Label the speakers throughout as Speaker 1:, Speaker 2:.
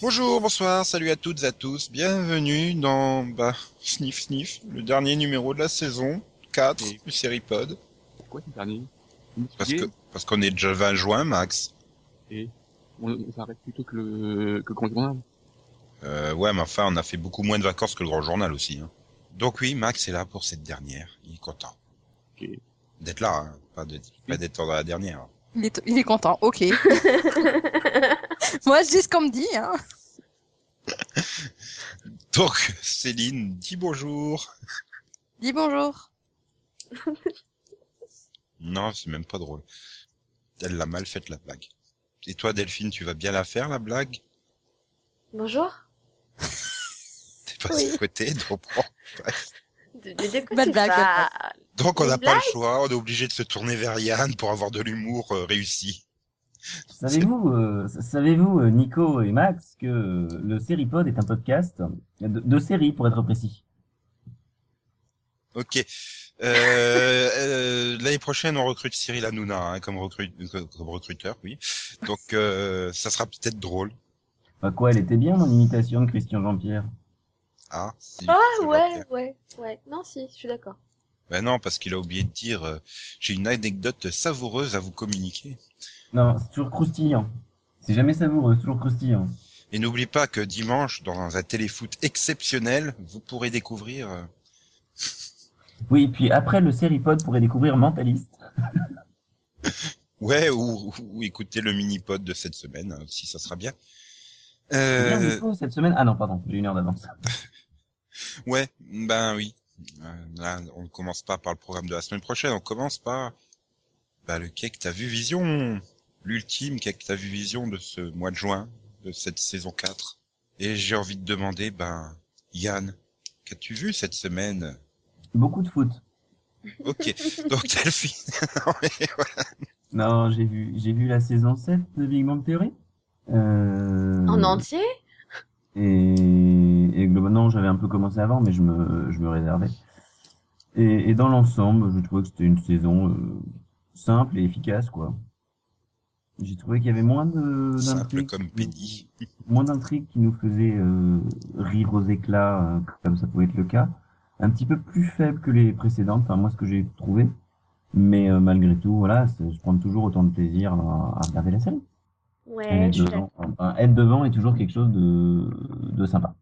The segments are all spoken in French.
Speaker 1: Bonjour, bonsoir, salut à toutes et à tous, bienvenue dans bah, Sniff Sniff, le dernier numéro de la saison 4
Speaker 2: Et-
Speaker 1: du Seripod.
Speaker 2: Pourquoi c'est le dernier
Speaker 1: Parce que parce qu'on est déjà 20 juin, Max.
Speaker 2: On, on s'arrête plutôt que le que quand on
Speaker 1: Euh, ouais, mais enfin, on a fait beaucoup moins de vacances que le grand journal aussi. hein. Donc oui, Max est là pour cette dernière, il est content.
Speaker 2: Ok.
Speaker 1: D'être là, hein, pas de- pas d'être dans la dernière.
Speaker 3: Il est, il est content, ok. Moi, je dis ce qu'on me dit. Hein.
Speaker 1: Donc, Céline, dis bonjour.
Speaker 3: Dis bonjour.
Speaker 1: Non, c'est même pas drôle. Elle l'a mal faite, la blague. Et toi, Delphine, tu vas bien la faire, la blague
Speaker 4: Bonjour.
Speaker 1: T'es passé à côté, donc on-
Speaker 4: De, de, de quoi
Speaker 3: Bonne
Speaker 4: tu
Speaker 3: blague, bonne
Speaker 4: parles
Speaker 1: Donc on n'a
Speaker 4: Une
Speaker 1: pas le choix, on est obligé de se tourner vers Yann pour avoir de l'humour euh, réussi.
Speaker 5: Savez-vous, euh, savez-vous, euh, Nico et Max, que euh, le Seripod est un podcast de, de série, pour être précis.
Speaker 1: Ok. Euh, euh, L'année prochaine, on recrute Cyril Hanouna hein, comme, recrute, euh, comme recruteur, oui. Donc euh, ça sera peut-être drôle.
Speaker 5: Bah quoi, elle était bien, mon imitation de Christian Jean-Pierre.
Speaker 1: Ah, si,
Speaker 4: Ah
Speaker 1: c'est
Speaker 4: ouais,
Speaker 1: gentil.
Speaker 4: ouais, ouais. Non, si, je suis d'accord.
Speaker 1: Ben non, parce qu'il a oublié de dire, euh, j'ai une anecdote savoureuse à vous communiquer.
Speaker 5: Non, c'est toujours croustillant. C'est jamais savoureux, c'est toujours croustillant.
Speaker 1: Et n'oubliez pas que dimanche, dans un téléfoot exceptionnel, vous pourrez découvrir... euh,
Speaker 5: Oui, puis après, le Seripod pourrait découvrir Mentaliste.
Speaker 1: ouais, ou, ou écouter le mini-pod de cette semaine, hein, si ça sera bien.
Speaker 5: Bien,
Speaker 1: Euh,
Speaker 5: Nico, cette semaine... Ah non, pardon, j'ai une heure d'avance.
Speaker 1: Ouais, ben oui. Euh, Là, on ne commence pas par le programme de la semaine prochaine, on commence par bah, le cake T'as vu Vision, l'ultime cake T'as vu Vision de ce mois de juin, de cette saison 4. Et j'ai envie de demander, ben, Yann, qu'as-tu vu cette semaine
Speaker 5: Beaucoup de foot.
Speaker 1: Ok, donc Delphine, non, mais voilà.
Speaker 5: Non, j'ai vu, j'ai vu la saison 7 de Big Bang Theory. Euh...
Speaker 4: En entier
Speaker 5: Et, et globalement, j'avais un peu commencé avant, mais je me, je me réservais. Et, et dans l'ensemble, je trouvais que c'était une saison euh, simple et efficace, quoi. J'ai trouvé qu'il y avait moins de
Speaker 1: simple
Speaker 5: d'intrigues,
Speaker 1: comme Penny.
Speaker 5: moins d'intrigues qui nous faisaient euh, rire aux éclats, euh, comme ça pouvait être le cas. Un petit peu plus faible que les précédentes, enfin moi ce que j'ai trouvé. Mais euh, malgré tout, voilà, c'est- je prends toujours autant de plaisir à, à regarder la série.
Speaker 4: Ouais, je suis
Speaker 5: devant,
Speaker 4: d'accord.
Speaker 5: enfin, être devant est toujours quelque chose de, de sympa.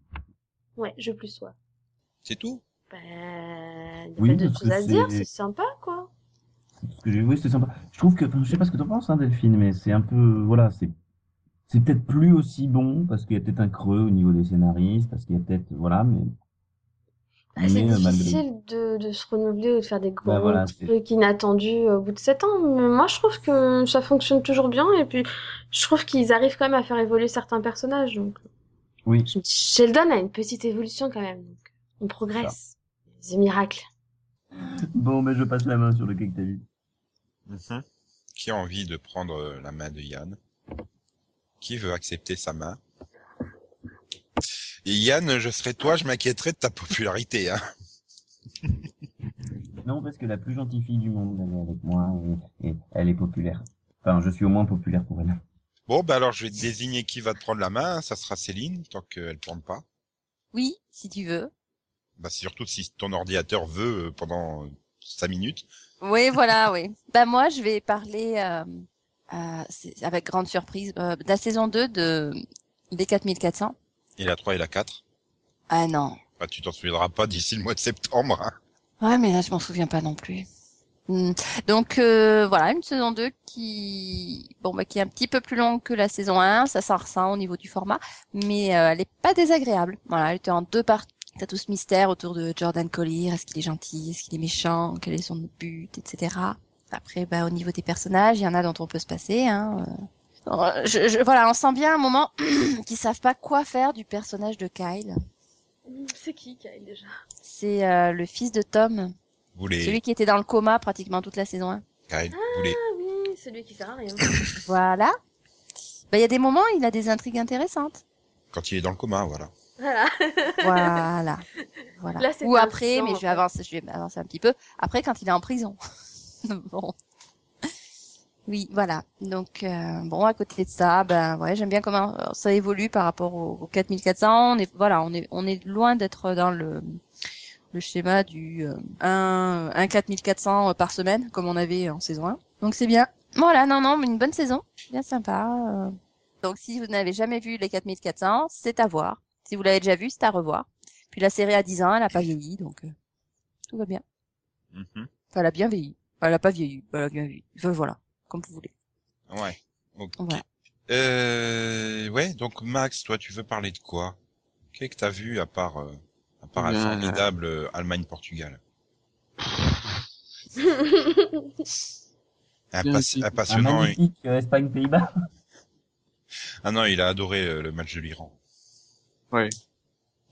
Speaker 4: Ouais, je plus sois.
Speaker 1: C'est tout
Speaker 4: Bah, y a
Speaker 5: Oui,
Speaker 4: pas de
Speaker 5: parce
Speaker 4: choses
Speaker 5: que
Speaker 4: à dire,
Speaker 5: c'est-
Speaker 4: c'est sympa, quoi.
Speaker 5: Ce que j'ai vu, c'est sympa. Je trouve que, enfin, je sais pas ce que t'en penses, hein, Delphine, mais c'est un peu, voilà, c'est, c'est peut-être plus aussi bon parce qu'il y a peut-être un creux au niveau des scénaristes, parce qu'il y a peut-être, voilà, mais,
Speaker 4: Bah, c'est
Speaker 5: mais, euh, malgré-
Speaker 4: difficile de, de se renouveler ou de faire des gros
Speaker 5: Bah, voilà, c'est-
Speaker 4: trucs inattendus euh, au bout de 7 ans. Mais moi, je trouve que ça fonctionne toujours bien. Et puis, je trouve qu'ils arrivent quand même à faire évoluer certains personnages. Donc,
Speaker 5: oui,
Speaker 4: je me dis, Sheldon a une petite évolution quand même. Donc, on progresse. C'est miracle.
Speaker 5: bon, mais je passe la main sur le cake que t'as vu.
Speaker 1: Mhm. Qui a envie de prendre euh, la main de Yann Qui veut accepter sa main Et Yann, je serais toi, je m'inquiéterais de ta popularité. Hein.
Speaker 5: Non, parce que la plus gentille fille du monde, elle est avec moi, et, et elle est populaire. Enfin, je suis au moins populaire pour elle.
Speaker 1: Bon, bah alors je vais te désigner qui va te prendre la main. hein. Ça sera Céline, tant qu'elle ne prend pas.
Speaker 3: Oui, si tu veux.
Speaker 1: Bah surtout si ton ordinateur veut euh, pendant euh, cinq minutes.
Speaker 3: Oui, voilà, oui. Bah, moi, je vais parler, euh, euh, c'est- avec grande surprise, euh, de la saison 2 de des 4400.
Speaker 1: Et la 3 et la 4.
Speaker 3: Ah non.
Speaker 1: Bah tu t'en souviendras pas d'ici le mois de septembre. hein.
Speaker 3: Ouais, mais là, je m'en souviens pas non plus. Hmm. Donc, euh, voilà, une saison 2 qui, bon, bah, qui est un petit peu plus longue que la saison 1. Ça sert ça au niveau du format, mais euh, elle est pas désagréable. Voilà, elle était en deux parties. T'as tout ce mystère autour de Jordan Collier. Est-ce qu'il est gentil Est-ce qu'il est méchant Quel est son but Etc. Après, bah, au niveau des personnages, il y en a dont on peut se passer. Hein. euh. Euh, Je, je- voilà, on sent bien un moment qu'ils savent pas quoi faire du personnage de Kyle.
Speaker 4: C'est qui, Kyle, déjà
Speaker 3: C'est euh, le fils de Tom.
Speaker 1: Vous les...
Speaker 3: Celui qui était dans le coma pratiquement toute la saison 1.
Speaker 1: Kyle, vous les-
Speaker 4: Ah oui, celui qui sert à rien.
Speaker 3: Voilà. Bah, Il y a des moments, il a des intrigues intéressantes.
Speaker 1: Quand il est dans le coma, voilà.
Speaker 4: Voilà.
Speaker 3: Voilà. voilà.
Speaker 4: Là, c'est
Speaker 3: Ou
Speaker 4: un
Speaker 3: après,
Speaker 4: sang,
Speaker 3: mais
Speaker 4: en
Speaker 3: je vais,
Speaker 4: fait.
Speaker 3: avancer, je vais avancer un petit peu. Après, quand il est en prison. bon. Oui, voilà. Donc euh, bon, à côté de ça, ben ouais, j'aime bien comment ça évolue par rapport au, au 4400. On est voilà, on est on est loin d'être dans le le schéma du euh, un, un 4400 euh, par semaine comme on avait en saison 1. Donc c'est bien. Voilà, non non, mais une bonne saison, bien sympa. euh. Donc si vous n'avez jamais vu les 4400, c'est à voir. Si vous l'avez déjà vu, c'est à revoir. Puis la série a 10 ans, elle n'a pas vieilli, donc euh, tout va bien.
Speaker 1: Mhm.
Speaker 3: Enfin, elle a bien vieilli. Enfin, elle a pas vieilli. Elle a bien vieilli. Enfin, voilà, comme vous voulez.
Speaker 1: Ouais. Ok.
Speaker 3: Voilà.
Speaker 1: Euh, ouais, donc Max, toi, tu veux parler de quoi Qu'est-ce que t'as vu à part, euh, à part la
Speaker 2: Euh.
Speaker 1: formidable euh, Allemagne-Portugal un,
Speaker 2: Bien
Speaker 1: pas-
Speaker 2: aussi.
Speaker 1: un
Speaker 5: Un
Speaker 1: passionnant. et-
Speaker 5: magnifique euh, Espagne-Pays-Bas.
Speaker 1: Ah non, il a adoré euh, le match de l'Iran.
Speaker 2: Ouais.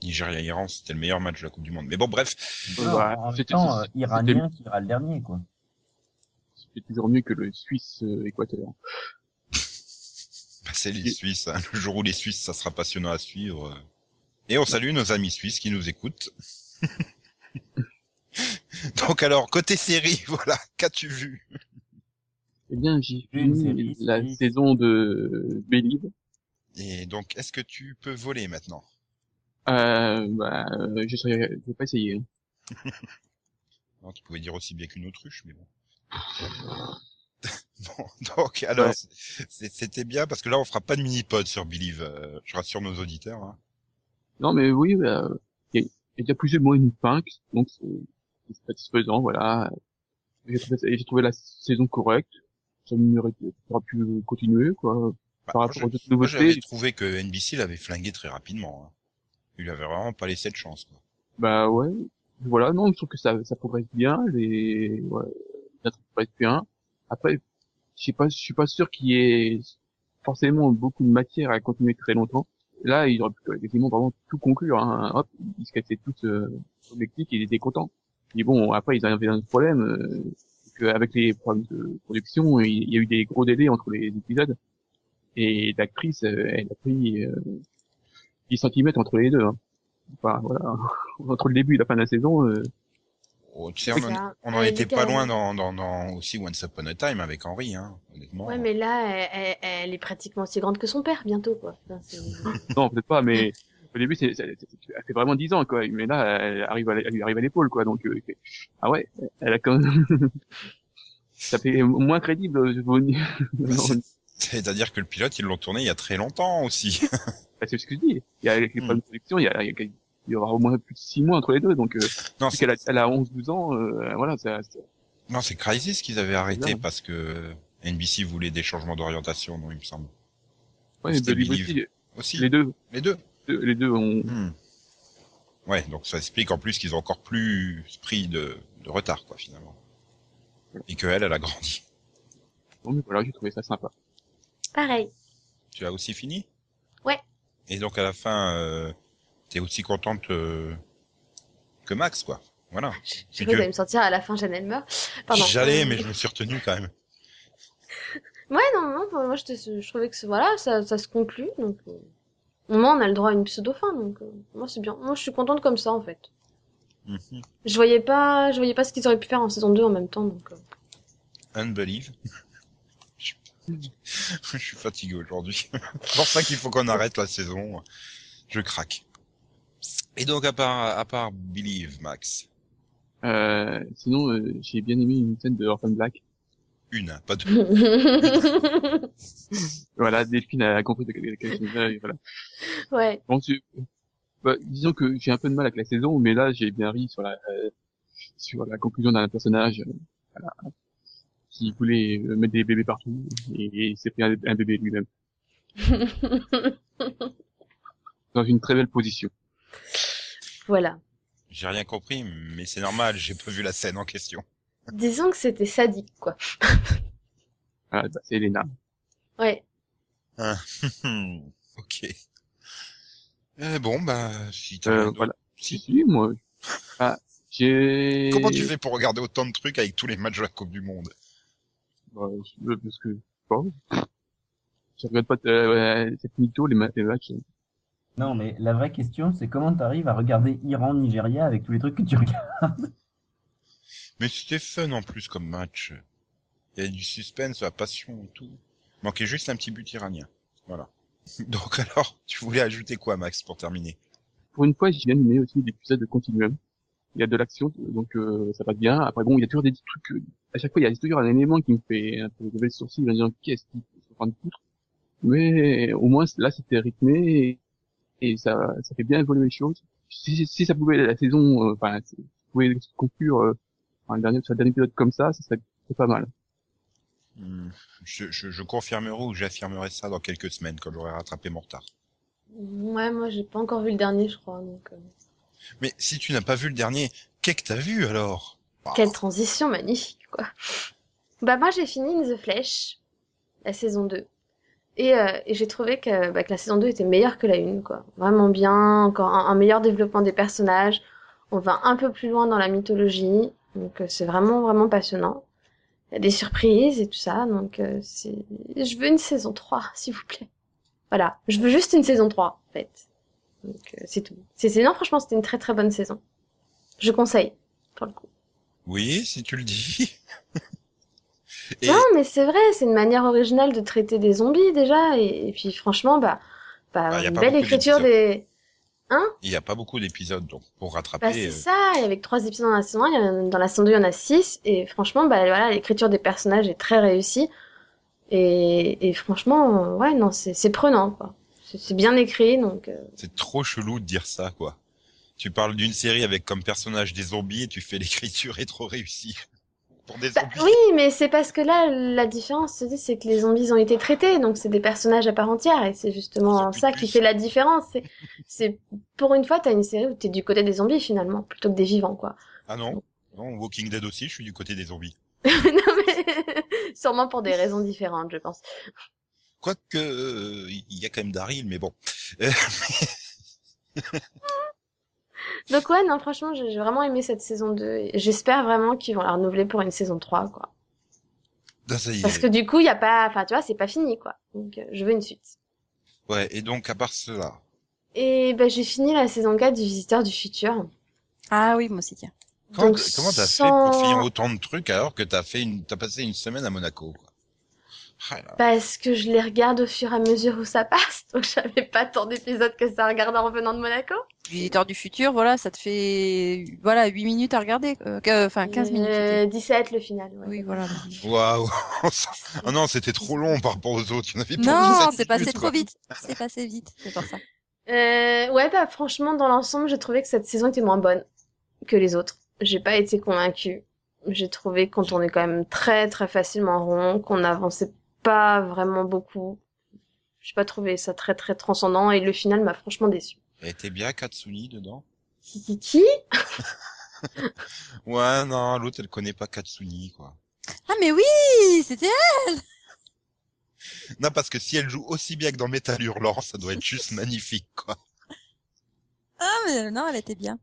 Speaker 1: Nigeria-Iran, c'était le meilleur match de la Coupe du Monde. Mais bon, bref.
Speaker 2: Voilà.
Speaker 5: en même
Speaker 2: C'était-
Speaker 5: temps, euh,
Speaker 2: c'était-
Speaker 5: iranien qui ira le dernier, quoi.
Speaker 2: C'est toujours mieux que le euh, Suisse-Équateur.
Speaker 1: Bah, c'est les
Speaker 2: Et-
Speaker 1: Suisses. hein. Le jour où les Suisses, ça sera passionnant à suivre. euh. Et on salue nos amis suisses qui nous écoutent. Donc alors, côté série, voilà, qu'as-tu vu
Speaker 2: Eh bien, j'ai
Speaker 5: Une
Speaker 2: fini
Speaker 5: série,
Speaker 2: la
Speaker 5: oui.
Speaker 2: saison de Bélib.
Speaker 1: Et donc, est-ce que tu peux voler maintenant
Speaker 2: Euh, bah, euh, je serais, je vais pas essayer. hein.
Speaker 1: Non, tu pouvais dire aussi bien qu'une autruche, mais bon. bon, donc alors,
Speaker 2: Ouais.
Speaker 1: c'est- c'était bien parce que là, on fera pas de mini-pod sur Believe. euh, je rassure nos auditeurs. hein.
Speaker 2: Non, mais oui, bah, il y, a- y a déjà plus ou moins une punk, donc c'est c'est satisfaisant, voilà. J'ai trouvé, j'ai trouvé la saison correcte. Ça m'aurait j'aurais pu continuer, quoi.
Speaker 1: Bah,
Speaker 2: par
Speaker 1: moi,
Speaker 2: rapport
Speaker 1: je-
Speaker 2: aux autres
Speaker 1: moi, j'avais
Speaker 2: nouveautés,
Speaker 1: trouvé que NBC l'avait flingué très rapidement. Hein. Il avait vraiment pas laissé de chance. Quoi.
Speaker 2: bah ouais. Voilà, non, je trouve que ça, ça progresse bien, les, ouais, ça progresse bien. Après, je sais pas, je suis pas sûr qu'il y ait forcément beaucoup de matière à continuer très longtemps. Là, il aurait pu quasiment vraiment tout conclure, hein. Hop, ils se cassaient tous euh, objectifs, ils étaient contents. Mais bon, après, ils avaient un problème, euh, c'est qu'avec les problèmes de production, il il y a eu des gros délais entre les épisodes. Et l'actrice, euh, elle a pris euh, 10 cm entre les deux. hein. Enfin, voilà. Entre le début et la fin de la saison, euh,
Speaker 1: Oh, tu sais, on, en- on
Speaker 4: Ah,
Speaker 1: en était pas loin dans, dans, dans aussi Once Upon a Time avec Henry, hein, honnêtement.
Speaker 4: Ouais, mais là, elle, elle- elle est pratiquement aussi grande que son père bientôt, quoi. Putain, c'est-
Speaker 2: non, peut-être pas, mais au début, c'est, c'est- c'est- elle fait vraiment 10 ans, quoi. Mais là, elle arrive à, l'- elle lui arrive à l'épaule, quoi. Donc, euh, c'est- ah ouais, elle a quand même... Ça fait moins crédible. euh, au-
Speaker 1: C'est-à-dire que le pilote, ils l'ont tourné il y a très longtemps aussi.
Speaker 2: Bah, c'est ce que je dis. Il y a les
Speaker 1: Hmm.
Speaker 2: problèmes de production, il y, a, il y a- il y aura au moins plus de 6 mois entre les deux. Donc, euh,
Speaker 1: non,
Speaker 2: vu
Speaker 1: c'est-
Speaker 2: qu'elle a, elle a 11-12 ans, euh, voilà, ça, ça-
Speaker 1: non, c'est Crisis qu'ils avaient arrêté
Speaker 2: Bizarre.
Speaker 1: parce que NBC voulait des changements d'orientation, non, il me semble.
Speaker 2: ouais,
Speaker 1: C'était
Speaker 2: Billy
Speaker 1: Billy.
Speaker 2: Botti,
Speaker 1: Aussi,
Speaker 2: les
Speaker 1: les,
Speaker 2: deux, Mm.
Speaker 1: deux.
Speaker 2: deux- les deux ont,
Speaker 1: Hmm. Ouais, donc ça explique en plus qu'ils ont encore plus pris de, de retard, quoi, finalement. Et que elle, elle a grandi.
Speaker 2: donc, voilà, j'ai trouvé ça sympa.
Speaker 4: Pareil.
Speaker 1: Tu as aussi fini
Speaker 4: Ouais.
Speaker 1: Et donc à la fin, euh, t'es aussi contente euh, que Max, quoi. Voilà.
Speaker 4: Je sais
Speaker 1: que-
Speaker 4: pas, vous allez me sentir à la fin, Jeanne, elle meurt. Pardon. Euh,
Speaker 1: J'allais, mais je me suis retenu quand même.
Speaker 4: Ouais, non, non, pour moi, je, te- je trouvais que ce- voilà, ça, ça se conclut, donc... euh, Au moins, on a le droit à une pseudo-fin, donc... euh, Moi, c'est bien. Moi, je suis contente comme ça, en fait.
Speaker 1: Mhm.
Speaker 4: Je voyais pas, je voyais pas ce qu'ils auraient pu faire en saison 2 en même temps, donc... euh.
Speaker 1: Unbelieve. je je suis fatigué aujourd'hui. C'est pour ça qu'il faut qu'on arrête la saison. Je craque. Et donc à part à part Believe, Max,
Speaker 2: Euh, sinon, euh, j'ai bien aimé une scène de Orphan Black.
Speaker 1: une, hein, pas deux.
Speaker 2: Voilà, Delphine a compris de quelle quelle saison elle est, voilà.
Speaker 4: ouais.
Speaker 2: Bon, c'est- bah, disons que j'ai un peu de mal avec la saison, mais là j'ai bien ri sur la euh, sur la conclusion d'un personnage euh, voilà, qui voulait euh, mettre des bébés partout et, et s'est pris un, un bébé lui-même dans une très belle position.
Speaker 4: voilà.
Speaker 1: J'ai rien compris, mais c'est normal. J'ai pas vu la scène en question.
Speaker 4: Disons que c'était sadique, quoi.
Speaker 2: Voilà, bah, c'est Elena.
Speaker 4: Ouais.
Speaker 1: Hmm, ok. Euh, bon bah si t'as
Speaker 2: Euh,
Speaker 1: rien d'autre-
Speaker 2: voilà. Si
Speaker 1: si.
Speaker 2: si moi. Ah, j'ai.
Speaker 1: Comment tu fais pour regarder autant de trucs avec tous les matchs de la Coupe du Monde
Speaker 2: Bah, je- parce que bon, je regarde pas euh, ouais, cette mytho les, ma- les matchs.
Speaker 5: Non, mais la vraie question, c'est comment t'arrives à regarder Iran-Nigeria avec tous les trucs que tu regardes
Speaker 1: Mais c'était fun en plus comme match. Il y a du suspense, la passion et tout. Manquait juste un petit but iranien. Voilà. Donc alors, tu voulais ajouter quoi, Max, pour terminer
Speaker 2: Pour une fois, j'ai animé aussi l'épisode de Continuum. Il y a de l'action, donc euh, ça passe bien. Après, bon, il y a toujours des petits trucs. euh, À chaque fois, il y a toujours un élément qui me fait un peu lever le sourcil en disant qu'est-ce qu'ils sont en train de foutre. Mais au moins, là, c'était rythmé et, et ça, ça fait bien évoluer les choses. Si, si ça pouvait la saison, euh, enfin, si ça pouvait se conclure euh, un dernier, sur un dernier épisode comme ça, ça serait c'est pas mal.
Speaker 1: Hmm, je, je, je confirmerai ou j'affirmerai ça dans quelques semaines, quand j'aurai rattrapé mon retard.
Speaker 4: Ouais, moi j'ai pas encore vu le dernier, je crois. Donc, euh,
Speaker 1: Mais si tu n'as pas vu le dernier, qu'est-ce que t'as vu alors Ah,
Speaker 4: Quelle transition magnifique, quoi. Bah moi j'ai fini In The Flesh, la saison 2. Et, euh, et j'ai trouvé que, bah, que la saison 2 était meilleure que la 1, quoi. Vraiment bien, encore un, un meilleur développement des personnages. On va un peu plus loin dans la mythologie, donc euh, c'est vraiment, vraiment passionnant. Il y a des surprises et tout ça, donc euh, c'est... Je veux une saison 3, s'il vous plaît. Voilà, je veux juste une saison 3, en fait. Donc euh, c'est tout. C'est, c'est... Non, franchement, c'était une très très bonne saison. Je conseille, pour le coup.
Speaker 1: Oui, si tu le dis. Et-
Speaker 4: Non, mais c'est vrai, c'est une manière originale de traiter des zombies déjà. Et, et puis franchement, bah, bah,
Speaker 1: Ah, y a
Speaker 4: une
Speaker 1: pas
Speaker 4: belle
Speaker 1: beaucoup
Speaker 4: écriture des.
Speaker 1: Il n'y a pas beaucoup d'épisodes, donc pour rattraper.
Speaker 4: Bah, c'est
Speaker 1: euh,
Speaker 4: ça, il y avait que trois épisodes dans la saison 1, il y en a- dans la saison 2, il y en a six. Et franchement, bah, voilà, l'écriture des personnages est très réussie. Et, et franchement, euh, ouais, non, c'est c'est prenant, quoi. C'est c'est bien écrit, donc. euh,
Speaker 1: C'est trop chelou de dire ça, quoi. Tu parles d'une série avec comme personnage des zombies et tu fais l'écriture est trop réussie. Pour des
Speaker 4: Bah,
Speaker 1: zombies.
Speaker 4: oui, mais c'est parce que là, la différence, se dit, c'est que les zombies ont été traités, donc c'est des personnages à part entière, et c'est justement
Speaker 1: Ils ont
Speaker 4: ça
Speaker 1: plus de
Speaker 4: qui
Speaker 1: puce.
Speaker 4: fait la différence. C'est, c'est pour une fois, t'as une série où t'es du côté des zombies finalement, plutôt que des vivants, quoi.
Speaker 1: Ah non Non, Walking Dead aussi, je suis du côté des zombies.
Speaker 4: non mais sûrement pour des raisons différentes, je pense.
Speaker 1: Quoique, euh, il y a quand même Daryl, mais bon.
Speaker 4: Donc ouais, non, franchement, j'ai j'ai vraiment aimé cette saison 2. et J'espère vraiment qu'ils vont la renouveler pour une saison 3, quoi.
Speaker 1: Ah, ça y est.
Speaker 4: Parce que du coup, il y a pas, enfin, tu vois, c'est pas fini, quoi. Donc, euh, je veux une suite.
Speaker 1: Ouais, et donc à part cela,
Speaker 4: Et ben, j'ai fini la saison 4 du Visiteur du Futur.
Speaker 3: Ah oui, moi aussi, tiens.
Speaker 1: comment
Speaker 4: Donc,
Speaker 1: t- comment t'as fait
Speaker 4: sans-
Speaker 1: pour finir autant de trucs alors que t'as fait une, t'as passé une semaine à Monaco, quoi. Ah là.
Speaker 4: Parce que je les regarde au fur et à mesure où ça passe. Donc j'avais pas tant d'épisodes que ça à regarder en revenant de Monaco.
Speaker 3: Visiteur du futur, voilà, ça te fait voilà 8 minutes à regarder, euh, que- enfin 15 minutes.
Speaker 4: Euh, 17 le final. ouais.
Speaker 3: Oui, voilà.
Speaker 1: Waouh. ah non, c'était trop long par rapport aux autres. Il y en avait pour
Speaker 3: Non,
Speaker 1: 17
Speaker 3: c'est passé
Speaker 1: minutes,
Speaker 3: trop
Speaker 1: quoi.
Speaker 3: vite. C'est passé vite, c'est pour ça.
Speaker 4: Euh, ouais, bah franchement, dans l'ensemble, j'ai trouvé que cette saison était moins bonne que les autres. J'ai pas été convaincue. J'ai trouvé qu'on tournait quand même très très facilement rond, qu'on avançait pas vraiment beaucoup. J'ai pas trouvé ça très très transcendant et le final m'a franchement déçu.
Speaker 1: Et t'es bien Katsuni dedans?
Speaker 4: Qui qui qui
Speaker 1: Ouais, non, l'autre elle connaît pas Katsuni, quoi.
Speaker 3: Ah mais oui, c'était
Speaker 1: Non, parce que si elle joue aussi bien que dans Metal Hurlant, ça doit être juste magnifique, quoi.
Speaker 3: ah mais non, elle était bien.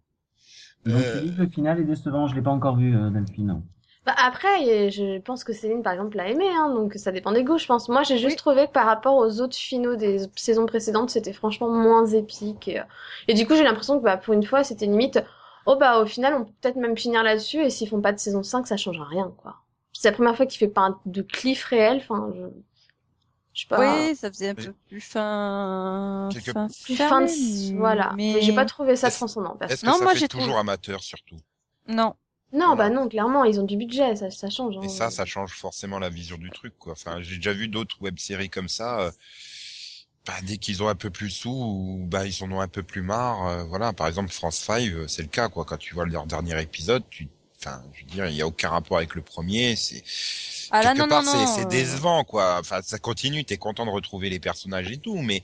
Speaker 5: Donc,
Speaker 1: Euh.
Speaker 5: tu dis que le final est décevant, je l'ai pas encore vu, euh, Delphine.
Speaker 4: Bah après, euh, je pense que Céline, par exemple, l'a aimé, hein, donc ça dépend des goûts, je pense. Moi, j'ai juste trouvé que par rapport aux autres finaux des saisons précédentes, c'était franchement moins épique. Et, euh, et du coup, j'ai l'impression que bah, pour une fois, c'était limite, oh bah au final, on peut peut-être même finir là-dessus, et s'ils font pas de saison 5, ça changera rien, quoi. C'est la première fois qu'il fait pas un- de cliff réel, enfin, je... Je sais pas.
Speaker 3: Bah. Oui, ça faisait un
Speaker 1: Mais-
Speaker 3: peu plus fin
Speaker 1: Quelque-
Speaker 3: fin
Speaker 4: Plus fin de...
Speaker 3: fermé,
Speaker 4: Voilà. Mais j'ai pas trouvé ça
Speaker 1: Est-ce-
Speaker 4: transcendant, perso.
Speaker 1: Est-ce que
Speaker 3: Non,
Speaker 1: ça
Speaker 3: moi,
Speaker 1: fait
Speaker 3: j'ai
Speaker 1: toujours
Speaker 3: trouvé-
Speaker 1: amateur, surtout?
Speaker 3: Non,
Speaker 4: Non, bah
Speaker 1: Voilà.
Speaker 4: non, clairement, ils ont du budget, ça, ça change.
Speaker 1: Et
Speaker 4: hein.
Speaker 1: ça, ça change forcément la vision du truc, quoi. Enfin, j'ai déjà vu d'autres web-séries comme ça. euh, bah, dès qu'ils ont un peu plus sous, ou bah, ils en ont un peu plus marre. euh, voilà, par exemple, France 5, euh, c'est le cas, quoi. Quand tu vois leur dernier épisode, tu... Enfin, je veux dire, il n'y a aucun rapport avec le premier. C'est
Speaker 3: Ah là,
Speaker 1: quelque
Speaker 3: non,
Speaker 1: part,
Speaker 3: non,
Speaker 1: c'est
Speaker 3: non,
Speaker 1: c'est
Speaker 3: euh.
Speaker 1: décevant, quoi. Enfin, ça continue. T'es content de retrouver les personnages et tout, mais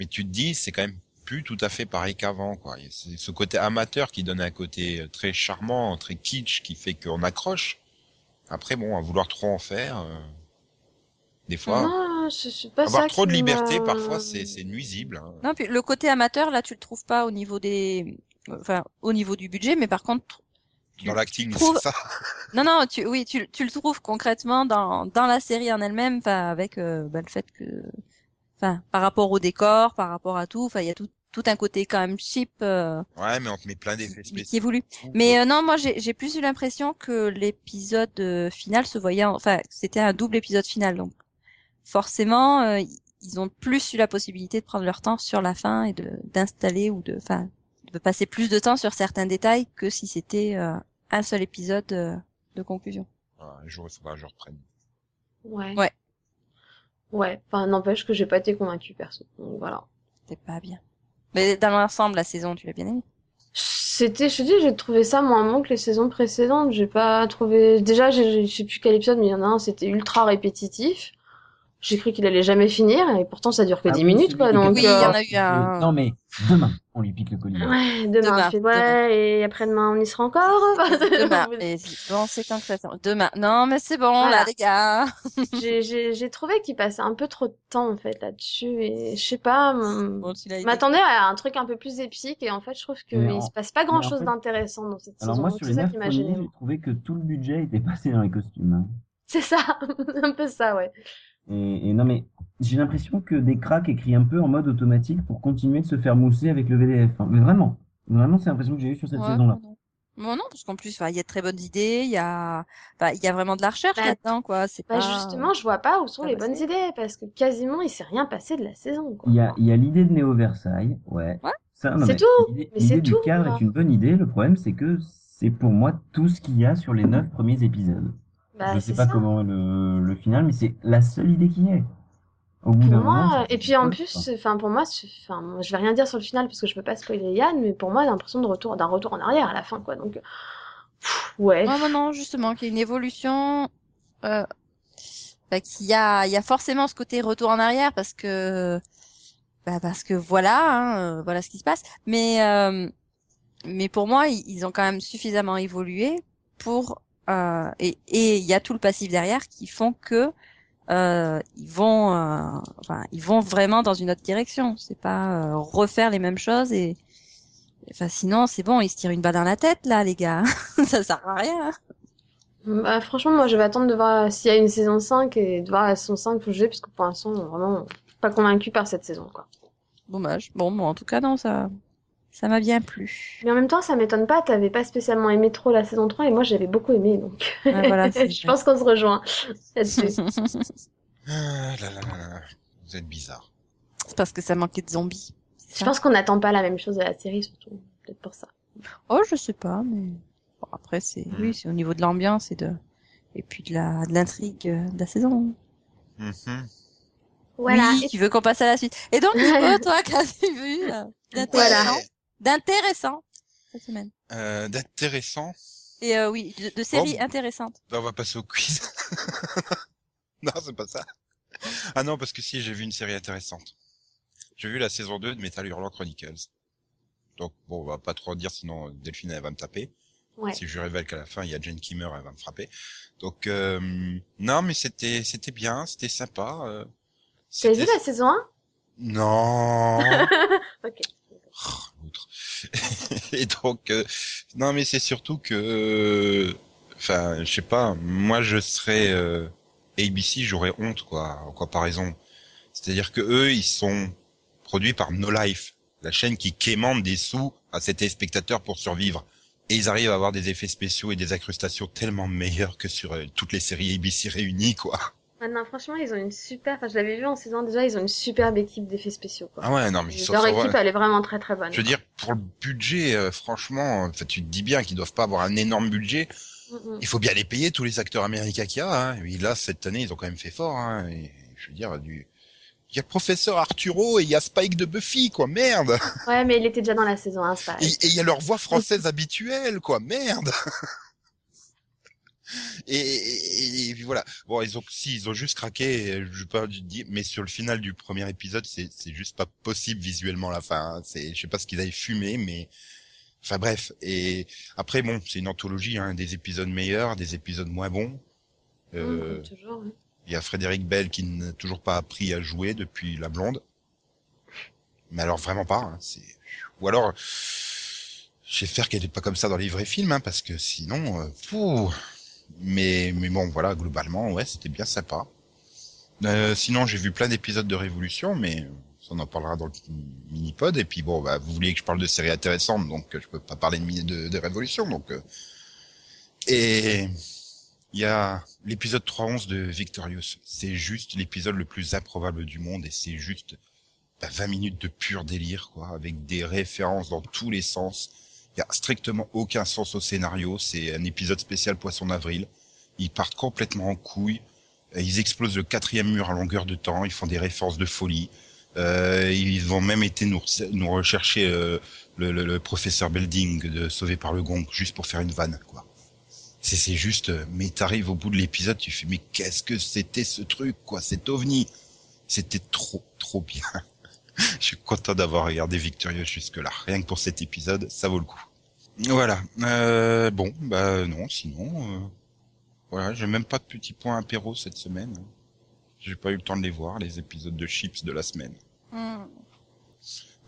Speaker 1: mais tu te dis, c'est quand même plus tout à fait pareil qu'avant, quoi. Et C'est ce côté amateur qui donne un côté euh, très charmant, très kitsch, qui fait qu'on accroche. Après, bon, à vouloir trop en faire, euh, des fois,
Speaker 4: Non, je suis pas
Speaker 1: avoir
Speaker 4: ça
Speaker 1: trop de
Speaker 4: qui
Speaker 1: liberté,
Speaker 4: m'a-
Speaker 1: parfois, c'est c'est nuisible. hein.
Speaker 3: non, puis le côté amateur là, tu le trouves pas au niveau des enfin au niveau du budget, mais par contre tu-
Speaker 1: Dans l'acting,
Speaker 3: tu
Speaker 1: c'est
Speaker 3: trouves-
Speaker 1: ça.
Speaker 3: Non, non, tu, oui, tu, tu le trouves concrètement dans, dans la série en elle-même, enfin, avec euh, bah, le fait que, enfin, par rapport au décor, par rapport à tout, enfin, il y a tout, tout un côté quand même cheap euh,
Speaker 1: Ouais, mais on te met plein d'effets
Speaker 3: qui
Speaker 1: spéciaux.
Speaker 3: qui est voulu. Mais euh, non, moi j'ai j'ai plus eu l'impression que l'épisode euh, final se voyait, en- enfin c'était un double épisode final, donc forcément euh, ils ont plus eu la possibilité de prendre leur temps sur la fin et de d'installer ou de, enfin de passer plus de temps sur certains détails que si c'était euh, un seul épisode euh, de conclusion.
Speaker 1: Ah, un jour, il faudra que je reprenne.
Speaker 4: Ouais.
Speaker 3: Ouais.
Speaker 4: Ouais, enfin, n'empêche que j'ai pas été convaincue perso. Donc voilà.
Speaker 3: C'était pas bien. Mais dans l'ensemble, la saison, tu l'as bien aimé.
Speaker 4: C'était, je te dis, j'ai trouvé ça moins bon que les saisons précédentes. J'ai pas trouvé. Déjà, j'ai- je sais plus quel épisode, mais il y en a un, c'était ultra répétitif. J'ai cru qu'il allait jamais finir, et pourtant ça dure que
Speaker 5: Ah
Speaker 4: 10
Speaker 5: oui,
Speaker 4: minutes,
Speaker 5: celui
Speaker 4: quoi.
Speaker 5: qui était
Speaker 4: Donc,
Speaker 3: Oui, il y en
Speaker 4: euh,
Speaker 3: a eu un-
Speaker 5: Non, mais demain, on lui pique le colis.
Speaker 4: ouais, demain,
Speaker 3: Demain,
Speaker 4: tu fais, ouais, et après-demain, on y sera encore.
Speaker 3: Demain. Et bon, c'est quand que ça sort Demain. Non, mais c'est bon,
Speaker 4: Voilà.
Speaker 3: là, les gars.
Speaker 4: J'ai- J'ai j'ai trouvé qu'il passait un peu trop de temps, en fait, là-dessus, et je sais pas. mon-
Speaker 3: Bon, tu l'as
Speaker 4: Je
Speaker 3: aidé.
Speaker 4: m'attendais à un truc un peu plus épique, et en fait, je trouve qu'il
Speaker 5: Mais en-
Speaker 4: se passe pas
Speaker 5: en
Speaker 4: grand-chose
Speaker 5: fait-
Speaker 4: d'intéressant dans cette
Speaker 5: Alors
Speaker 4: saison.
Speaker 5: moi,
Speaker 4: donc
Speaker 5: sur
Speaker 4: C'est
Speaker 5: les
Speaker 4: ça
Speaker 5: neuf
Speaker 4: qui m'a gêné.
Speaker 5: premiers, j'ai trouvé que tout le budget était passé dans les costumes. hein.
Speaker 4: C'est ça, un peu ça, ouais.
Speaker 5: Et, et non, mais j'ai l'impression que des cracks écrit un peu en mode automatique pour continuer de se faire mousser avec le VDF. hein. Mais vraiment, vraiment, c'est l'impression que j'ai eu sur cette
Speaker 3: Ouais,
Speaker 5: saison-là.
Speaker 3: non. Bon, non, parce qu'en plus, enfin, il y a de très bonnes idées, il y a, enfin, il y a vraiment de la recherche
Speaker 4: Bah,
Speaker 3: là-dedans, quoi. C'est
Speaker 4: Bah
Speaker 5: Ah.
Speaker 3: pas.
Speaker 4: justement, je vois pas où sont
Speaker 3: Ah
Speaker 4: les
Speaker 3: bah,
Speaker 4: bonnes
Speaker 3: c'est-
Speaker 4: idées, parce que quasiment il s'est rien passé de la saison, quoi.
Speaker 5: Il y a, il y a l'idée de Néo Versailles, ouais.
Speaker 3: Ouais.
Speaker 5: Ça, non,
Speaker 4: C'est
Speaker 5: mais
Speaker 4: tout,
Speaker 5: l'idée-
Speaker 4: mais c'est
Speaker 5: L'idée du
Speaker 4: tout,
Speaker 5: cadre
Speaker 3: hein.
Speaker 4: quoi.
Speaker 5: est une bonne idée. Le problème, c'est que c'est pour moi tout ce qu'il y a sur les neuf premiers épisodes.
Speaker 4: Bah,
Speaker 5: je ne sais
Speaker 4: c'est
Speaker 5: pas
Speaker 4: ça.
Speaker 5: comment est le, le final, mais c'est la seule idée qu'il y ait. Au bout
Speaker 4: Pour
Speaker 5: d'un
Speaker 4: moi,
Speaker 5: moment, ça
Speaker 4: euh, et
Speaker 5: fait
Speaker 4: puis en
Speaker 5: quoi,
Speaker 4: plus, enfin pour moi, c'est- enfin moi, je vais rien dire sur le final parce que je peux pas spoiler Yann, mais pour moi, j'ai l'impression de retour d'un retour en arrière à la fin, quoi. Donc pff, ouais,
Speaker 3: Ouais, ouais, non, justement, qu'il y a une évolution, euh, enfin, qu'il y a, il y a forcément ce côté retour en arrière parce que, bah, parce que voilà, hein, euh, voilà ce qui se passe. Mais, euh, mais pour moi, i- ils ont quand même suffisamment évolué pour, euh, et, et il y a tout le passif derrière qui font que, euh, ils vont, euh, enfin, ils vont vraiment dans une autre direction. C'est pas euh, refaire les mêmes choses et, enfin, sinon, c'est bon, ils se tirent une balle dans la tête là, les gars. ça sert à rien. hein.
Speaker 4: bah franchement, moi je vais attendre de voir s'il y a une saison 5 et de voir la saison 5 faut juger parce que pour l'instant, vraiment, je suis pas convaincue par cette saison, quoi.
Speaker 3: Dommage. Bon, bon, en tout cas, non, ça, ça m'a bien plu.
Speaker 4: Mais en même temps, ça m'étonne pas, t'avais pas spécialement aimé trop la saison 3 et moi j'avais beaucoup aimé, donc
Speaker 3: Ouais, voilà, c'est
Speaker 4: je
Speaker 3: vrai.
Speaker 4: pense qu'on se rejoint là-dessus.
Speaker 1: Ah, là, là, là, là. Vous êtes bizarre.
Speaker 3: C'est parce que ça manquait de zombies.
Speaker 4: Je pense qu'on n'attend pas la même chose de la série, surtout. Peut-être pour ça.
Speaker 3: Oh, je sais pas, mais bon, après, c'est, oui, c'est au niveau de l'ambiance et de, et puis de la, de l'intrigue euh, de la saison.
Speaker 1: Mhm.
Speaker 4: Voilà.
Speaker 3: Oui,
Speaker 4: Et-
Speaker 3: tu veux qu'on passe à la suite. Et donc, Nico, toi, qu'as-tu vu euh, d'intéressant,
Speaker 1: Ouais.
Speaker 3: d'intéressant cette semaine
Speaker 1: Euh, D'intéressant.
Speaker 3: Et euh, oui, de, de séries
Speaker 1: Bon.
Speaker 3: intéressantes.
Speaker 1: Ben, on va passer au quiz. non, c'est pas ça. Ah non, parce que si, j'ai vu une série intéressante. J'ai vu la saison 2 de Metal Hurlant Chronicles. Donc, bon, on va pas trop en dire, sinon euh, Delphine, elle va me taper.
Speaker 4: Ouais.
Speaker 1: Si je lui révèle qu'à la fin, il y a Jane qui meurt, elle va me frapper. Donc, euh, non, mais c'était c'était bien, c'était sympa. euh,
Speaker 4: T'as vu
Speaker 1: c'était-
Speaker 4: la saison 1
Speaker 1: Non
Speaker 4: Ok.
Speaker 1: l'autre. et donc, euh, non, mais c'est surtout que, euh, enfin, je sais pas, moi je serais euh, ABC, j'aurais honte quoi, en comparaison. C'est-à-dire que eux, ils sont produits par No Life, la chaîne qui quémande des sous à ses téléspectateurs pour survivre. Et ils arrivent à avoir des effets spéciaux et des incrustations tellement meilleurs que sur euh, toutes les séries ABC réunies, quoi.
Speaker 4: Maintenant, franchement, ils ont une super. Enfin, je l'avais vu en saison déjà, ils ont une superbe équipe d'effets spéciaux. Quoi.
Speaker 1: Ah ouais, non, mais ils sont-
Speaker 4: Leur
Speaker 1: sont-
Speaker 4: équipe, elle est vraiment très très bonne.
Speaker 1: Je veux dire, pour le budget, euh, franchement, enfin, tu te dis bien qu'ils doivent pas avoir un énorme budget,
Speaker 4: Mm, mm.
Speaker 1: Il faut bien les payer tous les acteurs américains qu'il y a. Hein. Et là, cette année, ils ont quand même fait fort. Hein. Et, je veux dire, du... il y a le professeur Arturo et il y a Spike de Buffy, quoi. Merde.
Speaker 4: Ouais, mais il était déjà dans la saison 1, ça.
Speaker 1: Et et il y a leur voix française habituelle, quoi. Merde. Et, et- et puis voilà. Bon, ils ont, si ils ont juste craqué, euh, je veux pas dire, mais sur le final du premier épisode, c'est, c'est juste pas possible visuellement la fin. hein. C'est, je sais pas ce qu'ils avaient fumé, mais enfin bref. Et après, bon, c'est une anthologie, hein, des épisodes meilleurs, des épisodes moins bons.
Speaker 4: Mm,
Speaker 1: Euh,
Speaker 4: comme toujours. hein.
Speaker 1: il y a Frédéric Bell qui n'a toujours pas appris à jouer depuis La Blonde. Mais alors vraiment pas. hein, c'est... Ou alors, j'espère qu'elle n'est pas comme ça dans les vrais films, hein, parce que sinon, euh, pouh. Mais, mais bon, voilà, globalement, ouais, c'était bien sympa. Euh, sinon, j'ai vu plein d'épisodes de Révolution, mais Ça, On en parlera dans le mini-pod. Et puis bon, bah, vous vouliez que je parle de séries intéressantes, donc euh, je peux pas parler de, mini- de, de Révolution. Donc, euh. Et il y a l'épisode 311 de Victorious. C'est juste l'épisode le plus improbable du monde et c'est juste bah, 20 minutes de pur délire, quoi, avec des références dans tous les sens. Il y a strictement aucun sens au scénario. C'est un épisode spécial Poisson d'avril. Ils partent complètement en couille. Euh, Ils explosent le quatrième mur à longueur de temps. Ils font des références de folie. Euh, ils ont même été nous, re- nous rechercher euh, le, le- le professeur Belding de Sauvé par le Gong juste pour faire une vanne, quoi. C'est c'est juste, euh, mais t'arrives au bout de l'épisode, tu fais, mais qu'est-ce que c'était ce truc, quoi, cet ovni C'était trop, trop bien. je suis content d'avoir regardé Victorious jusque-là. Rien que pour cet épisode, ça vaut le coup. Voilà. Euh, bon, bah non, sinon, euh, voilà, j'ai même pas de petits points apéro cette semaine. J'ai pas eu le temps de les voir, les épisodes de Chips de la semaine.
Speaker 3: Hmm.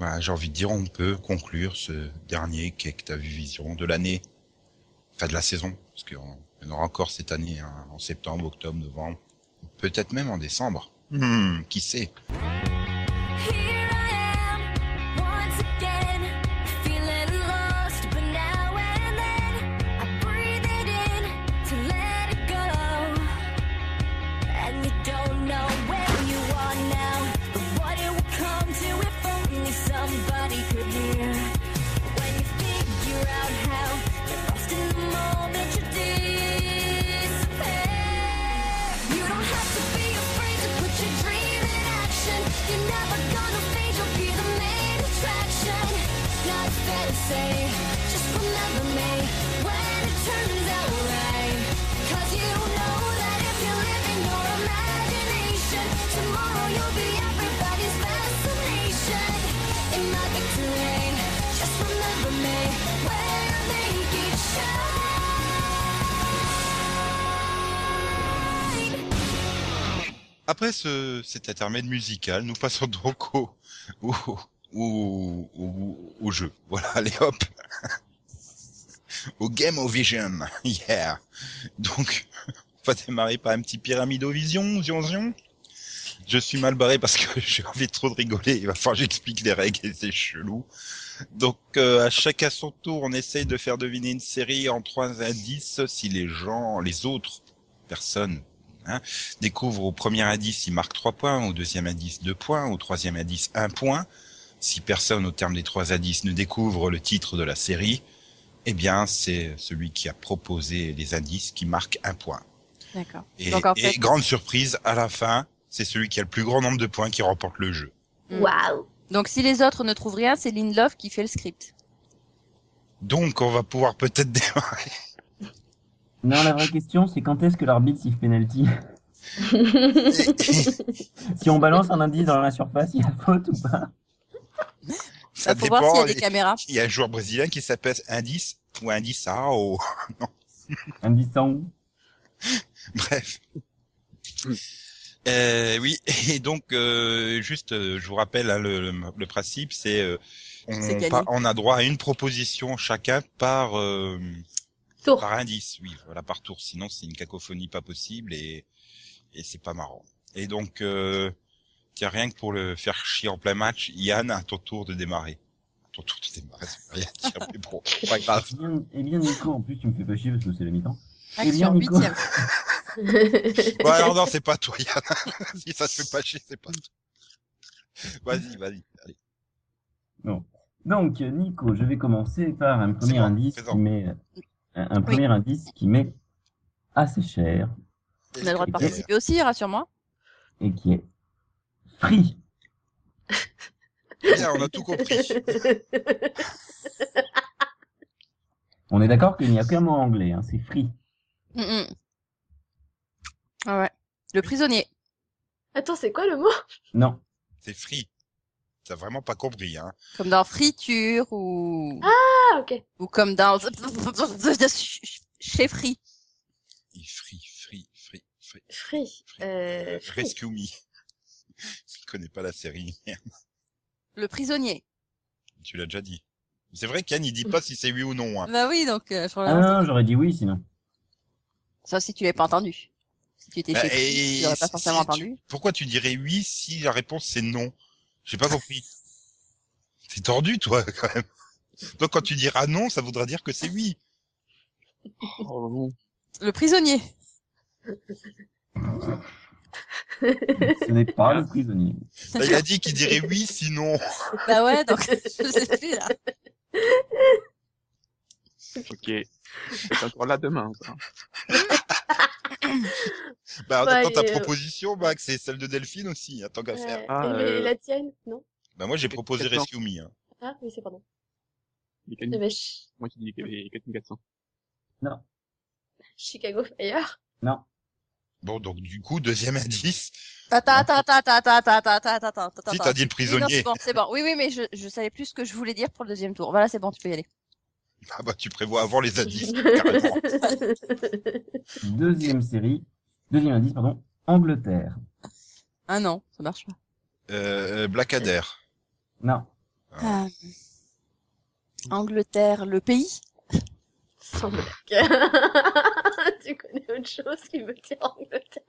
Speaker 1: Voilà, j'ai envie de dire, on peut conclure ce dernier Cake T'as vu Vision de l'année, enfin de la saison, parce qu'on il y en aura encore cette année, hein, en septembre, octobre, novembre, peut-être même en décembre. Hmm, qui sait
Speaker 6: Here I am once again, feeling lost, but now and then I breathe it in to let it go. And you don't know where you are now, but what it would come to if only somebody could hear. When you figure out how, you're lost in the moment, you disappear. You don't have to be afraid to put your dream in action. You're never gonna fade, you'll be the main attraction. Not fantasy, just remember me when it turns out right. Cause you know that if you live in your imagination, tomorrow you'll be everybody's fascination. In my victory, just remember me when I make it shine.
Speaker 1: Après ce, cet intermède musical, nous passons donc au, au, au, au, au jeu. Voilà, allez hop Au Game of Vision, yeah Donc, on va démarrer par un petit pyramidovision, zion zion. Je suis mal barré parce que j'ai envie de trop de rigoler, il va falloir que j'explique les règles et c'est chelou. Donc, euh, à chacun son tour, on essaye de faire deviner une série en trois indices si les gens, les autres personnes découvre au premier indice, il marque 3 points, au deuxième indice 2 points, au troisième indice 1 point. Si personne au terme des trois indices ne découvre le titre de la série, eh bien c'est celui qui a proposé les indices qui marque un point.
Speaker 3: D'accord.
Speaker 1: Et,
Speaker 3: Donc, en
Speaker 1: et
Speaker 3: fait-
Speaker 1: grande surprise, à la fin, c'est celui qui a le plus grand nombre de points qui remporte le jeu.
Speaker 3: Hmm.
Speaker 4: Waouh
Speaker 3: Donc si les autres ne trouvent rien, c'est Lindelof qui fait le script.
Speaker 1: Donc on va pouvoir peut-être démarrer.
Speaker 5: Non, la vraie question, c'est quand est-ce que l'arbitre siffle penalty Si on balance un indice dans la surface, il y a faute ou pas
Speaker 1: Ça
Speaker 3: pour voir s'il y a
Speaker 1: dépend.
Speaker 3: des caméras.
Speaker 1: Il y a un joueur brésilien qui s'appelle indice ou indice à oh.
Speaker 5: Indice en haut.
Speaker 1: Bref.
Speaker 2: Mm.
Speaker 1: Euh, oui, et donc euh, juste, euh, je vous rappelle hein, le, le- le principe, c'est euh,
Speaker 3: C'est
Speaker 1: on,
Speaker 3: gagné.
Speaker 1: pa- on a droit à une proposition chacun par euh,
Speaker 4: Tour
Speaker 1: par indice, oui, voilà par tour. Sinon, c'est une cacophonie pas possible et et c'est pas marrant. Et donc, euh, tiens, rien que pour le faire chier en plein match, Yann, à ton tour de démarrer. À ton tour de démarrer, ça veut rien dire, mais bon, c'est pas grave.
Speaker 5: Eh bien, eh bien, Nico, en plus, tu me fais pas chier parce que c'est la mi-temps. Eh bien,
Speaker 3: Action
Speaker 5: Nico.
Speaker 3: huitième.
Speaker 1: Bon, alors non, c'est pas toi, Yann. si ça te fait pas chier, c'est pas toi. Vas-y, vas-y. allez.
Speaker 5: Donc, Nico, je vais commencer par un premier
Speaker 1: bon,
Speaker 5: indice
Speaker 1: présent.
Speaker 5: qui met, un, un premier indice qui m'est assez cher
Speaker 3: On a le droit de
Speaker 5: Est-ce que-
Speaker 3: participer aussi, rassure-moi.
Speaker 5: et qui est free.
Speaker 1: Bien, on a tout compris.
Speaker 5: On est d'accord qu'il n'y a qu'un mot anglais, hein, c'est free.
Speaker 3: Mm, mm. Ah ouais. Le prisonnier.
Speaker 4: Attends, c'est quoi le mot
Speaker 5: Non,
Speaker 1: C'est free. T'as vraiment pas compris, hein.
Speaker 3: Comme dans friture ou,
Speaker 4: Ah, ok.
Speaker 3: ou comme dans chez Free.
Speaker 1: Il free, free, free, free.
Speaker 4: Free. Euh, free.
Speaker 1: Rescue me. Je connais pas la série.
Speaker 3: Le prisonnier.
Speaker 1: tu l'as déjà dit. C'est vrai qu'Yann, il dit pas si c'est oui ou non, hein.
Speaker 3: Bah oui, donc euh, je
Speaker 5: ah
Speaker 3: relance.
Speaker 5: non, j'aurais dit oui sinon.
Speaker 3: Sauf si tu l'as pas entendu. Si tu étais
Speaker 1: Bah,
Speaker 3: chez Free,
Speaker 1: et
Speaker 3: tu l'aurais pas
Speaker 1: si-
Speaker 3: forcément
Speaker 1: si tu-
Speaker 3: entendu.
Speaker 1: Pourquoi tu dirais oui si la réponse c'est non? J'ai pas compris. C'est tordu, toi, quand même. Donc, quand tu diras non, ça voudra dire que c'est oui.
Speaker 2: Oh, bon.
Speaker 3: Le prisonnier.
Speaker 5: Ce n'est pas le prisonnier.
Speaker 1: Là, il a dit qu'il dirait oui, sinon.
Speaker 3: Bah ouais, donc je sais plus là.
Speaker 2: Ok. C'est encore là demain. ça.
Speaker 1: Bah, en
Speaker 4: Ouais,
Speaker 1: attendant ta
Speaker 4: et, euh,
Speaker 1: proposition, Max, c'est celle de Delphine aussi, hein, tant qu'à faire.
Speaker 4: Ouais.
Speaker 2: Ah,
Speaker 4: Et-
Speaker 2: euh,
Speaker 4: Et la tienne Non
Speaker 1: Bah, moi, j'ai proposé
Speaker 2: Attends.
Speaker 1: Rescue Me, hein.
Speaker 4: Ah oui, c'est pardon.
Speaker 2: Les
Speaker 4: Eh
Speaker 2: canines-
Speaker 4: ben, ch-
Speaker 2: Moi, j'ai dit les 4400.
Speaker 4: Chicago Fire.
Speaker 5: Non.
Speaker 1: Bon, donc, du coup, deuxième indice.
Speaker 3: Mmh. Attends, attends, attends, attends, attends, attends, attends, attends, attends,
Speaker 1: Si
Speaker 3: attends.
Speaker 1: t'as dit le
Speaker 3: Oui, non, c'est
Speaker 1: prisonnier,
Speaker 3: bon, c'est bon. Oui, oui, mais je, je savais plus ce que je voulais dire pour le deuxième tour. Voilà, c'est bon, tu peux y aller.
Speaker 1: ah bah, tu prévois avant les indices, carrément.
Speaker 5: Deuxième série, deuxième indice, pardon, Angleterre.
Speaker 3: Ah non, ça marche pas.
Speaker 1: Euh, Blackadder.
Speaker 5: Non,
Speaker 1: Ah.
Speaker 3: Ah. Euh, Angleterre, le pays
Speaker 4: Sans blague. tu connais autre chose qui veut dire Angleterre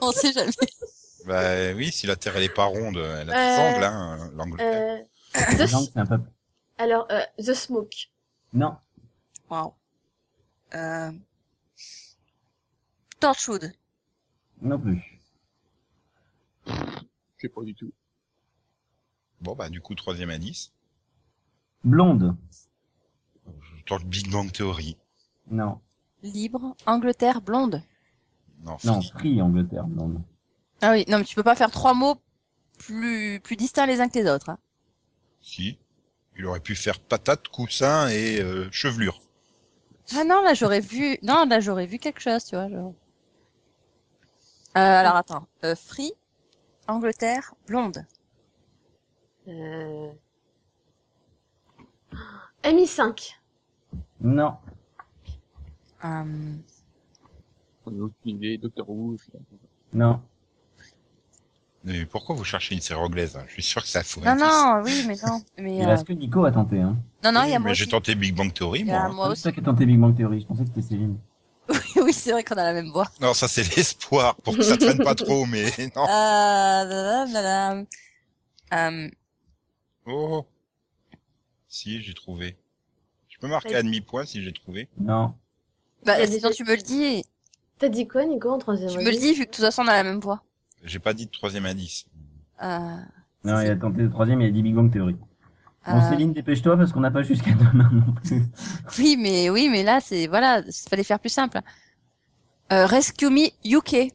Speaker 3: On sait jamais.
Speaker 1: Bah oui, si la Terre elle est pas ronde, elle a des
Speaker 4: Euh,
Speaker 1: angles, hein, l'Angleterre.
Speaker 4: euh,
Speaker 3: Ah,
Speaker 5: les
Speaker 4: the...
Speaker 5: Angles, c'est un peuple.
Speaker 4: Alors, euh, The Smoke.
Speaker 5: Non,
Speaker 3: Wow. Euh... Torchwood.
Speaker 5: non plus.
Speaker 2: Je sais pas du tout.
Speaker 1: Bon bah du coup troisième indice.
Speaker 5: Blonde.
Speaker 1: Dans le Big Bang Theory.
Speaker 5: Non,
Speaker 3: Libre. Angleterre, blonde.
Speaker 1: Non.
Speaker 5: non,
Speaker 1: fille.
Speaker 5: Free Angleterre, blonde.
Speaker 3: Ah oui, non, mais tu peux pas faire trois mots plus, plus distincts les uns que les autres. hein.
Speaker 1: Si. Il aurait pu faire patate, coussin et euh, chevelure.
Speaker 3: Ah non, là, j'aurais vu, non, là, j'aurais vu quelque chose, tu vois. genre. Euh, alors, attends. Euh, free, Angleterre, blonde.
Speaker 4: Euh... MI5.
Speaker 5: Non,
Speaker 3: Euh,
Speaker 2: On a aucune idée. Docteur Who. je sais pas.
Speaker 5: non,
Speaker 1: Mais pourquoi vous cherchez une série anglaise hein Je suis sûr que ça fout.
Speaker 3: Non, non, oui, mais non. Mais,
Speaker 5: Il
Speaker 3: euh,
Speaker 5: reste que Nico a tenté. Hein.
Speaker 3: Non, non, il y a moi
Speaker 1: mais j'ai
Speaker 3: aussi.
Speaker 1: tenté Big Bang Theory,
Speaker 3: Il y
Speaker 1: moi.
Speaker 3: a
Speaker 1: hein.
Speaker 3: moi
Speaker 5: C'est toi
Speaker 3: aussi.
Speaker 5: qui a tenté Big Bang Theory, je pensais que c'était Céline.
Speaker 3: oui, c'est vrai qu'on a la même voix.
Speaker 1: Non, ça c'est l'espoir pour que ça traîne pas trop, mais non.
Speaker 3: Euh, blablabla. Euh,
Speaker 1: Oh. Si j'ai trouvé. Je peux marquer à demi point si j'ai trouvé.
Speaker 5: Non,
Speaker 3: bah,
Speaker 4: Il y a
Speaker 3: dis
Speaker 4: des-
Speaker 3: donc, tu me le dis.
Speaker 4: T'as dit quoi, Nico, en troisième
Speaker 3: Tu me le
Speaker 4: indice
Speaker 3: dis, vu que de toute façon, on a la même voix.
Speaker 1: J'ai pas dit de troisième indice.
Speaker 3: Euh,
Speaker 5: non, il a tenté le troisième et il a dit Big Bang Theory. Bon,
Speaker 3: euh,
Speaker 5: Céline, dépêche-toi parce qu'on n'a pas jusqu'à demain non plus.
Speaker 3: Oui, mais oui, mais là, c'est voilà, il fallait faire plus simple. Euh, Rescue Me UK.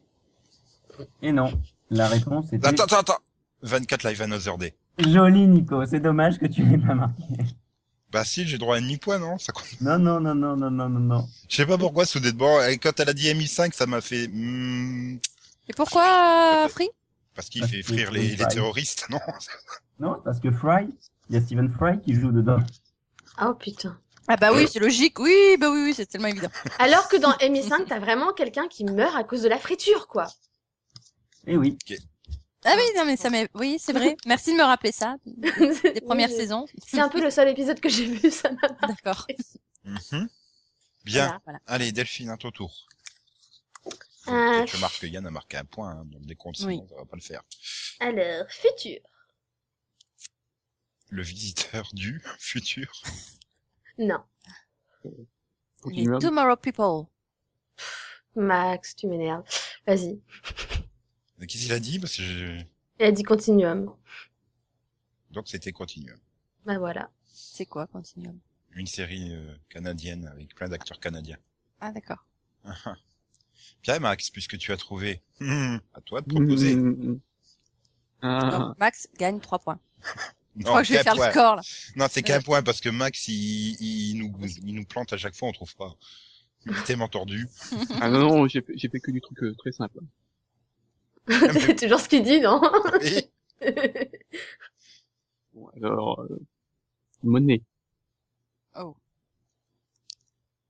Speaker 5: Et non, la réponse était
Speaker 1: Attends, attends, attends. 24 Live Another Day.
Speaker 5: jolie, Nico. C'est dommage que tu n'aies pas marqué.
Speaker 1: Bah si, j'ai droit à demi point, non Ça compte.
Speaker 5: Non, non, non, non, non, non, non, non.
Speaker 1: Je sais pas pourquoi soudainement, et quand elle a dit MI5, ça m'a fait hmm,
Speaker 3: Et pourquoi euh, Free
Speaker 1: parce qu'il
Speaker 5: Parce
Speaker 1: fait
Speaker 5: que
Speaker 1: frire les,
Speaker 5: c'est
Speaker 1: les
Speaker 5: pareil.
Speaker 1: terroristes, non
Speaker 5: Non, parce que Fry, il y a Stephen Fry qui joue dedans.
Speaker 4: Oh putain.
Speaker 3: Ah bah oui, c'est logique. Oui, bah oui, oui c'est tellement évident.
Speaker 4: Alors que dans MI5, t'as vraiment quelqu'un qui meurt à cause de la friture, quoi.
Speaker 5: Eh oui.
Speaker 3: Ah oui, non mais ça m'est oui, c'est vrai. Merci de me rappeler ça des premières
Speaker 4: Oui, j'ai-
Speaker 3: saisons.
Speaker 4: C'est un peu le seul épisode que j'ai vu, ça m'a marqué.
Speaker 3: D'accord.
Speaker 1: Mhm. Bien,
Speaker 4: Voilà.
Speaker 3: Voilà.
Speaker 1: allez Delphine, à ton tour. Faut
Speaker 4: Euh,
Speaker 1: peut-être que Marc Yann a marqué un point, hein, donc des comptes,
Speaker 3: Oui.
Speaker 1: sinon ça va pas le faire.
Speaker 4: Alors, futur.
Speaker 1: Le visiteur du futur.
Speaker 4: Non.
Speaker 3: Les
Speaker 2: Continuum.
Speaker 3: Tomorrow People.
Speaker 4: Max, tu m'énerves. Vas-y.
Speaker 1: Mais Qu'est-ce qu'il a dit Parce que je-
Speaker 4: Elle a dit continuum.
Speaker 1: Donc c'était Continuum.
Speaker 4: Bah voilà.
Speaker 3: C'est quoi Continuum
Speaker 1: Une série euh, canadienne avec plein d'acteurs canadiens.
Speaker 3: Ah d'accord.
Speaker 1: Ah, ah. Bien Max, puisque tu as trouvé, hmm, à toi de proposer.
Speaker 3: Hmm.
Speaker 2: Mmh. Ah,
Speaker 3: Donc, Max gagne 3 points. Je
Speaker 1: Non,
Speaker 3: crois que je vais
Speaker 1: qu'un
Speaker 3: faire
Speaker 1: point.
Speaker 3: le score là.
Speaker 1: Non, c'est qu'un
Speaker 3: Ouais.
Speaker 1: point parce que Max, il, il nous, il nous plante à chaque fois, on trouve pas. Il est tellement tordu.
Speaker 2: ah non, non, j'ai fait j'ai fait que du truc euh, très simple.
Speaker 3: Ah,
Speaker 4: C'est toujours ce qu'il dit, non
Speaker 1: Et
Speaker 2: Bon, alors, euh, monnaie.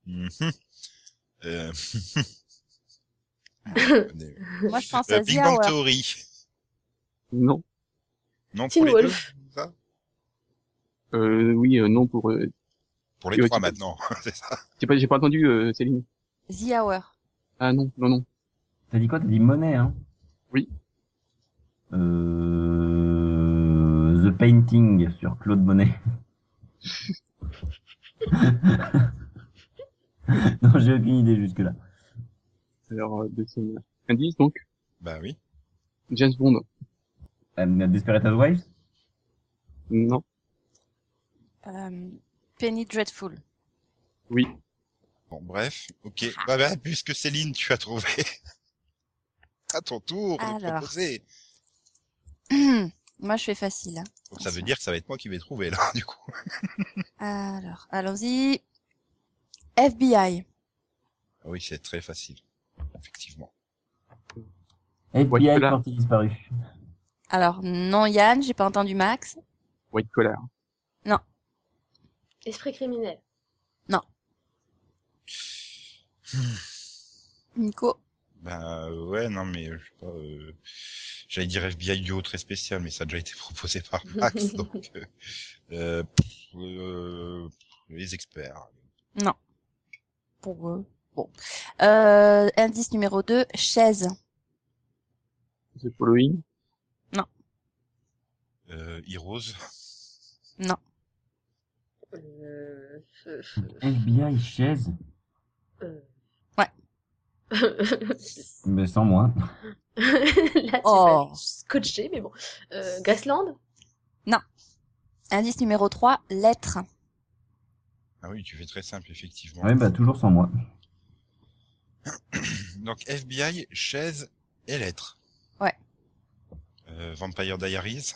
Speaker 1: Mhm. Euh, euh,
Speaker 3: Moi je pense à The
Speaker 1: Big Bang
Speaker 3: Hour.
Speaker 1: Theory.
Speaker 2: Non.
Speaker 1: Non,
Speaker 4: Teen
Speaker 1: pour les deux,
Speaker 4: Wolf.
Speaker 1: ça
Speaker 2: Euh, oui, euh, non pour. Euh,
Speaker 1: Pour les
Speaker 2: Oui,
Speaker 1: trois
Speaker 2: Teen-
Speaker 1: maintenant, c'est ça.
Speaker 2: j'ai pas, j'ai pas entendu euh, Céline.
Speaker 3: The Hour.
Speaker 2: Ah non, non, non.
Speaker 5: T'as dit quoi T'as dit monnaie, hein Euh, The Painting sur Claude Monet. non, j'ai aucune idée jusque-là.
Speaker 2: Alors, euh, de son indice, donc,
Speaker 1: Bah oui.
Speaker 2: James Bond.
Speaker 5: Euh, Desperate Housewives
Speaker 2: Non.
Speaker 3: Euh, Penny Dreadful.
Speaker 2: Oui.
Speaker 1: Bon, bref. Ok. Bah, bah, puisque Céline, tu as trouvé. à ton tour de
Speaker 3: Alors.
Speaker 1: proposer.
Speaker 3: Moi, je fais facile. hein.
Speaker 1: Donc, ça veut dire que ça va être moi qui vais trouver, là, du coup.
Speaker 3: Alors, allons-y. FBI.
Speaker 1: Ah Oui, c'est très facile. Effectivement.
Speaker 5: FBI
Speaker 2: Nicolas.
Speaker 5: partie disparue.
Speaker 3: Alors, non, Yann, j'ai pas entendu Max.
Speaker 2: White Collar.
Speaker 4: Esprit criminel.
Speaker 3: Nico.
Speaker 1: Bah, euh, ouais, non, mais, euh, je sais pas, euh, j'allais dire FBI duo très spécial, mais ça a déjà été proposé par Max, donc, euh, euh, pff, euh, les experts.
Speaker 3: Pour eux. Bon. Euh, indice numéro 2, chaise.
Speaker 2: The Following.
Speaker 1: Euh, Heroes.
Speaker 4: Euh,
Speaker 5: FBI chaise
Speaker 4: euh,
Speaker 3: Ouais.
Speaker 5: Mais sans moi.
Speaker 4: Là, tu
Speaker 3: Oh.
Speaker 4: m'as scotché, mais bon. Euh, Graceland
Speaker 3: Indice numéro 3, lettre.
Speaker 1: Ah oui, tu fais très simple, effectivement.
Speaker 5: Ouais, bah toujours sans moi.
Speaker 1: Donc FBI, chaise et lettres.
Speaker 3: Ouais.
Speaker 1: Euh, Vampire Diaries.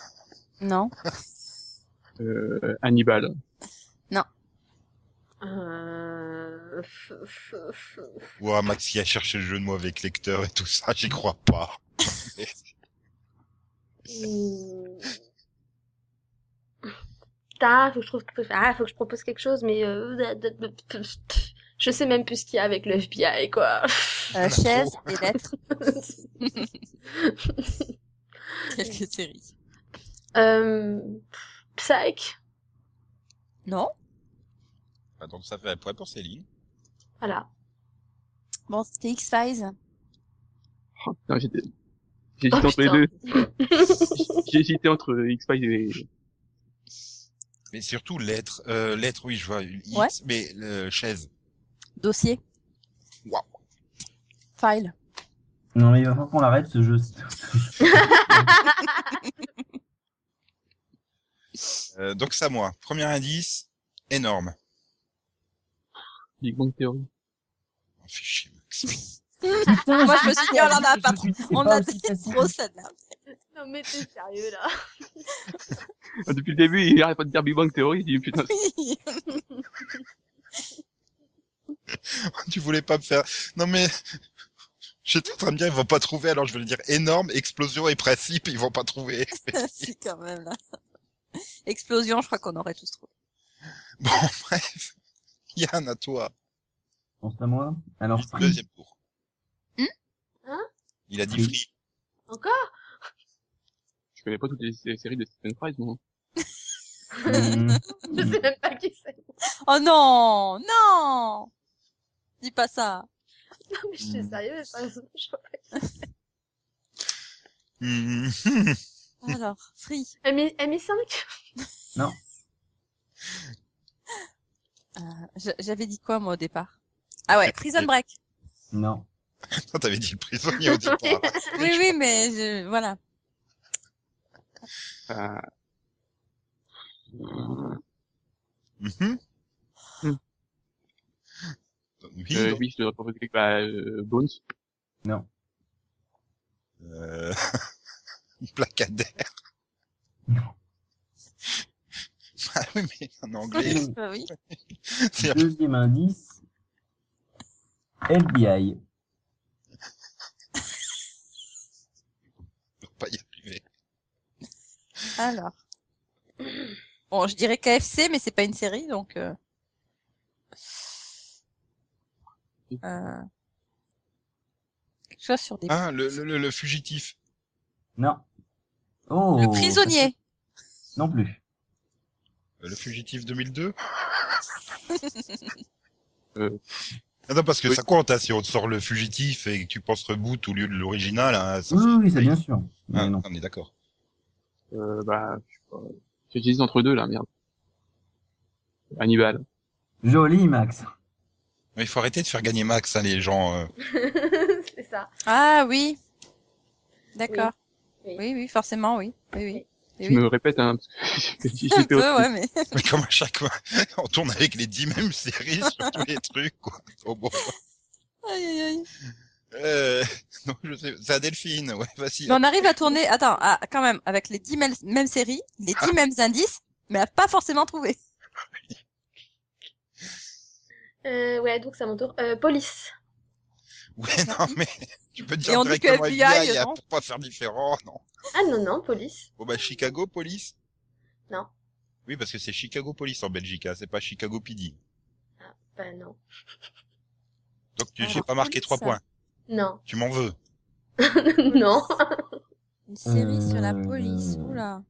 Speaker 3: Non.
Speaker 2: Euh, Hannibal.
Speaker 4: euh... f- f- f-
Speaker 1: Ouah, Maxi a cherché le jeu de mots avec lecteur et tout ça, j'y crois pas.
Speaker 4: hmm. Putain, faut que je trouve... Ah, faut que je propose quelque chose, mais... euh, Je sais même plus ce qu'il y a avec le FBI, quoi.
Speaker 3: Euh,
Speaker 1: L'intro.
Speaker 3: chaise et lettre. Quelques séries.
Speaker 4: euh... Psych
Speaker 3: Non.
Speaker 1: Ah, donc ça fait un point pour Céline.
Speaker 4: Voilà.
Speaker 3: Bon, c'était X-Files.
Speaker 2: Oh, putain, j'étais, j'ai
Speaker 4: Oh,
Speaker 2: hésité entre les
Speaker 4: putain.
Speaker 2: deux. J'ai hésité entre euh, X-Files et,
Speaker 1: Mais surtout lettres. Euh, lettres, oui, je vois. une X,
Speaker 3: Ouais.
Speaker 1: Mais euh, chaise.
Speaker 3: Dossier.
Speaker 1: Wow.
Speaker 3: File.
Speaker 5: Non, mais il va falloir qu'on l'arrête ce jeu.
Speaker 1: Euh, donc ça, moi. Premier indice, énorme.
Speaker 2: Big Bang Theory.
Speaker 1: On fait Oh, chier, Max.
Speaker 3: Moi, je me suis dit, on en a pas trop.
Speaker 5: C'est
Speaker 3: On
Speaker 5: pas
Speaker 3: a
Speaker 5: aussi
Speaker 3: des
Speaker 5: facile.
Speaker 3: grosses là.
Speaker 4: Non mais t'es sérieux, là
Speaker 2: Ah, Depuis le début, il arrête pas de dire Big Bang Theory, il dit putain,
Speaker 1: tu voulais pas me faire... Non mais... J'étais en train de dire, ils vont pas trouver, alors je vais le dire énorme, explosion et principe, ils vont pas trouver.
Speaker 3: C'est quand même là. Explosion, je crois qu'on aurait tous trouvé.
Speaker 1: Bon, bref. Yann, à toi.
Speaker 5: Bon, c'est à moi. Alors, Free.
Speaker 1: Deuxième tour.
Speaker 3: Hmm
Speaker 4: Hein
Speaker 1: Il a dit
Speaker 5: Free.
Speaker 1: free.
Speaker 4: Encore
Speaker 2: je connais pas toutes les, les séries de Stephen Fry, moi.
Speaker 5: Hum,
Speaker 4: Je sais même pas qui c'est.
Speaker 3: Oh non, non, dis pas ça.
Speaker 4: Non mais je suis sérieuse, sérieusement, je vois pas.
Speaker 1: Hmm.
Speaker 3: Alors, free.
Speaker 4: MI- MI5
Speaker 3: J- J'avais dit quoi moi au départ Ah ouais, Prison Break.
Speaker 5: non.
Speaker 1: Non, t'avais dit le prisonnier au départ.
Speaker 3: Oui, oui, mais je... voilà.
Speaker 2: Euh,
Speaker 1: Mhm.
Speaker 2: Hmm.
Speaker 1: Oui,
Speaker 2: euh,
Speaker 1: donc,
Speaker 2: oui, je devrais proposer quelque bah, euh, Bones.
Speaker 1: euh, placadaire. Ah oui, mais en anglais,
Speaker 3: Bah oui.
Speaker 1: c'est
Speaker 5: Deuxième indice. FBI.
Speaker 1: pour pas y arriver.
Speaker 3: Alors. Bon, je dirais KFC, mais c'est pas une série, donc. Euh... Euh, Quelque chose sur des.
Speaker 1: Ah, le, le, le, le fugitif.
Speaker 5: Non. Oh.
Speaker 3: Le prisonnier.
Speaker 5: Non plus.
Speaker 1: Euh,
Speaker 3: Euh.
Speaker 1: Le fugitif 2002 Non, parce que
Speaker 2: Oui.
Speaker 1: ça compte, hein, si on te sort le fugitif et que tu penses reboot au lieu de l'original, hein, ça-
Speaker 5: Oui, oui, oui, ça
Speaker 1: oui.
Speaker 5: bien sûr. Mais
Speaker 1: Ah,
Speaker 5: non.
Speaker 1: on est d'accord.
Speaker 2: Euh, bah, je sais pas. J'hésite entre deux, là, merde. Hannibal.
Speaker 5: Joli, Max.
Speaker 1: Mais il faut arrêter de faire gagner Max, hein, les gens. euh.
Speaker 4: c'est ça.
Speaker 3: Ah oui. D'accord.
Speaker 4: Oui.
Speaker 3: Oui. oui, forcément, oui. Oui, oui. Et
Speaker 2: Je
Speaker 3: oui.
Speaker 2: me répète, hein, parce que j'ai-
Speaker 3: Un
Speaker 2: j'étais
Speaker 3: peu,
Speaker 2: au-
Speaker 3: ouais, mais.
Speaker 1: Mais comme à chaque fois, on tourne avec les dix mêmes séries sur tous les trucs, quoi. Oh, bon.
Speaker 3: Aïe, aïe, aïe.
Speaker 1: Euh, non, je sais, c'est à Delphine, ouais, vas-y.
Speaker 3: Mais on arrive à tourner, attends, à- quand même, avec les dix mêmes, mêmes séries, les dix mêmes indices, mais à pas forcément trouver.
Speaker 4: Euh, ouais, donc c'est à mon tour. Euh, police.
Speaker 1: Ouais, non, mais tu peux
Speaker 3: Et
Speaker 1: dire
Speaker 3: on dit que
Speaker 1: directement
Speaker 3: FBI,
Speaker 1: FBI, hein,
Speaker 3: non
Speaker 1: pour pas faire différent, non.
Speaker 4: Ah non, non, police.
Speaker 1: Bon, bah, Chicago Police?
Speaker 4: Non.
Speaker 1: Oui, parce que c'est Chicago Police en Belgique, hein, c'est pas Chicago PD.
Speaker 4: Bah non.
Speaker 1: Donc, tu,
Speaker 3: Ah,
Speaker 1: j'ai pas marqué
Speaker 3: police.
Speaker 1: trois points.
Speaker 4: Non.
Speaker 1: Tu m'en veux.
Speaker 4: non.
Speaker 3: Une série sur la
Speaker 5: Euh,
Speaker 3: police,
Speaker 5: euh,
Speaker 3: oula.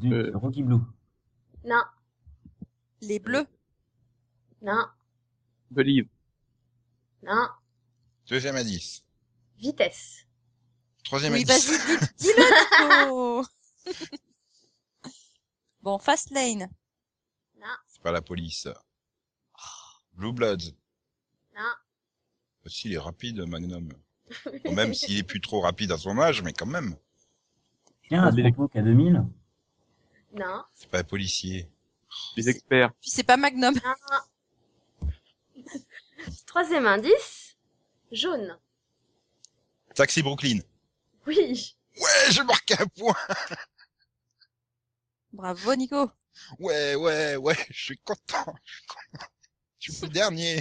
Speaker 5: Zut,
Speaker 2: Euh.
Speaker 5: Rocky Blue.
Speaker 4: Non.
Speaker 3: Les bleus.
Speaker 4: Non.
Speaker 2: Believe.
Speaker 4: Non.
Speaker 1: Deuxième indice.
Speaker 4: Vitesse.
Speaker 1: Troisième
Speaker 3: Oui, vas-y,
Speaker 1: indice.
Speaker 3: dis- dis-le, Nico. Bon, Fast Lane.
Speaker 1: C'est pas la police. Ah, Blue Bloods.
Speaker 4: Non.
Speaker 1: Aussi, il est rapide, Magnum. Bon, même s'il est plus trop rapide à son âge, mais quand même.
Speaker 5: Tiens, à ce
Speaker 2: Les-
Speaker 5: propos qu'à 2000,
Speaker 4: Non.
Speaker 1: C'est pas un policier.
Speaker 2: Les experts.
Speaker 3: Puis c'est pas Magnum.
Speaker 4: Troisième indice. Jaune.
Speaker 1: Taxi Brooklyn.
Speaker 4: Oui.
Speaker 1: Ouais, j'ai marqué un point.
Speaker 3: Bravo, Nico.
Speaker 1: Ouais, ouais, ouais, je suis content. Je suis content. Je suis le dernier.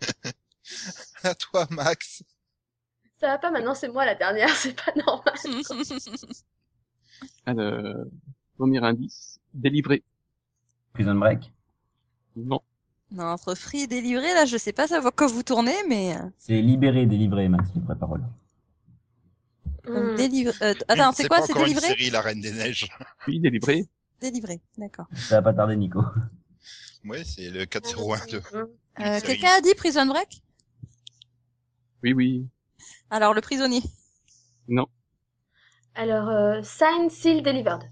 Speaker 1: à toi, Max.
Speaker 4: Ça va pas maintenant, c'est moi la dernière, c'est pas normal.
Speaker 2: Alors, premier euh, indice. Délivré.
Speaker 5: Prison Break,
Speaker 2: Non.
Speaker 3: non, entre free et délivré, là, je sais pas savoir quand vous tournez, mais euh,
Speaker 5: c'est libéré, délivré, Max, les vraies paroles.
Speaker 3: donc
Speaker 4: Hmm.
Speaker 3: délivré. euh, attends, c'est quoi
Speaker 1: pas
Speaker 3: C'est
Speaker 1: encore
Speaker 3: délivré
Speaker 1: une série, La Reine des Neiges.
Speaker 2: Oui, délivré.
Speaker 3: Délivré, d'accord.
Speaker 5: Ça va pas tarder, Nico.
Speaker 1: Ouais, c'est le 401 de...
Speaker 4: Hmm.
Speaker 3: Euh,
Speaker 1: série.
Speaker 3: Quelqu'un a dit Prison Break
Speaker 2: Oui, oui.
Speaker 3: Alors, le prisonnier.
Speaker 4: Alors, euh, Sign, Seal, Delivered.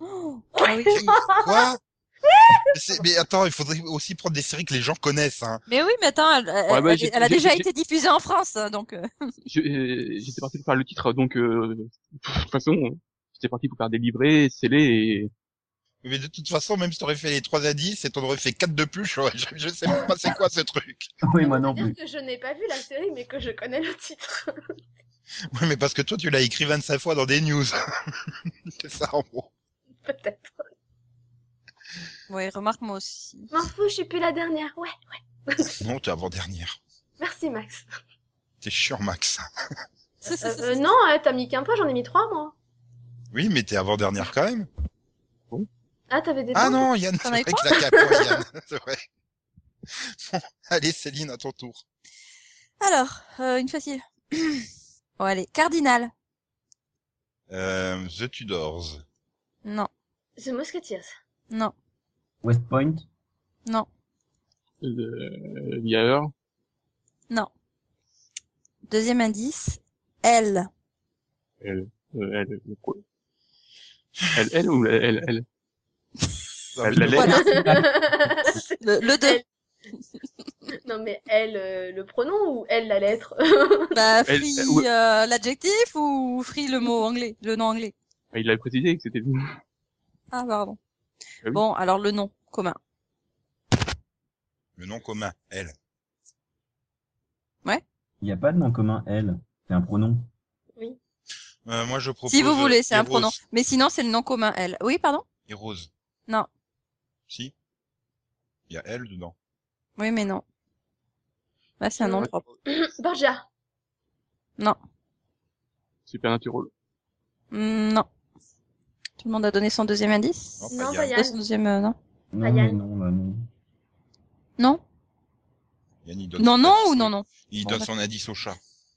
Speaker 3: Oh, ah oui.
Speaker 1: Quoi Mais c'est- Mais attends, il faudrait aussi prendre des séries que les gens connaissent, hein.
Speaker 3: Mais oui, mais attends, elle, elle-
Speaker 2: Ouais, bah,
Speaker 3: elle-
Speaker 2: j'ai-
Speaker 3: elle a
Speaker 2: j'ai-
Speaker 3: déjà
Speaker 2: j'ai-
Speaker 3: été diffusée en France, hein, donc. euh,
Speaker 2: Je- euh, J'étais parti pour faire le titre, donc, euh, de toute façon, hein. j'étais parti pour faire délivrer, sceller et...
Speaker 1: Mais de toute façon, même si t'aurais fait les trois indices et t'en aurais fait quatre de plus, j'aurais- je, je sais même pas c'est quoi ce truc.
Speaker 5: oui, moi
Speaker 4: Ça
Speaker 5: non
Speaker 4: veut
Speaker 5: plus.
Speaker 4: dire que je n'ai pas vu la série, mais que je connais le titre.
Speaker 1: Ouais, mais parce que toi, tu l'as écrit 25 fois dans des news. c'est ça, en gros.
Speaker 4: Peut-être.
Speaker 3: Ouais, remarque moi
Speaker 2: Euh,
Speaker 3: aussi.
Speaker 4: M'en fous, je suis plus la dernière. Ouais.
Speaker 1: Non, t'es avant-dernière.
Speaker 4: Merci, Max.
Speaker 1: T'es chiant, Max.
Speaker 4: Euh, euh, non, euh, t'as mis qu'un point, j'en ai mis trois, moi.
Speaker 1: Oui, mais t'es avant-dernière quand même.
Speaker 4: Ah, t'avais des
Speaker 1: Ah
Speaker 4: points
Speaker 1: non, Yann, c'est
Speaker 3: T'en
Speaker 1: vrai
Speaker 3: avais
Speaker 1: qu'il a qu'un point, Yann. C'est vrai. Bon, allez, Céline, à ton tour.
Speaker 3: Alors, euh, une facile. bon, allez, Cardinal.
Speaker 1: Euh, The Tudors.
Speaker 3: Non,
Speaker 4: The Musketeers.
Speaker 3: non,
Speaker 5: West Point,
Speaker 3: non.
Speaker 2: Euh, il y a heure.
Speaker 3: Deuxième indice, elle.
Speaker 2: Elle, euh, elle, le quoi elle, elle ou elle, elle, elle
Speaker 3: Bah,
Speaker 1: Ça,
Speaker 2: La lettre.
Speaker 3: Voilà,
Speaker 4: C'est-
Speaker 3: le, le deux.
Speaker 4: non, mais elle, euh, le pronom ou elle, la lettre
Speaker 3: Bah,
Speaker 2: Elle-
Speaker 3: free
Speaker 2: euh, ouais.
Speaker 3: euh, l'adjectif ou free le mot anglais, le nom anglais.
Speaker 2: Ah, Il l'avait précisé que c'était
Speaker 3: Ah, pardon.
Speaker 2: oui.
Speaker 3: Bon, alors le nom commun.
Speaker 1: Le nom commun, elle.
Speaker 5: il n'y a pas de nom commun, elle. C'est un pronom.
Speaker 1: Euh, moi, je propose... euh,
Speaker 3: Si vous voulez, c'est un
Speaker 1: Heroes.
Speaker 3: pronom. Mais sinon, c'est le nom commun, elle. Oui, pardon
Speaker 1: Heroes.
Speaker 3: Non.
Speaker 1: Si. Il y a elle dedans.
Speaker 3: Oui, mais non. Là, c'est un nom
Speaker 4: Ouais.
Speaker 3: propre.
Speaker 4: Borgia.
Speaker 2: Supernatural.
Speaker 3: Hmm, non. Tout le monde a donné son deuxième indice
Speaker 1: Non, pas
Speaker 4: Non,
Speaker 1: Yann.
Speaker 4: pas
Speaker 3: Pas son
Speaker 4: Yann.
Speaker 3: deuxième, euh, non
Speaker 5: Non,
Speaker 4: Ah, Yann.
Speaker 5: mais non, bah non.
Speaker 3: Non
Speaker 1: Yann, il donne
Speaker 3: Non,
Speaker 1: son
Speaker 3: non
Speaker 1: indice
Speaker 3: ou
Speaker 1: au-
Speaker 3: non, non
Speaker 1: Il
Speaker 5: Bon,
Speaker 1: donne son indice au chat.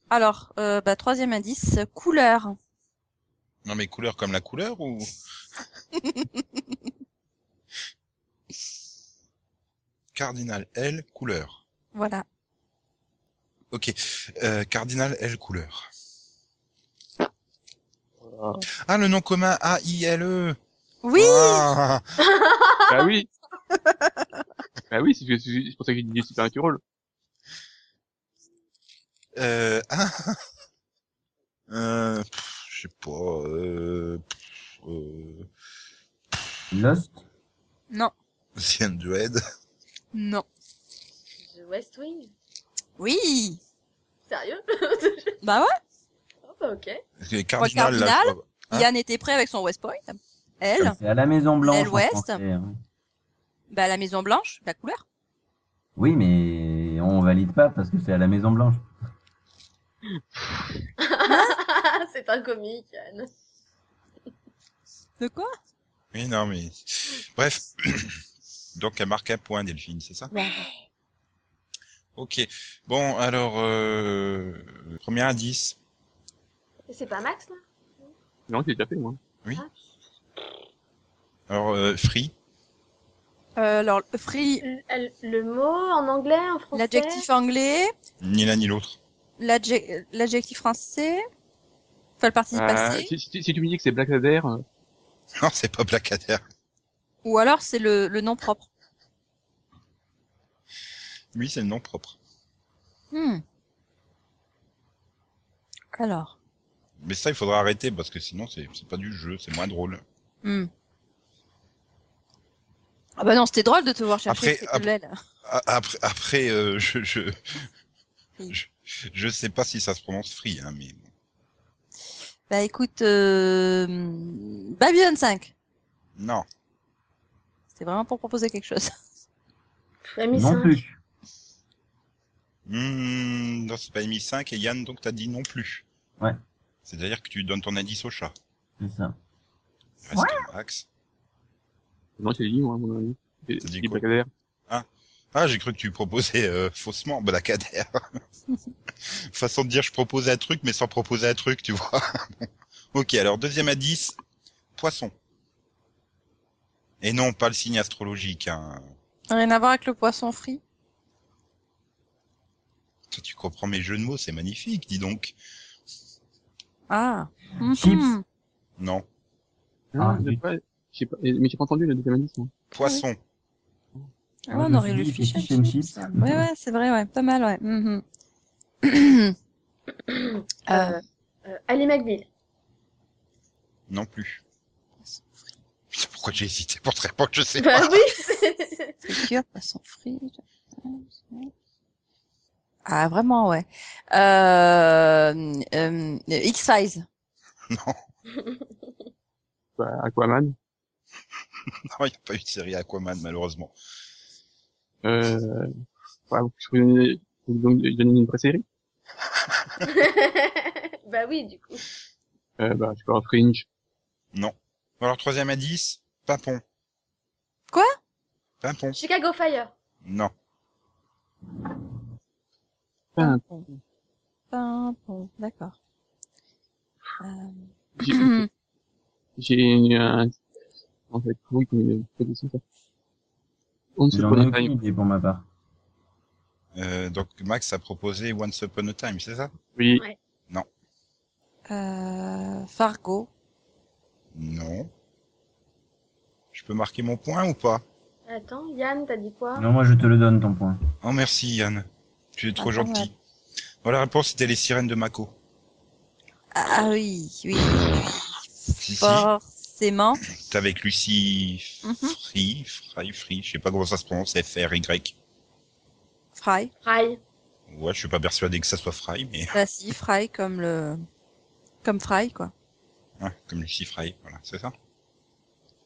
Speaker 3: Alors, euh, bah, troisième indice, couleur.
Speaker 1: Non, mais couleur comme la couleur ou... Cardinal, elle, couleur.
Speaker 3: Voilà.
Speaker 1: Ok. Euh, Cardinal L couleur.
Speaker 2: Voilà.
Speaker 1: Ah, le nom commun A-I-L-E.
Speaker 3: Oh. Oui
Speaker 1: E. Ah,
Speaker 2: bah oui. bah oui, c'est c'est pour ça que j'ai dit Supernatural.
Speaker 1: euh, ah. Euh, pff, je sais pas. Euh, pff, euh,
Speaker 5: Lost
Speaker 3: Non.
Speaker 1: The Android.
Speaker 3: Non.
Speaker 4: The West Wing
Speaker 3: Oui
Speaker 4: Sérieux
Speaker 3: Bah ouais,
Speaker 4: Oh, bah, ok.
Speaker 1: Les Cardinal, là,
Speaker 3: Cardinal.
Speaker 1: je vois- Hein
Speaker 3: Yann était prêt avec son West Point. Elle,
Speaker 5: C'est à la Maison Blanche.
Speaker 3: L'aile
Speaker 5: en
Speaker 3: ouest.
Speaker 5: français, hein.
Speaker 3: bah, la Maison Blanche, la couleur.
Speaker 5: Oui, mais on valide pas parce que c'est à la Maison Blanche.
Speaker 4: c'est un comique, Yann.
Speaker 3: De quoi
Speaker 1: Oui, non, mais. Bref. Donc, elle marque un point, Delphine, c'est ça
Speaker 3: Ouais.
Speaker 1: Ok. Bon, alors, euh, premier indice.
Speaker 4: Et c'est pas Max, là
Speaker 2: Non, j'ai déjà fait, moi.
Speaker 1: Alors, euh, Free.
Speaker 3: Euh, alors, free,
Speaker 4: le, elle- le mot en anglais, en français
Speaker 3: l'adjectif anglais,
Speaker 1: Ni l'un ni l'autre.
Speaker 3: l'adje- l'adjectif français, enfin le participe
Speaker 2: Euh,
Speaker 3: passé,
Speaker 2: si, si, si tu me dis que c'est Black Laser, euh,
Speaker 1: Non, c'est pas placataire.
Speaker 3: ou alors c'est le, le nom propre.
Speaker 1: Lui, c'est le nom propre.
Speaker 3: Hmm. Alors,
Speaker 1: Mais ça, il faudra arrêter parce que sinon, c'est c'est pas du jeu, c'est moins drôle.
Speaker 3: hmm. ah bah non, c'était drôle de te voir chercher
Speaker 1: Après-
Speaker 3: cette
Speaker 1: après-
Speaker 3: nouvelle.
Speaker 1: A- Après, après euh, je, je,
Speaker 3: Free.
Speaker 1: je, je sais pas si ça se prononce Free, hein, mais
Speaker 3: Bah écoute, euh, Babylon 5,
Speaker 1: non.
Speaker 3: c'était vraiment pour proposer quelque chose.
Speaker 4: La Miss
Speaker 5: Non
Speaker 4: Inc.
Speaker 5: plus.
Speaker 1: Hmm, non, c'est pas Amy 5 et Yann, donc t'as dit non plus.
Speaker 5: Ouais.
Speaker 1: C'est-à-dire que tu donnes ton indice au chat.
Speaker 5: C'est ça.
Speaker 1: Parce que Max.
Speaker 2: non, j'ai dit, moi, à mon avis. J'ai
Speaker 1: T'as dit
Speaker 2: j'ai dit
Speaker 1: quoi
Speaker 2: Black Laser.
Speaker 1: Ah, j'ai cru que tu proposais euh, faussement Blackadder. Façon de dire, je propose un truc, mais sans proposer un truc, tu vois. ok, alors deuxième à 10, poisson. Et non, pas le signe astrologique. Hein.
Speaker 3: Rien à voir avec le poisson frit.
Speaker 1: Toi, tu comprends mes jeux de mots, c'est magnifique, dis donc.
Speaker 3: Ah. Mhm.
Speaker 5: Chips.
Speaker 1: Non,
Speaker 5: Ah,
Speaker 2: Non, j'ai
Speaker 5: oui.
Speaker 2: pas, j'ai pas, mais j'ai pas entendu le deuxième indice, moi.
Speaker 1: poisson.
Speaker 3: Ah,
Speaker 5: Ah, je
Speaker 3: on
Speaker 5: me
Speaker 3: aurait
Speaker 5: suis
Speaker 3: le
Speaker 5: dit,
Speaker 3: fish
Speaker 5: c'est
Speaker 3: and
Speaker 5: fish and
Speaker 3: chips.
Speaker 5: chips.
Speaker 3: Ouais, ouais, c'est vrai, ouais, pas mal, ouais. Mhm. Euh,
Speaker 4: Euh, euh, Ali McBeal.
Speaker 1: Non plus. Putain, pourquoi j'ai hésité pour te répondre,
Speaker 5: Ah.
Speaker 1: je sais
Speaker 4: Bah
Speaker 1: pas.
Speaker 4: oui, c'est-
Speaker 3: c'est sûr, poisson frit. Ah, vraiment, ouais. Euh, euh, X-Size.
Speaker 1: Non,
Speaker 2: Bah, Aquaman.
Speaker 1: non, il n'y a pas eu de série Aquaman, malheureusement.
Speaker 2: Euh, ouais, je peux donner, je peux donner une vraie série.
Speaker 4: bah oui, du coup.
Speaker 2: Euh, bah, je sais pas, Fringe.
Speaker 1: Non. Alors, troisième à 10, pimpon.
Speaker 3: Quoi
Speaker 1: Pimpon.
Speaker 4: Chicago Fire.
Speaker 1: Non.
Speaker 3: Pimpon. Pimpon, d'accord. Euh,
Speaker 2: J'ai- J'ai un, en fait, oui, mais c'est possible, ça. On ne sait
Speaker 5: J'en ai
Speaker 2: pas
Speaker 5: aucune idée pour ma part.
Speaker 1: Euh, donc Max a proposé Once Upon a Time, c'est ça
Speaker 2: Oui,
Speaker 4: Ouais.
Speaker 3: euh, Fargo.
Speaker 1: Non. Je peux marquer mon point ou pas
Speaker 4: Attends, Yann, t'as dit quoi
Speaker 5: Non, moi je te le donne ton point.
Speaker 1: Oh merci Yann, tu es trop
Speaker 3: Ah,
Speaker 1: gentil. Bon, la réponse c'était les sirènes de Mako.
Speaker 3: Ah oui, oui.
Speaker 1: Si,
Speaker 3: Forcément.
Speaker 1: si, t'es avec Lucie
Speaker 3: Mhm.
Speaker 1: Free, Fry, Free, je sais pas comment ça se prononce, F-R-Y.
Speaker 3: Fry.
Speaker 4: Fry.
Speaker 1: Ouais, je suis pas persuadé que ça soit Fry, mais
Speaker 3: Bah si, Fry comme le... Comme Fry, quoi.
Speaker 1: hein, comme Lucie Fry, voilà, c'est ça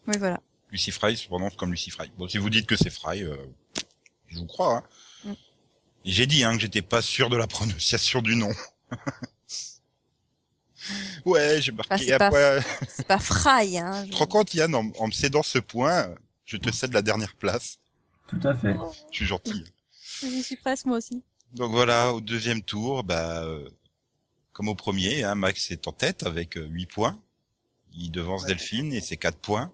Speaker 3: Oui, voilà.
Speaker 1: Lucie Fry se prononce comme Lucie Fry. Bon, si vous dites que c'est Fry, euh, je vous crois. Hein.
Speaker 3: Mm.
Speaker 1: Et J'ai dit hein, que j'étais pas sûr de la prononciation du nom. ouais, j'ai
Speaker 3: Bah,
Speaker 1: marqué
Speaker 3: c'est
Speaker 1: un
Speaker 3: pas-
Speaker 1: point.
Speaker 3: C'est pas Fry, hein.
Speaker 1: Tu
Speaker 3: je-
Speaker 1: te rends compte, Yann, en, en me cédant ce point, euh, je te cède la dernière place.
Speaker 5: Tout à fait.
Speaker 1: Je suis gentil. hein.
Speaker 3: J'y suis presque, moi aussi.
Speaker 1: Donc voilà, au deuxième tour, bah, euh, comme au premier, hein, Max est en tête avec 8 points. Il devance Delphine et ses 4 points.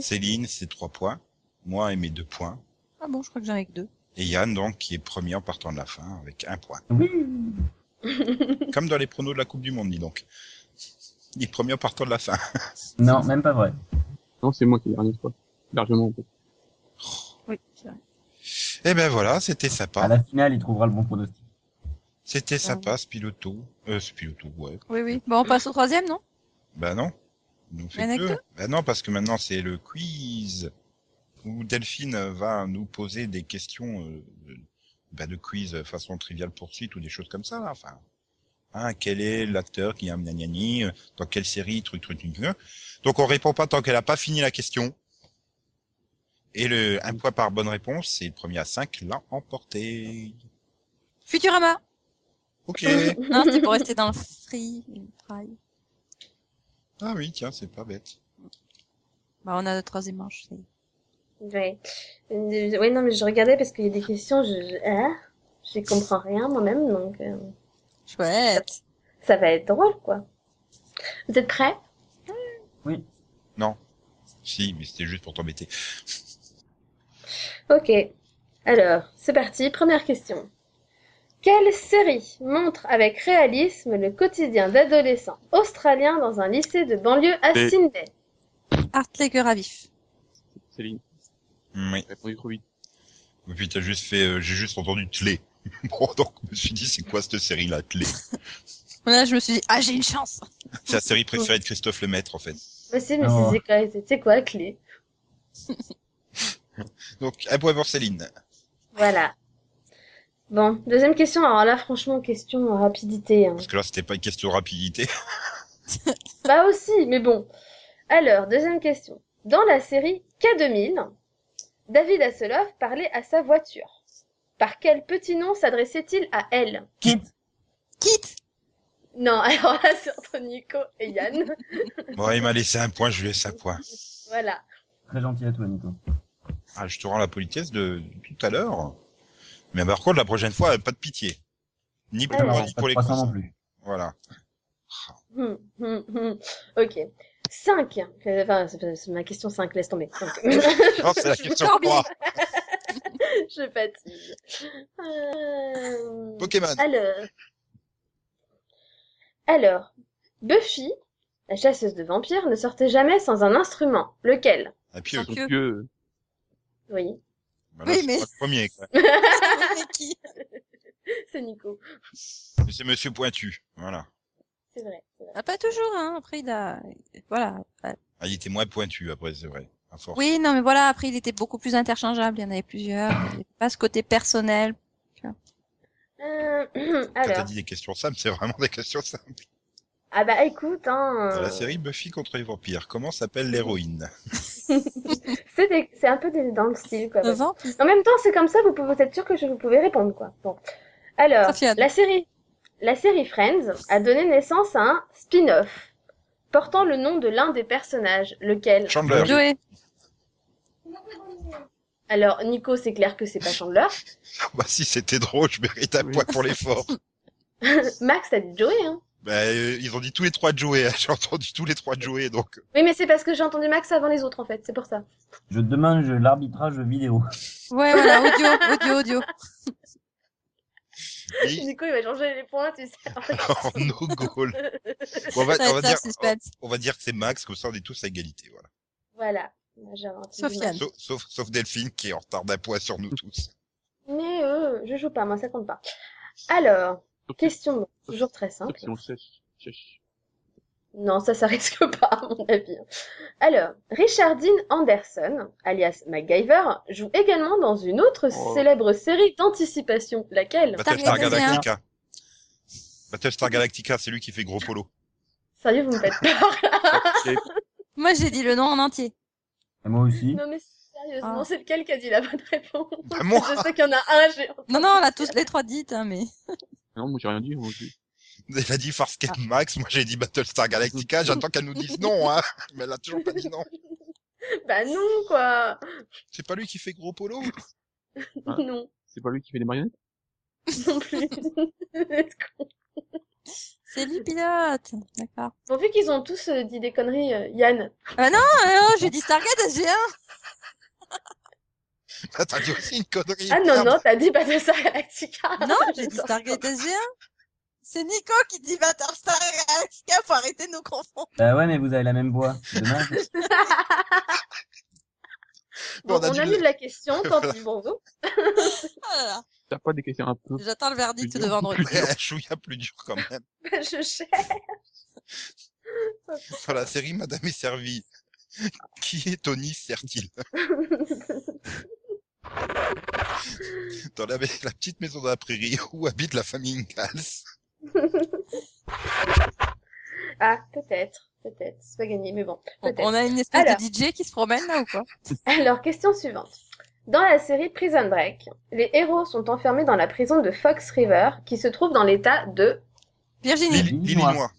Speaker 1: Céline, ses 3 points. Moi et mes 2 points.
Speaker 3: Ah bon, je crois que j'en ai que deux.
Speaker 1: Et Yann, donc, qui est premier en partant de la fin avec un point.
Speaker 5: Oui.
Speaker 1: Comme dans les pronos de la Coupe du Monde, dis donc. Il est premier en partant de la fin.
Speaker 5: Non, même pas vrai.
Speaker 2: Non, c'est moi qui ai dernier fois. Largement. en fait.
Speaker 3: Oui, c'est vrai.
Speaker 1: Eh ben voilà, c'était
Speaker 5: À
Speaker 1: sympa.
Speaker 5: la finale, il trouvera le bon pronostic.
Speaker 1: C'était sympa, ce piloto. Euh, ce piloto, ouais.
Speaker 3: Oui, oui. Bon, on passe au troisième, non
Speaker 1: Ben non. Il nous fait
Speaker 3: Anecdote
Speaker 1: deux. Ben non, parce que maintenant c'est le quiz où Delphine euh, va nous poser des questions euh, de- ben, de quiz euh, façon triviale poursuite ou des choses comme ça. Là. Enfin, hein, quel est l'acteur qui a Mnagnani euh, Dans quelle série Truc, truc, truc, truc. Donc on répond pas tant qu'elle a pas fini la question. Et le un point par bonne réponse, c'est le premier à 5 l'a emporté.
Speaker 3: Futurama
Speaker 1: Ok.
Speaker 3: Non, c'était pour rester dans le free. le fry.
Speaker 1: ah oui, tiens, c'est pas bête.
Speaker 3: Bah, on a notre troisième manche. ça y est.
Speaker 4: Ouais. Euh, ouais, non, mais je regardais parce qu'il y a des questions, je, je, hein J'y comprends rien moi-même, donc euh,
Speaker 3: Chouette
Speaker 4: ça va être drôle, quoi. Vous êtes prêts?
Speaker 1: Si, mais c'était juste pour t'embêter.
Speaker 4: Ok. Alors, c'est parti, première question. Quelle série montre avec réalisme le quotidien d'adolescents australiens dans un lycée de banlieue à
Speaker 2: Et-
Speaker 4: Sydney?
Speaker 3: Artlaker à vif.
Speaker 2: Céline,
Speaker 1: Oui.
Speaker 2: j'ai répondu trop vite.
Speaker 1: Et puis t'as juste fait, euh, j'ai juste entendu Tlé. bon, donc je me suis dit, c'est quoi cette série-là, Tlé
Speaker 3: Là, je me suis dit, ah, j'ai une chance
Speaker 1: C'est la série préférée de Christophe Lemaître, en fait.
Speaker 4: Mais si, mais
Speaker 5: Oh.
Speaker 4: c'est quoi, c'est- c'est quoi, clé?
Speaker 1: Donc, à bois Céline.
Speaker 4: Voilà. Bon, deuxième question. Alors là, franchement, question en rapidité. hein.
Speaker 1: Parce que là, c'était pas une question de rapidité.
Speaker 4: Bah aussi, mais bon. Alors, deuxième question. Dans la série K2000, David Hasselhoff parlait à sa voiture. Par quel petit nom s'adressait-il à elle
Speaker 3: Quitte
Speaker 4: Non, alors là, c'est entre Nico et Yann.
Speaker 1: Bon, il m'a laissé un point, je lui laisse un point.
Speaker 4: Voilà.
Speaker 5: Très gentil à toi, Nico.
Speaker 1: Ah, je te rends la politesse de tout à l'heure. Mais par contre, la prochaine fois, pas de pitié. Ni pour
Speaker 4: Alors,
Speaker 1: moi,
Speaker 5: Pas
Speaker 1: ni
Speaker 5: de
Speaker 1: Ah pour les
Speaker 5: 300
Speaker 1: cons.
Speaker 5: non plus.
Speaker 1: Voilà.
Speaker 4: Hum, hum, hum. Ok. 5. Enfin, c'est c'est ma question 5, laisse tomber. Cinq.
Speaker 1: Non, c'est la question 3.
Speaker 3: Encore
Speaker 4: Je fatigue. Euh,
Speaker 1: Pokémon.
Speaker 4: Alors. Alors, Buffy, la chasseuse de vampires, ne sortait jamais sans un instrument. Lequel
Speaker 1: Ah, puis, euh,
Speaker 3: Que-
Speaker 2: Donc, euh,
Speaker 4: Oui,
Speaker 1: bah là,
Speaker 3: Oui,
Speaker 1: c'est
Speaker 3: mais-
Speaker 1: pas le premier, quoi.
Speaker 3: Mais qui
Speaker 4: c'est Nico.
Speaker 1: Mais C'est Monsieur Pointu. Voilà.
Speaker 4: C'est vrai. c'est vrai.
Speaker 3: Ah, Pas toujours, hein. Après, il a... Voilà.
Speaker 1: Ah, il était moins pointu, après, c'est vrai. À force.
Speaker 3: Oui, non, mais voilà. Après, il était beaucoup plus interchangeable. Il y en avait plusieurs. Il n'y avait pas ce côté personnel.
Speaker 4: Euh,
Speaker 1: Quand t'as
Speaker 4: alors,
Speaker 1: dit des questions simples, c'est vraiment des questions simples.
Speaker 4: ah bah écoute, hein,
Speaker 3: Euh,
Speaker 1: Dans la série Buffy contre les vampires, comment s'appelle l'héroïne
Speaker 4: c'est des- c'est un peu des- dans le style quoi.
Speaker 3: Le vent, puis-
Speaker 4: En même temps, c'est comme ça, vous pouvez vous être sûr que je vous pouvez répondre, quoi. Bon. Alors,
Speaker 3: Sofiane.
Speaker 4: la série, la série Friends a donné naissance à un spin-off portant le nom de l'un des personnages,
Speaker 3: Euh,
Speaker 4: lequel
Speaker 1: Chandler.
Speaker 3: Joey.
Speaker 4: Alors, Nico, c'est clair que c'est pas Chandler.
Speaker 1: Bah si c'était drôle, je mérite un
Speaker 2: Oui.
Speaker 1: point pour l'effort.
Speaker 4: Max, t'as dit Joey, hein
Speaker 1: bah, euh, ils ont dit tous les trois de jouer, hein. j'ai entendu tous les trois de jouer, donc
Speaker 4: Oui, mais c'est parce que j'ai entendu Max avant les autres, en fait, c'est pour ça.
Speaker 5: Je demande je- l'arbitrage vidéo.
Speaker 3: Ouais, voilà. Audio, audio, audio.
Speaker 1: oui,
Speaker 4: Nico, il va changer les points, tu sais.
Speaker 1: en no goal. Bon, on, va,
Speaker 3: Ça va
Speaker 1: on, va
Speaker 3: être ça,
Speaker 1: dire,
Speaker 3: le suspense.
Speaker 1: on va dire que c'est Max, comme ça on est tous à égalité. Voilà.
Speaker 4: voilà. Moi, j'ai inventé du
Speaker 3: Sofiane.
Speaker 1: Sauf, sauf, sauf Delphine qui est en retard d'un point sur nous tous.
Speaker 4: mal. Mais euh, je joue pas, moi, ça compte pas. Alors, question toujours très simple.
Speaker 2: Question sèche. sèche.
Speaker 4: Non, ça, ça risque pas, à mon avis. Alors, Richardine Anderson, alias MacGyver, joue également dans une autre
Speaker 2: Oh.
Speaker 4: célèbre série d'anticipation. Laquelle
Speaker 1: Battlestar
Speaker 3: regardé, hein.
Speaker 1: Galactica. Battlestar Galactica, c'est lui qui fait gros polo.
Speaker 4: Sérieux, vous me faites peur
Speaker 2: Et-
Speaker 3: Moi, j'ai dit le nom en entier.
Speaker 5: Et moi aussi.
Speaker 4: Non, mais sérieusement,
Speaker 3: Ah.
Speaker 4: c'est lequel qui a dit la bonne réponse
Speaker 1: Bah, moi.
Speaker 4: Je sais qu'il y en a un, j'ai...
Speaker 3: Non, non, on l'a tous les trois dites, hein, mais.
Speaker 2: Non, moi j'ai rien dit. moi, j'ai-
Speaker 1: Elle a dit Farscape
Speaker 3: Ah.
Speaker 1: Max, moi j'ai dit Battlestar Galactica, j'attends qu'elle nous dise non, hein. mais elle a toujours pas dit non.
Speaker 4: Bah non, quoi
Speaker 1: C'est pas lui qui fait gros polo
Speaker 2: Ah.
Speaker 4: Non,
Speaker 2: C'est pas lui qui fait les marionnettes
Speaker 4: non plus.
Speaker 3: C'est lui, pilote. D'accord.
Speaker 4: bon, vu qu'ils ont tous euh, dit des conneries, euh, Yann,
Speaker 3: Ah bah non, euh, oh, j'ai dit Stargate SG1.
Speaker 1: Ah, T'as dit aussi une connerie.
Speaker 4: Ah non,
Speaker 1: merde.
Speaker 4: non, t'as dit Battlestar Galactica.
Speaker 3: Non, j'ai dit Stargate SG1. C'est Nico qui dit Battlestar Galactica, faut arrêter de nous confondre.
Speaker 5: Bah ouais, mais vous avez la même voix. C'est Dommage.
Speaker 1: Bon,
Speaker 4: Bon,
Speaker 1: on a
Speaker 4: on
Speaker 1: dit
Speaker 4: annule
Speaker 1: le-
Speaker 4: la question, tant pis pour vous.
Speaker 3: Ah là là.
Speaker 2: T'as pas des questions un peu
Speaker 3: J'attends le verdict de
Speaker 2: Plus dur.
Speaker 3: vendredi.
Speaker 1: Mais un chouïa plus dur quand même.
Speaker 4: Bah, Je cherche.
Speaker 1: Sur la série Madame est servie. Qui est Tony Sertil Dans la, la petite maison de la prairie où habite la famille Ingalls.
Speaker 4: Ah, peut-être, peut-être. C'est pas gagné, mais bon,
Speaker 3: Donc,
Speaker 4: peut-être.
Speaker 3: on a une espèce
Speaker 4: Alors.
Speaker 3: de DJ qui se promène là ou quoi
Speaker 4: Alors, question suivante. Dans la série Prison Break, les héros sont enfermés dans la prison de Fox River, qui se trouve dans l'état de...
Speaker 3: Virginie.
Speaker 1: L'Ill- L'Illinois.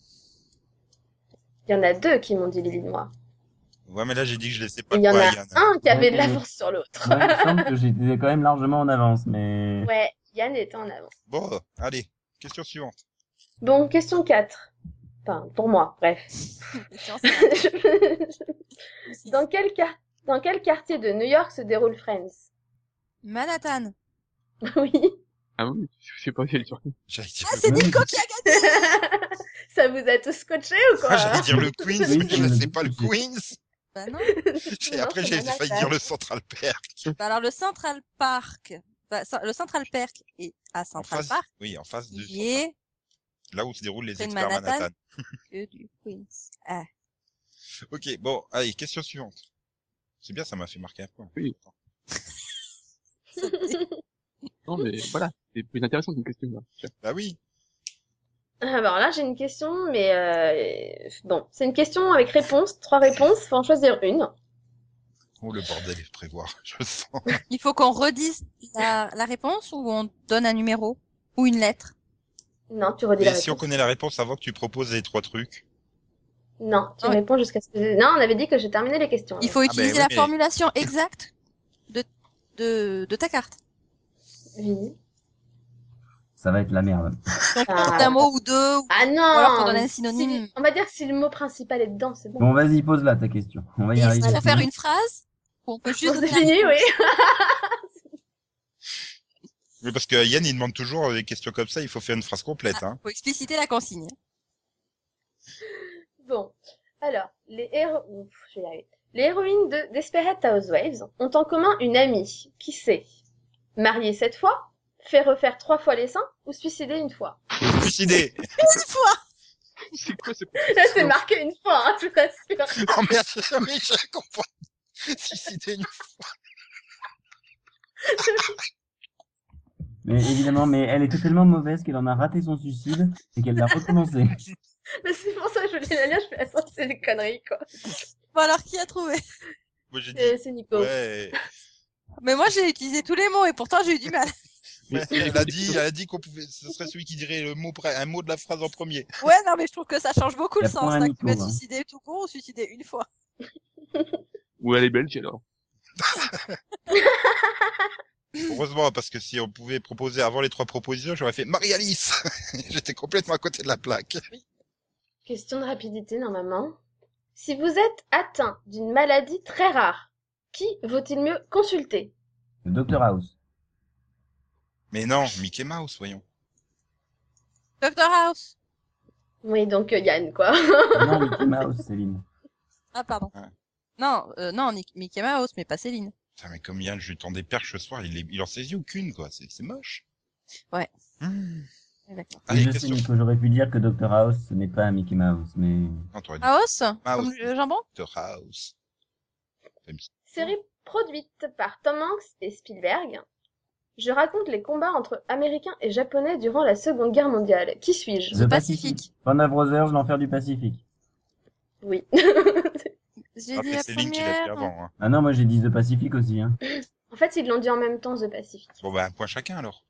Speaker 4: Il y en a deux qui m'ont dit l'Illinois.
Speaker 1: Ouais, mais là, j'ai dit que je laissais pas
Speaker 4: Il y en
Speaker 1: quoi,
Speaker 4: a
Speaker 1: Yann.
Speaker 4: un qui avait de
Speaker 5: Mhm.
Speaker 4: l'avance sur l'autre.
Speaker 5: Ouais, il me semble que j'étais quand même largement en avance, mais.
Speaker 4: Ouais, Yann était en avance.
Speaker 1: Bon, allez, question suivante.
Speaker 4: Bon, question 4. Enfin, pour moi, bref.
Speaker 3: Tiens, c'est-
Speaker 4: dans, quel quar- dans quel quartier de New York se déroule Friends
Speaker 3: Manhattan.
Speaker 4: Oui,
Speaker 2: Ah oui, je sais pas si elle
Speaker 1: J'allais dire,
Speaker 3: Ah,
Speaker 1: le-
Speaker 3: c'est
Speaker 5: Oui.
Speaker 3: Nico qui a gagné.
Speaker 4: ça vous a tous scotché ou quoi
Speaker 1: Ah, j'allais dire le Queens,
Speaker 5: Oui,
Speaker 1: mais je
Speaker 5: oui,
Speaker 1: laissais
Speaker 5: oui.
Speaker 1: pas le Queens.
Speaker 3: Bah non.
Speaker 1: Et
Speaker 4: Non,
Speaker 1: après,
Speaker 4: c'est
Speaker 1: j'ai
Speaker 4: Manhattan.
Speaker 1: failli dire le Central Perk.
Speaker 3: Bah alors le Central Park, bah, ça- le Central Park est à
Speaker 1: En
Speaker 3: Central
Speaker 1: face-
Speaker 3: Park,
Speaker 1: Oui, en face de
Speaker 3: il y est
Speaker 1: là où se déroulent les
Speaker 3: près de
Speaker 1: experts
Speaker 3: Manhattan.
Speaker 1: Manhattan.
Speaker 3: que du Queens. Ah,
Speaker 1: Ok, bon, allez, question suivante. C'est bien, ça m'a fait marquer un point.
Speaker 2: Oui. Non, mais voilà, c'est plus intéressant qu'une question. Là.
Speaker 1: Bah oui.
Speaker 4: Ah, bah, Alors là, j'ai une question, mais euh, bon, c'est une question avec réponse, trois réponses, faut en choisir une.
Speaker 1: Oh, le bordel est de prévoir, je le sens.
Speaker 3: il faut qu'on redise la, la réponse ou on donne un numéro ou une lettre.
Speaker 4: Non, tu redis la
Speaker 1: Et si on
Speaker 4: réponse.
Speaker 1: connaît la réponse avant que tu proposes les trois trucs
Speaker 4: Non, tu
Speaker 3: Ah ouais.
Speaker 4: réponds jusqu'à ce que. Non, on avait dit que j'ai terminé les questions.
Speaker 3: Il faut
Speaker 1: ben
Speaker 3: utiliser
Speaker 1: oui,
Speaker 3: la
Speaker 1: mais-
Speaker 3: formulation exacte de, de, de ta carte.
Speaker 4: Oui.
Speaker 5: Ça va être la merde.
Speaker 3: Donc on
Speaker 4: Ah.
Speaker 3: rajoute un mot ou deux. Ou...
Speaker 4: Ah non.
Speaker 3: alors faut donner un synonyme.
Speaker 4: Si- On va dire si le mot principal est dedans, c'est bon.
Speaker 5: Bon, vas-y, pose là ta question. On va Ah, y
Speaker 3: Et
Speaker 5: arriver.
Speaker 3: il faut faire une phrase. On peut
Speaker 4: On
Speaker 3: juste
Speaker 4: s'est
Speaker 3: donner un-
Speaker 4: fini, oui.
Speaker 1: Oui, parce que Yann, il demande toujours euh, des questions comme ça, il faut faire une phrase complète. Hein.
Speaker 3: faut expliciter la consigne.
Speaker 4: Bon, alors, les héros... Ouf, je vais y arriver. Les héroïnes de Desperate Housewives ont en commun une amie. Qui c'est Mariée cette fois Fait refaire trois fois les seins Ou suicidée une fois
Speaker 1: Suicidé
Speaker 2: C'est quoi, c'est
Speaker 4: Là, c'est marqué une fois, hein, je vous assure.
Speaker 1: Oh merde, j'ai jamais j'ai compris. Suicidé une
Speaker 5: Mais évidemment, mais elle était tellement mauvaise qu'elle en a raté son suicide et qu'elle l'a recommencé.
Speaker 4: Mais c'est pour ça que je voulais la lire, je fais attends, c'est des conneries, quoi.
Speaker 3: Bon alors qui a trouvé
Speaker 1: Moi, j'ai dit,
Speaker 4: Euh, c'est Nico.
Speaker 1: ouais.
Speaker 3: Mais moi j'ai utilisé tous les mots et pourtant j'ai eu du mal.
Speaker 1: Mais Elle a dit, elle a dit qu'on pouvait, ce serait celui qui dirait le mot, pre- un mot de la phrase en premier.
Speaker 3: Ouais non mais je trouve que ça change beaucoup le
Speaker 5: Y a
Speaker 3: sens.
Speaker 5: point à
Speaker 3: là, que
Speaker 5: Nico,
Speaker 3: tu vas
Speaker 5: hein.
Speaker 3: suicider tout court ou suicider une fois.
Speaker 2: Ou elle est belge alors.
Speaker 1: Heureusement, parce que si on pouvait proposer avant les trois propositions, j'aurais fait Marie-Alice. J'étais complètement à côté de la plaque.
Speaker 4: Question de rapidité, normalement. Si vous êtes atteint d'une maladie très rare, qui vaut-il mieux consulter
Speaker 5: Le Dr House.
Speaker 1: Mais non, Mickey Mouse, voyons.
Speaker 3: Dr House.
Speaker 4: Oui, donc euh, Yann, quoi.
Speaker 5: Non, Mickey Mouse, Céline.
Speaker 3: Ah pardon.
Speaker 1: Ouais.
Speaker 3: Non euh, non Nick- Mickey Mouse mais pas Céline.
Speaker 1: Putain, mais comme Yann, je lui tends des perches ce soir, il, est... il en saisit aucune, quoi. C'est c'est moche.
Speaker 3: Ouais.
Speaker 1: Hmm.
Speaker 3: Ouais, d'accord.
Speaker 1: Allez,
Speaker 5: Ah, je sais,
Speaker 1: question.
Speaker 5: Nico, j'aurais pu dire que Dr House, ce n'est pas un Mickey Mouse, mais.
Speaker 1: Non, t'aurais dit
Speaker 3: House
Speaker 1: Mouse.
Speaker 3: Comme le jambon
Speaker 1: Dr. House.
Speaker 4: Série produite par Tom Hanks et Spielberg. Je raconte les combats entre Américains et Japonais durant la Seconde Guerre mondiale. Qui suis-je
Speaker 3: The
Speaker 5: The
Speaker 3: Pacific.
Speaker 5: Pacific. Panda Brothers, l'enfer du Pacifique.
Speaker 4: Oui.
Speaker 3: J'ai dit
Speaker 1: Après,
Speaker 3: la
Speaker 1: c'est Link Ah, qui l'a dit
Speaker 3: première.
Speaker 1: avant. Hein.
Speaker 5: Ah non, moi j'ai dit The Pacific aussi, hein.
Speaker 4: en fait, ils l'ont dit en même temps, The Pacific.
Speaker 1: Bon, bah, un point chacun, alors.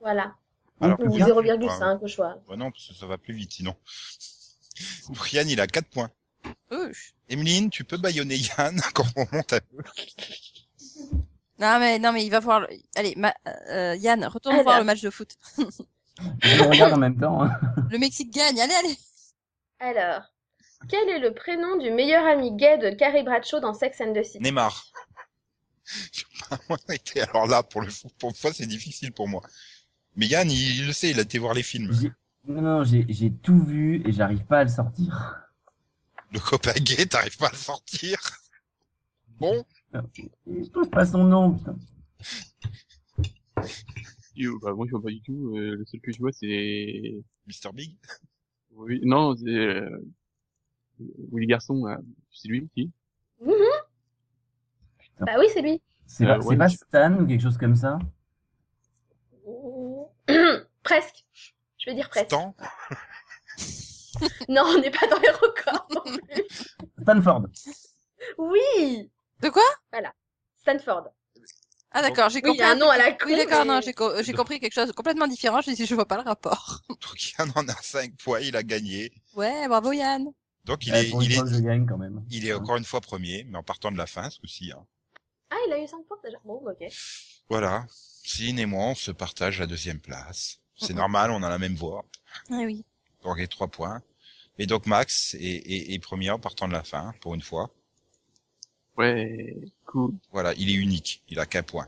Speaker 4: Voilà.
Speaker 1: Alors,
Speaker 4: Ou
Speaker 1: que Yann,
Speaker 4: 0,5 au choix.
Speaker 1: Bah non, parce que ça va plus vite, sinon. Yann, il a 4 points.
Speaker 3: Ouch.
Speaker 1: Emeline, tu peux baïonner Yann quand on monte à...
Speaker 3: Non mais non mais il va voir. le- Allez ma- euh, Yann retourne
Speaker 4: Alors.
Speaker 3: voir le match de foot.
Speaker 5: Je le regarde en même temps, hein.
Speaker 3: Le Mexique gagne. Allez allez.
Speaker 4: Alors, quel est le prénom du meilleur ami gay de Carrie Bradshaw dans Sex and the City
Speaker 1: Neymar. Moi, c'était- Alors là, pour le fou- pour une fois, c'est difficile pour moi. Mais Yann, il, il le sait, il a été voir les films
Speaker 5: J'ai- Non, non, j'ai j'ai tout vu et j'arrive pas à le sortir.
Speaker 1: de Copenhague, t'arrives pas à le sortir. Bon,
Speaker 5: Et Je trouve pas son nom, putain.
Speaker 2: Et, euh, bah, moi, je vois pas du tout. euh, le seul que je vois, c'est...
Speaker 1: Mr Big,
Speaker 2: Oui, non, c'est... Euh... Willy Garçon, là. c'est lui qui
Speaker 4: Bah oui, c'est lui.
Speaker 5: C'est
Speaker 2: Euh,
Speaker 5: pas, c'est
Speaker 2: ouais,
Speaker 5: pas
Speaker 2: je-
Speaker 5: Stan ou quelque chose comme ça
Speaker 4: presque. Je vais dire presque.
Speaker 1: Stan,
Speaker 4: Non, on n'est pas dans les records non plus.
Speaker 5: Stanford.
Speaker 4: Oui
Speaker 7: De quoi
Speaker 4: Stanford.
Speaker 7: Ah d'accord, j'ai
Speaker 4: Oui, il
Speaker 7: compris.
Speaker 4: y a un nom à la con.
Speaker 3: Oui, d'accord,
Speaker 4: mais-
Speaker 3: non, j'ai co- j'ai compris quelque chose de complètement différent. Je dis, je vois pas le rapport.
Speaker 1: donc Yann en a cinq points, il a gagné.
Speaker 3: Ouais, bravo Yann.
Speaker 1: Donc il
Speaker 5: Ouais,
Speaker 1: est,
Speaker 5: pour une
Speaker 1: il est,
Speaker 5: fois que je gagne quand même.
Speaker 1: il est encore une fois premier, mais en partant de la fin, ce coup-ci. hein.
Speaker 4: Ah, il a eu 5 points déjà. Bon, bah, ok.
Speaker 1: Voilà. Céline et moi, on se partage la deuxième place. C'est
Speaker 3: Mhm.
Speaker 1: normal, on a la même voix.
Speaker 3: Ah oui.
Speaker 1: Donc les trois points. Et donc Max est, est, est premier en partant de la fin, pour une fois.
Speaker 2: Ouais, cool.
Speaker 1: Voilà, il est unique, il a qu'un point.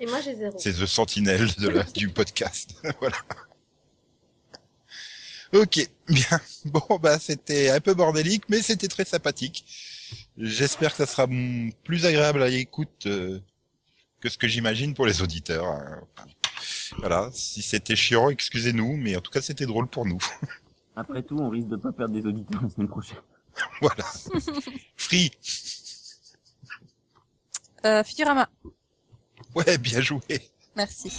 Speaker 4: Et moi, j'ai 0.
Speaker 1: C'est The Sentinel de la- du podcast. voilà. Ok, bien. Bon, bah c'était un peu bordélique, mais c'était très sympathique. J'espère que ça sera mm, plus agréable à l'écoute euh, que ce que j'imagine pour les auditeurs. hein. Voilà, si c'était chiant, excusez-nous, mais en tout cas c'était drôle pour nous.
Speaker 5: Après tout, on risque de pas perdre des auditeurs la semaine prochaine.
Speaker 1: voilà. Free,
Speaker 3: Euh, Futurama.
Speaker 1: ouais, bien joué.
Speaker 3: Merci.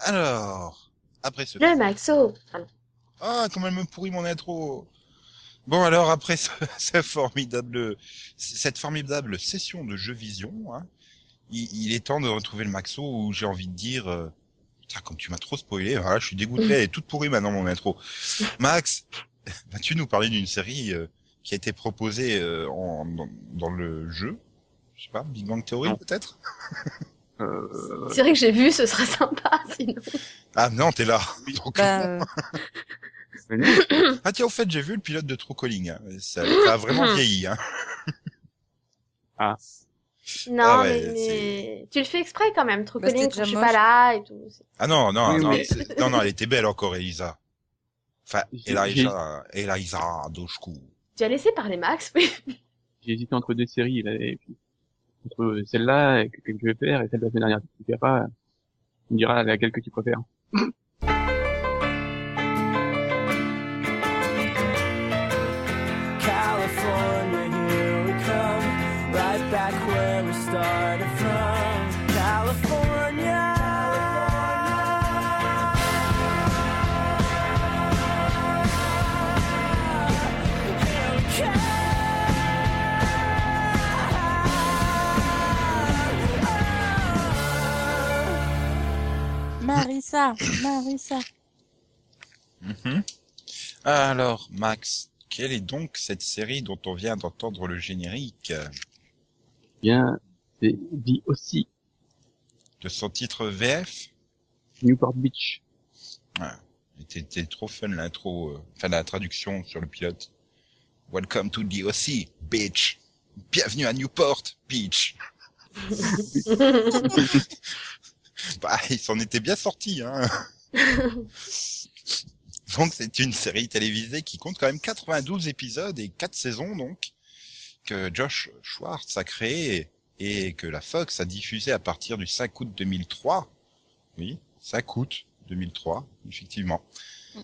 Speaker 1: Alors, après ce...
Speaker 4: Le Maxo. Ah non.
Speaker 1: Ah, comment elle me pourrit mon intro Bon alors, après ce, ce formidable, cette formidable session de jeu vision, hein, il, il est temps de retrouver le Maxo où j'ai envie de dire... euh, Putain, comme tu m'as trop spoilé, voilà, je suis dégoûté, elle est toute pourrie maintenant mon intro. Max, vas-tu nous parler d'une série euh, qui a été proposée euh, en, dans, dans le jeu Je sais pas, Big Bang Theory
Speaker 2: Non.
Speaker 1: peut-être
Speaker 2: Euh...
Speaker 4: C'est vrai que j'ai vu, ce serait sympa sinon.
Speaker 1: Ah non, t'es là. Donc,
Speaker 3: Bah, euh,
Speaker 2: mais non,
Speaker 1: Ah tiens, au fait, j'ai vu le pilote de True Calling. hein. Ça, ça a vraiment vieilli. Hein.
Speaker 2: Ah.
Speaker 4: Non,
Speaker 1: Ah ouais,
Speaker 4: mais, mais tu le fais exprès quand même, trop
Speaker 3: Bah, c'était
Speaker 4: calling, je
Speaker 3: déjà
Speaker 4: suis
Speaker 3: moche.
Speaker 4: pas là et tout.
Speaker 1: Ah non, non,
Speaker 2: Oui,
Speaker 1: non,
Speaker 2: mais-
Speaker 1: c'est- non, non, elle était belle encore, Elisa. Enfin,
Speaker 2: J'ai-
Speaker 1: Elisa, Elisa Doshku.
Speaker 4: Tu as laissé parler Max, oui.
Speaker 2: j'ai hésité entre deux séries, là, et puis, entre celle-là, et que, que je vais faire, et celle de la semaine dernière. Si tu as pas, tu me diras laquelle que tu préfères.
Speaker 8: California, here we come, right back where we started from. California.
Speaker 3: Marissa, Marissa.
Speaker 1: Mhm. Alors, Max, quelle est donc cette série dont on vient d'entendre le générique
Speaker 2: Eh Bien, c'est dit aussi
Speaker 1: de son titre VF
Speaker 2: Newport Beach.
Speaker 1: C'était trop fun l'intro, euh, enfin la traduction sur le pilote. Welcome to the OC, bitch. Bienvenue à Newport, bitch. Bah, il s'en était bien sorti, hein. donc, c'est une série télévisée qui compte quand même 92 épisodes et 4 saisons, donc, que Josh Schwartz a créé et que la Fox a diffusé à partir du 5 août 2003. Oui, 5 août 2003, effectivement.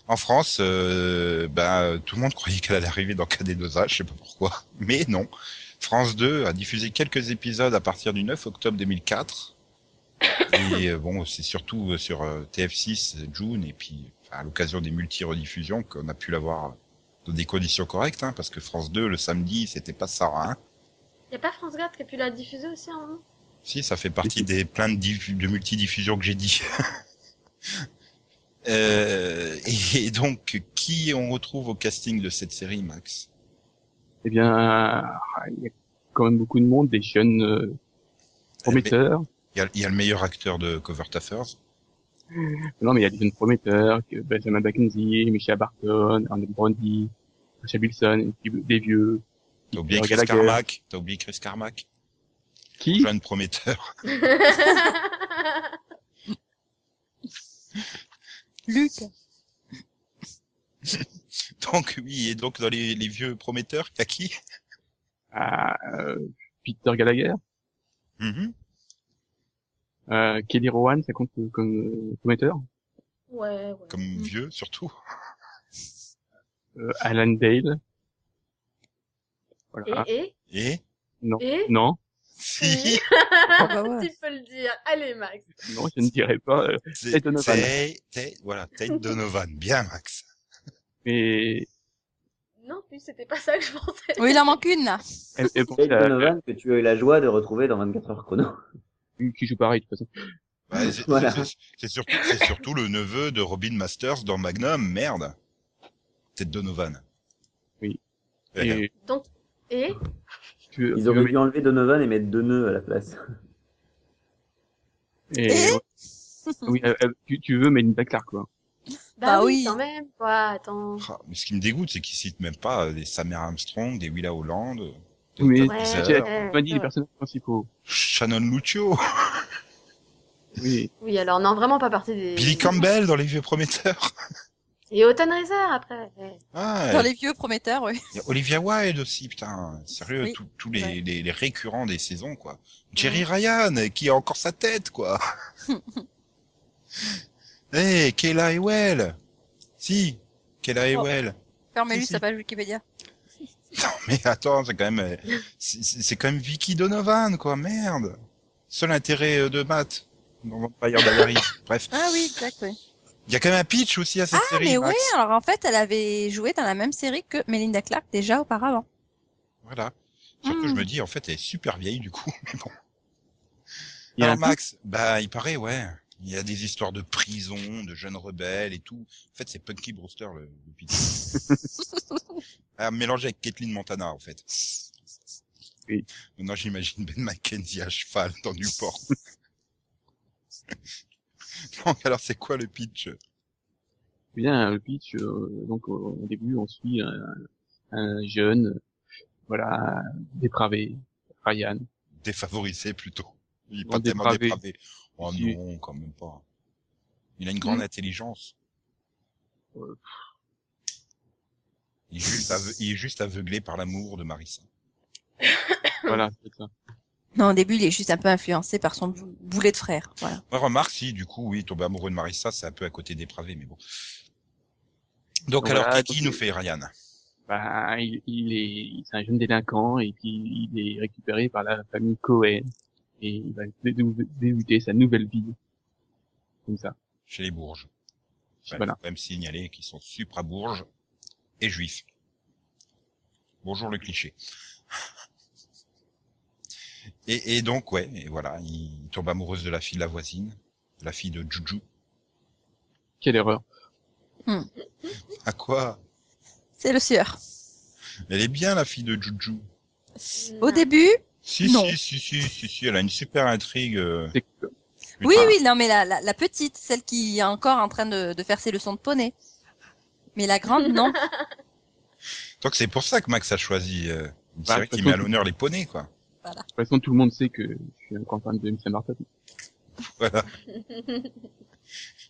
Speaker 1: En France, euh, bah, tout le monde croyait qu'elle allait arriver dans KD2A, je sais pas pourquoi, mais non. France 2 a diffusé quelques épisodes à partir du 9 octobre 2004. Et euh, bon, c'est surtout euh, sur euh, TF6 euh, June et puis enfin, à l'occasion des multi-rediffusions qu'on a pu l'avoir dans des conditions correctes, hein, parce que France 2 le samedi, c'était pas ça. Hein.
Speaker 4: Y a pas France Garde qui a pu la diffuser aussi hein, en moment
Speaker 1: Si, ça fait partie des plein de, diffu- de multidiffusions que j'ai dit. Euh, et donc, qui on retrouve au casting de cette série, Max
Speaker 2: Eh bien, il y a quand même beaucoup de monde, des jeunes euh, prometteurs.
Speaker 1: Il y a, il y a le meilleur acteur de Cover Affairs.
Speaker 2: Non, mais il y a des jeunes prometteurs, que Benjamin Mackenzie, Michel Barton, Arnold Brandy, Sacha Wilson, et puis des vieux.
Speaker 1: T'as oublié
Speaker 2: Peter
Speaker 1: Chris
Speaker 2: Gallagher.
Speaker 1: Carmack. T'as oublié Chris Carmack.
Speaker 2: Qui
Speaker 1: Jeune prometteur.
Speaker 3: Luc.
Speaker 1: Donc oui, et donc dans les, les vieux prometteurs, il y a qui
Speaker 2: Ah, euh, Peter Gallagher,
Speaker 1: Mhm.
Speaker 2: euh, Kelly Rowan, ça compte euh, comme euh, prometteur.
Speaker 4: Ouais, ouais.
Speaker 1: Comme
Speaker 2: Mm.
Speaker 1: vieux surtout.
Speaker 2: Euh, Alan Dale. Voilà.
Speaker 4: Et,
Speaker 1: Et
Speaker 2: Non.
Speaker 4: et, et
Speaker 2: Non,
Speaker 1: si,
Speaker 4: Ah,
Speaker 1: Ah.
Speaker 3: bah ouais.
Speaker 4: Tu peux le dire. Allez, Max.
Speaker 2: non, je ne dirais pas. euh,
Speaker 1: c'est
Speaker 2: Ted Donovan.
Speaker 1: c'est- Ted- voilà, Ted Donovan. Bien, Max.
Speaker 2: mais
Speaker 4: Non, plus, c'était pas ça que je pensais.
Speaker 3: Oui, il en manque une là.
Speaker 2: elle, elle pourrait
Speaker 5: Jake
Speaker 2: la-
Speaker 5: Donovan que tu as eu la joie de retrouver dans 24 heures chrono.
Speaker 2: qui joue pareil de toute façon.
Speaker 1: Ouais, Bah, c'est
Speaker 5: Voilà.
Speaker 1: c'est- c'est surtout, c'est surtout le neveu de Robin Masters dans Magnum. Merde. Ted Donovan.
Speaker 2: Oui.
Speaker 1: Ouais.
Speaker 2: Et
Speaker 4: Donc, et
Speaker 2: tu,
Speaker 5: Ils
Speaker 2: tu-
Speaker 5: auraient dû enlever Donovan et mettre deux nœuds à la place.
Speaker 2: et-
Speaker 7: Eh
Speaker 2: oui, euh, euh, tu, tu veux Melinda Clark quoi.
Speaker 4: Bah,
Speaker 3: Bah
Speaker 4: oui,
Speaker 3: oui.
Speaker 4: quand même, quoi, attends.
Speaker 1: Ah, mais ce qui me dégoûte, c'est qu'ils citent même pas euh, des Samir Armstrong, des Willa Holland, des
Speaker 2: Oui,
Speaker 1: Octavia
Speaker 4: Ouais,
Speaker 2: tu,
Speaker 1: Butler,
Speaker 4: ouais.
Speaker 2: tu m'as dit les
Speaker 4: ouais.
Speaker 2: personnages principaux.
Speaker 1: Shannon Lucio,
Speaker 2: Oui.
Speaker 4: Oui, alors, non, vraiment pas partie des.
Speaker 1: Billy Campbell dans Les Vieux Prometteurs.
Speaker 4: Et Autumn Razor après. Ouais.
Speaker 1: Ah,
Speaker 3: Dans les vieux prometteurs, oui.
Speaker 1: Il y a Olivia Wilde aussi, putain. Sérieux,
Speaker 3: Oui,
Speaker 1: tous tous les,
Speaker 3: ouais.
Speaker 1: les, les récurrents des saisons, quoi. Jerry Ryan, euh, qui a encore sa tête, quoi. Eh, Kayla Ewell. Si, Kayla
Speaker 3: Oh.
Speaker 1: Ewell.
Speaker 3: Fermez-lui
Speaker 1: Si, si.
Speaker 3: sa page Wikipédia.
Speaker 1: Non, mais attends, c'est quand même, euh, c'est- c'est c'est quand même Vicky Donovan, quoi. Merde. Seul intérêt euh, de Matt. Dans Vampire Diaries. Bref.
Speaker 3: Ah oui, exact, oui.
Speaker 1: Il y a quand même un pitch aussi à cette
Speaker 3: Ah,
Speaker 1: série,
Speaker 3: mais oui,
Speaker 1: Max.
Speaker 3: alors en fait, elle avait joué dans la même série que Melinda Clark déjà auparavant.
Speaker 1: Voilà. Surtout,
Speaker 3: Mm.
Speaker 1: je me dis, en fait, elle est super vieille, du coup. Mais bon.
Speaker 2: Il y a
Speaker 1: Alors,
Speaker 2: un-
Speaker 1: Max, bah, il paraît, ouais. Il y a des histoires de prison, de jeunes rebelles et tout. En fait, c'est Punky Brewster, le, le pitch. Ah, mélangé avec Kathleen Montana, en fait.
Speaker 2: Oui.
Speaker 1: Maintenant, j'imagine Ben Mackenzie à cheval dans Newport. Donc, alors, c'est quoi le pitch
Speaker 2: bien le pitch euh, donc au, au début on suit un, un jeune euh, voilà dépravé Ryan
Speaker 1: Défavorisé, plutôt. Il est
Speaker 2: Non,
Speaker 1: pas tellement
Speaker 2: dépravé.
Speaker 1: dépravé. Oh
Speaker 2: Si. Mm.
Speaker 1: non, quand même pas. Il a une grande intelligence.
Speaker 2: Euh,
Speaker 1: Il est, juste ave- il est juste aveuglé par l'amour de Marissa.
Speaker 2: voilà c'est ça
Speaker 3: Non, au début, il est juste un peu influencé par son bou- boulet de frère. Voilà.
Speaker 1: Ouais, remarque, si, du coup, oui, tomber amoureux de Marissa, c'est un peu à côté dépravé, mais bon. Donc,
Speaker 2: Donc
Speaker 1: alors,
Speaker 2: voilà,
Speaker 1: qui,
Speaker 2: donc,
Speaker 1: qui nous
Speaker 2: euh,
Speaker 1: fait Ryan
Speaker 2: bah il, il est c'est un jeune délinquant et puis il est récupéré par la famille Cohen et il va dé- dé- débuter sa nouvelle vie comme ça
Speaker 1: Chez les Bourges. Ouais,
Speaker 2: voilà
Speaker 1: faut quand même signaler qu'ils sont supra-bourges et juifs. Bonjour le cliché. Et, et donc, ouais, et voilà, il tombe amoureuse de la fille de la voisine, de la fille de Juju.
Speaker 2: quelle erreur
Speaker 1: À quoi
Speaker 3: C'est le sieur.
Speaker 1: Elle est bien, la fille de Juju.
Speaker 3: Au début,
Speaker 1: Si,
Speaker 3: Non.
Speaker 1: si, si, si, si, si, elle a une super intrigue. euh,
Speaker 2: C'est-
Speaker 1: putain.
Speaker 3: oui, oui, non, mais la, la, la petite, celle qui est encore en train de, de faire ses leçons de poney. Mais la grande, non.
Speaker 1: Donc c'est pour ça que Max a choisi euh, une
Speaker 2: Bah,
Speaker 1: série
Speaker 2: parce
Speaker 1: qui
Speaker 2: que-
Speaker 1: met à l'honneur les poneys, quoi.
Speaker 2: de toute façon tout le monde sait que je suis un grand fan de Michel Barton
Speaker 1: Voilà.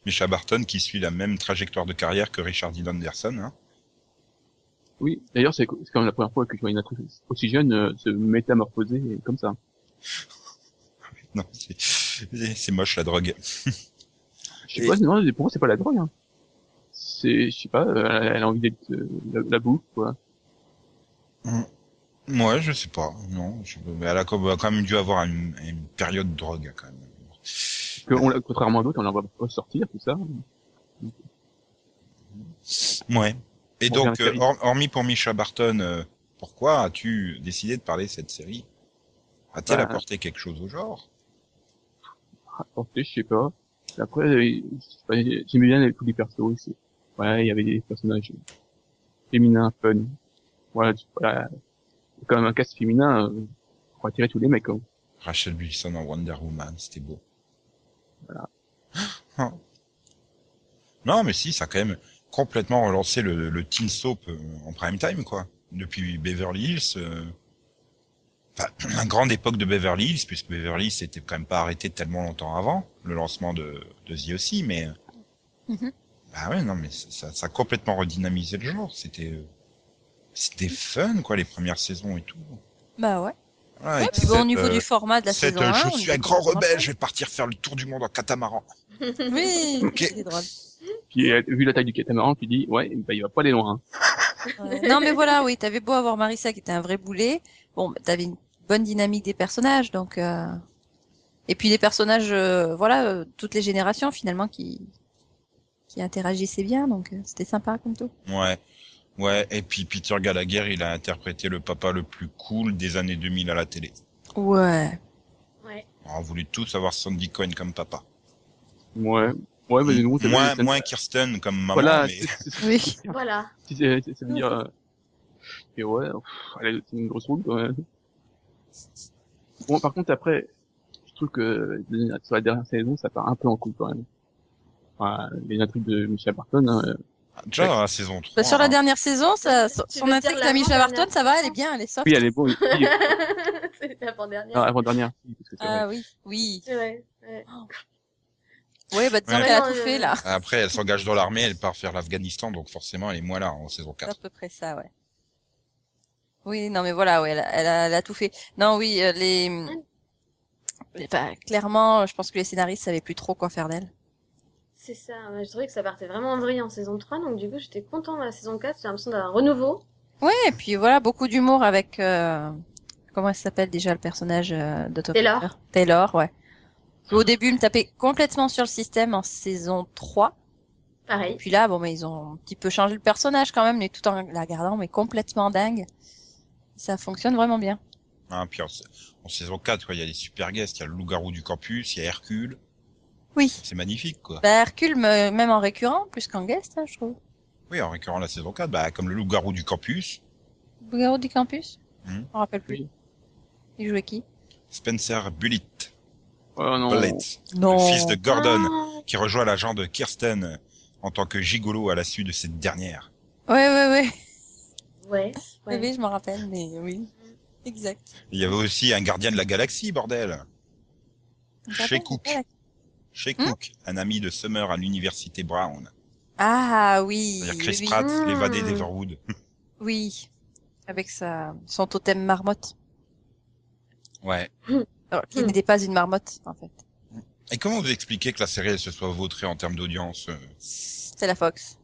Speaker 1: Misha Barton qui suit la même trajectoire de carrière que Richard D. Anderson. Hein.
Speaker 2: oui d'ailleurs c'est c'est quand même la première fois que je vois une actrice aussi jeune euh, se métamorphoser comme ça
Speaker 1: Non, c'est c'est moche la drogue.
Speaker 2: Je sais
Speaker 1: Et-
Speaker 2: pas, non, mais pour moi, c'est pas la drogue. Hein. C'est, je sais pas, euh, elle a envie d'être euh, la, la bouffe, quoi.
Speaker 1: Ouais, je sais pas. Non, je- mais elle a quand elle a quand même dû avoir une, une période de drogue quand même.
Speaker 2: Parce que on l'a- contrairement à d'autres, on la voit pas sortir, tout ça.
Speaker 1: Ouais. Et
Speaker 2: On
Speaker 1: donc,
Speaker 2: vient
Speaker 1: euh, hor- hormis pour Misha Barton, euh, pourquoi as-tu décidé de parler de cette série A-t-elle
Speaker 2: Bah,
Speaker 1: apporté quelque chose au genre
Speaker 2: Portée, Ah, je sais pas. Après, euh, je sais pas, j'aimais bien les- tous les persos aussi. Voilà, il y avait des personnages féminins, fun. Voilà, tu- voilà. C'est quand même un cast féminin euh, pour attirer tous les mecs. Hein.
Speaker 1: Rachel Wilson en Wonder Woman, c'était beau. Hein.
Speaker 2: Voilà.
Speaker 1: Non, mais si, ça a quand même complètement relancé le, le teen soap euh, en prime time, quoi. Depuis Beverly Hills, euh, enfin, la grande époque de Beverly Hills, puisque Beverly Hills s'était quand même pas arrêté tellement longtemps avant le lancement de, de The aussi, mais euh,
Speaker 9: Mhm.
Speaker 1: bah ouais, non, mais ça, ça- ça a complètement redynamisé le genre. C'était euh, c'était fun, quoi, les premières saisons et tout.
Speaker 9: Bah ouais.
Speaker 1: Voilà, et
Speaker 9: Ouais,
Speaker 1: puis
Speaker 9: puis bon, au
Speaker 1: cette,
Speaker 9: niveau
Speaker 1: euh,
Speaker 9: du format de la
Speaker 1: cette,
Speaker 9: saison
Speaker 1: euh,
Speaker 9: 1,
Speaker 1: je suis un grand rebelle, je vais partir faire le tour du monde en catamaran.
Speaker 3: Oui,
Speaker 1: Ok.
Speaker 3: c'est drôle.
Speaker 2: Puis euh, vu la taille du catamaran, tu dis ouais, bah, il va pas aller loin. hein.
Speaker 3: Ouais. Non, mais voilà, oui, t'avais beau avoir Marissa qui était un vrai boulet. Bon, bah, t'avais une bonne dynamique des personnages, donc. euh, Et puis des personnages, euh, voilà, euh, toutes les générations finalement qui qui interagissaient bien, donc euh, c'était sympa comme tout.
Speaker 1: Ouais. Ouais, et puis Peter Gallagher, il a interprété le papa le plus cool des années 2000 à la télé.
Speaker 3: Ouais.
Speaker 4: Ouais.
Speaker 1: On voulait tous avoir Sandy Cohen comme papa.
Speaker 2: Ouais, ouais, Ah, mais non, c'est
Speaker 1: moins,
Speaker 2: c'est-
Speaker 1: moins Kirsten comme maman,
Speaker 2: Voilà,
Speaker 1: mais
Speaker 2: c'est- c'est- c'est-
Speaker 3: Oui.
Speaker 4: Voilà.
Speaker 2: c'est- c'est- ça veut dire. euh, Et ouais, pff, elle a- c'est une grosse roule quand même. Bon, par contre, après, je trouve que euh, sur la dernière saison, ça part un peu en couille quand même. Enfin, les intrigues de Michel Barton, hein, euh,
Speaker 1: déjà dans la saison 3.
Speaker 3: Bah, sur la
Speaker 1: hein.
Speaker 3: dernière saison, ça,
Speaker 4: Tu
Speaker 3: son
Speaker 4: veux
Speaker 3: son
Speaker 4: dire
Speaker 3: intrigue
Speaker 4: la
Speaker 3: d'Amish Barton,
Speaker 4: avant-dernière
Speaker 3: ça va, elle est
Speaker 4: saison
Speaker 3: bien, elle est soft.
Speaker 2: oui, elle est bonne. oui, euh,
Speaker 4: c'est l'avant-dernière.
Speaker 2: non,
Speaker 1: Ah,
Speaker 2: avant-dernière, oui, parce que c'est vrai.
Speaker 3: Ah oui, oui.
Speaker 4: C'est vrai. ouais.
Speaker 3: Ouais, bah disons
Speaker 1: Ouais.
Speaker 3: qu'elle a
Speaker 4: Non,
Speaker 3: tout
Speaker 4: le-
Speaker 3: fait là.
Speaker 1: Après, elle s'engage dans l'armée, elle part faire l'Afghanistan, donc forcément, elle est moins là en saison
Speaker 3: C'est à
Speaker 1: 4.
Speaker 3: peu près ça, ouais. Oui, non, mais voilà, ouais, elle, a, elle a- elle a tout fait. Non, oui, euh, les, les- bah, clairement, je pense que les scénaristes savaient plus trop quoi faire d'elle.
Speaker 4: C'est ça. ouais, Je trouvais que ça partait vraiment en vrille en saison 3, donc du coup, j'étais contente de la saison 4. J'ai l'impression d'avoir un renouveau.
Speaker 3: Ouais, et puis voilà, beaucoup d'humour avec euh, comment elle s'appelle déjà le personnage euh, d'Otto
Speaker 4: Taylor.
Speaker 3: Piper Taylor, ouais. Au début, il me tapait complètement sur le système en saison 3. Et
Speaker 4: Pareil.
Speaker 3: puis là, bon, mais ils ont un petit peu changé le personnage quand même, mais tout en la gardant, mais complètement dingue. Ça fonctionne vraiment bien.
Speaker 1: Hein, puis en, sa- en saison 4, quoi, il y a des super guests, il y a le loup-garou du campus, il y a Hercule.
Speaker 3: Oui.
Speaker 1: C'est magnifique, quoi.
Speaker 3: Bah, Hercule, me- même en récurrent, plus qu'en guest, hein, je trouve.
Speaker 1: Oui, en récurrent la saison 4, bah, comme le loup-garou du campus,
Speaker 3: Bougaro du campus
Speaker 1: Hmm.
Speaker 3: Je me rappelle plus.
Speaker 2: Oui.
Speaker 3: Il jouait qui
Speaker 1: Spencer Bullitt,
Speaker 2: Oh, non.
Speaker 1: Bullitt, le
Speaker 3: Non. Ah.
Speaker 1: fils de Gordon.
Speaker 4: Oh,
Speaker 1: qui rejoint l'agent de Kirsten en tant que gigolo à la suite de cette dernière.
Speaker 3: Ouais, ouais, ouais.
Speaker 4: Ouais.
Speaker 3: Oui,
Speaker 4: ouais.
Speaker 3: Oui, je me rappelle, mais oui. Exact.
Speaker 1: Il y avait aussi un gardien de la galaxie, bordel. Chez Cook. Chez
Speaker 3: Hmm
Speaker 1: Cook, un ami de Summer à l'université Brown.
Speaker 3: Ah oui.
Speaker 1: C'est-à-dire Chris
Speaker 3: oui,
Speaker 1: Pratt,
Speaker 4: Hmm.
Speaker 1: l'évadé d'Everwood.
Speaker 3: Oui. Avec sa, son totem marmotte.
Speaker 1: Ouais.
Speaker 3: Alors, qui
Speaker 4: Hmm.
Speaker 3: n'était pas une marmotte, en fait.
Speaker 1: Et comment vous expliquez que la série elle se soit vautrée en termes d'audience euh
Speaker 3: C'est la Fox.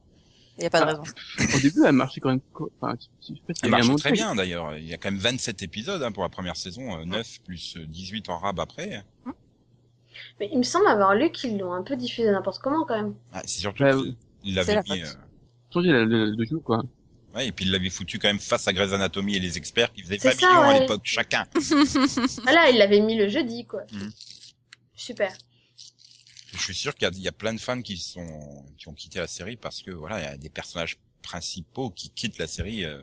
Speaker 3: Il n'y a pas de
Speaker 2: Ah.
Speaker 3: raison.
Speaker 2: Au début, elle marchait quand même. co- Enfin, je sais pas si
Speaker 1: Elle
Speaker 2: il y avait un
Speaker 1: marche
Speaker 2: montage.
Speaker 1: très bien d'ailleurs. Il y a quand même 27 épisodes hein, pour la première saison, euh, 9 plus euh, 18 en rab après.
Speaker 4: Mais il me semble avoir lu qu'ils l'ont un peu diffusé n'importe comment quand même.
Speaker 1: Ah, c'est surtout
Speaker 2: Ouais,
Speaker 1: qu'il
Speaker 2: oui.
Speaker 1: l'avait
Speaker 3: Bah C'est la
Speaker 1: mis.
Speaker 3: faute.
Speaker 1: euh,
Speaker 2: Changer la- le le jeu, quoi.
Speaker 1: ouais, et puis il l'avait foutu quand même face à Grey's Anatomy et les experts qui faisaient
Speaker 4: C'est
Speaker 1: 20
Speaker 4: ça,
Speaker 1: millions à
Speaker 4: ouais.
Speaker 1: l'époque chacun.
Speaker 4: Voilà, Ah il l'avait mis le jeudi quoi.
Speaker 1: Mhm.
Speaker 4: Super.
Speaker 1: Je suis sûr qu'il y, a- il y a plein de fans qui sont qui ont quitté la série parce que voilà, il y a des personnages principaux qui quittent la série euh,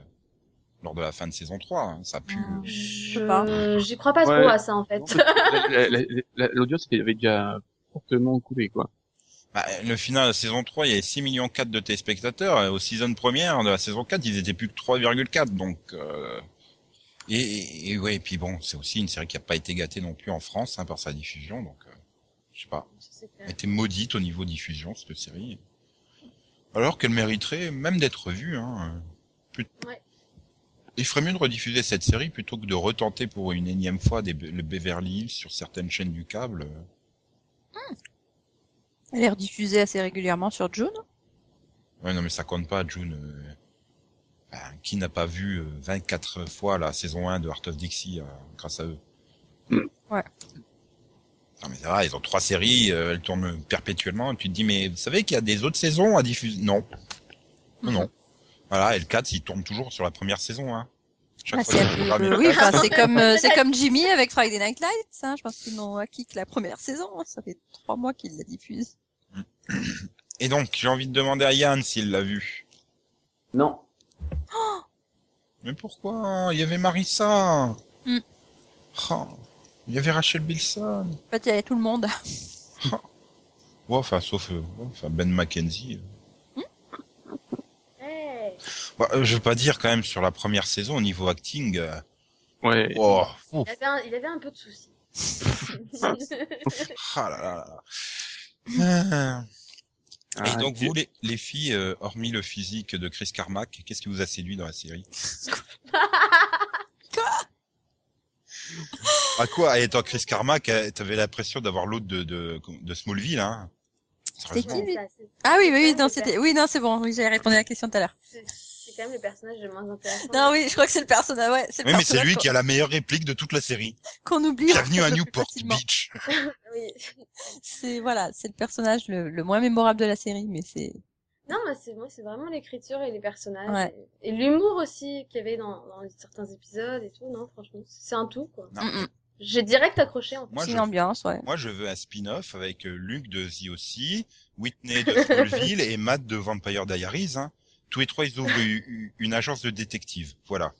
Speaker 1: lors de la fin de saison 3. hein. Ça pue.
Speaker 4: Ah.
Speaker 3: Hmm.
Speaker 4: Je
Speaker 3: sais pas.
Speaker 4: j'y crois pas trop
Speaker 2: Ouais.
Speaker 4: à ça en fait.
Speaker 2: Non, parce que la- la- la- la- L'audience elle avait déjà fortement coulé, quoi.
Speaker 1: Bah, le final de la saison 3, il y avait 6 millions 4 de téléspectateurs. Et Aux saison première de la saison 4, ils étaient plus que 3,4. Donc euh, et, et, et ouais, et puis bon, c'est aussi une série qui a pas été gâtée non plus en France hein, par sa diffusion. Donc euh, je sais pas,
Speaker 4: C'est clair.
Speaker 1: elle était maudite au niveau diffusion cette série. Alors qu'elle mériterait même d'être vue. Hein. euh, plus-
Speaker 4: Ouais.
Speaker 1: Il ferait mieux de rediffuser cette série plutôt que de retenter pour une énième fois des, le Beverly Hills sur certaines chaînes du câble.
Speaker 7: Elle est rediffusée assez régulièrement sur June.
Speaker 1: Ouais, non, mais ça compte pas, June. euh, ben, qui n'a pas vu euh, 24 fois la saison 1 de Heart of Dixie euh, grâce à eux
Speaker 7: Mm. Ouais.
Speaker 1: Non, mais ça va, ils ont trois séries, euh, elles tournent perpétuellement, et tu te dis, mais vous savez qu'il y a des autres saisons à diffuser Non. Non, non. Voilà, et le 4, il tourne toujours sur la première saison. Hein. Chaque
Speaker 7: Ah,
Speaker 1: fois,
Speaker 7: c'est
Speaker 1: ils vont ramener
Speaker 7: euh,
Speaker 1: le
Speaker 7: oui,
Speaker 1: quatre.
Speaker 7: enfin, c'est comme euh, c'est comme Jimmy avec Friday Night Lights. Hein. Je pense qu'ils n'ont acquis que la première saison. Ça fait trois mois qu'ils la diffusent.
Speaker 1: Et donc, j'ai envie de demander à Yann s'il l'a vu.
Speaker 5: Non.
Speaker 1: Mais pourquoi Il y avait Marissa.
Speaker 7: Hmm.
Speaker 1: Oh, il y avait Rachel Bilson.
Speaker 7: En fait, il y avait tout le monde.
Speaker 1: Ouais, enfin, sauf euh, ouais, enfin, Ben McKenzie.
Speaker 4: Hey.
Speaker 1: Bah, euh, je veux pas dire quand même sur la première saison au niveau acting. euh,
Speaker 2: Ouais.
Speaker 1: oh, ouf,
Speaker 4: Il, avait un, il avait un peu de soucis.
Speaker 1: ah là là là là. Et
Speaker 2: Ah,
Speaker 1: donc
Speaker 2: tu-
Speaker 1: vous les, les filles, euh, hormis le physique de Chris Carmack, qu'est-ce qui vous a séduit dans la série À Ah, quoi Et étant Chris Carmack, euh, t'avais l'impression d'avoir l'autre de, de, de Smallville, hein
Speaker 7: C'était qui
Speaker 1: Sérieusement.
Speaker 7: lui
Speaker 4: Ça, c'est-
Speaker 7: Ah oui, oui, oui,
Speaker 4: c'est quand
Speaker 7: non,
Speaker 4: même
Speaker 7: c'était, oui, non, c'est bon. Oui, j'ai répondu à la question tout à l'heure.
Speaker 4: le per- C'est c'est quand même le personnage le moins intéressant.
Speaker 7: Non, oui, je crois que c'est le personnage. Ouais, c'est le
Speaker 1: Oui, mais c'est
Speaker 7: personnage
Speaker 1: lui
Speaker 7: qu'on-
Speaker 1: qui a la meilleure réplique de toute la série.
Speaker 7: qu'on oublie.
Speaker 1: Bienvenue à Newport
Speaker 7: facilement.
Speaker 1: Beach.
Speaker 4: Ah Oui.
Speaker 7: C'est voilà, c'est le personnage le, le moins mémorable de la série, mais c'est
Speaker 4: Non, mais c'est moi, c'est vraiment l'écriture et les personnages.
Speaker 7: Ouais.
Speaker 4: Et l'humour aussi qu'il y avait dans, dans certains épisodes et tout. Non, franchement, c'est un tout, quoi.
Speaker 1: Non,
Speaker 7: Mm, mm.
Speaker 4: J'ai direct accroché, en fait.
Speaker 1: Moi,
Speaker 7: c'est
Speaker 1: je-
Speaker 7: une ambiance, ouais.
Speaker 1: Moi, je veux un spin-off avec euh, Luc de The O.C., Whitney de Smallville et Matt de Vampire Diaries. Hein. Tous les trois, ils ouvrent u- u- une agence de détectives. Voilà.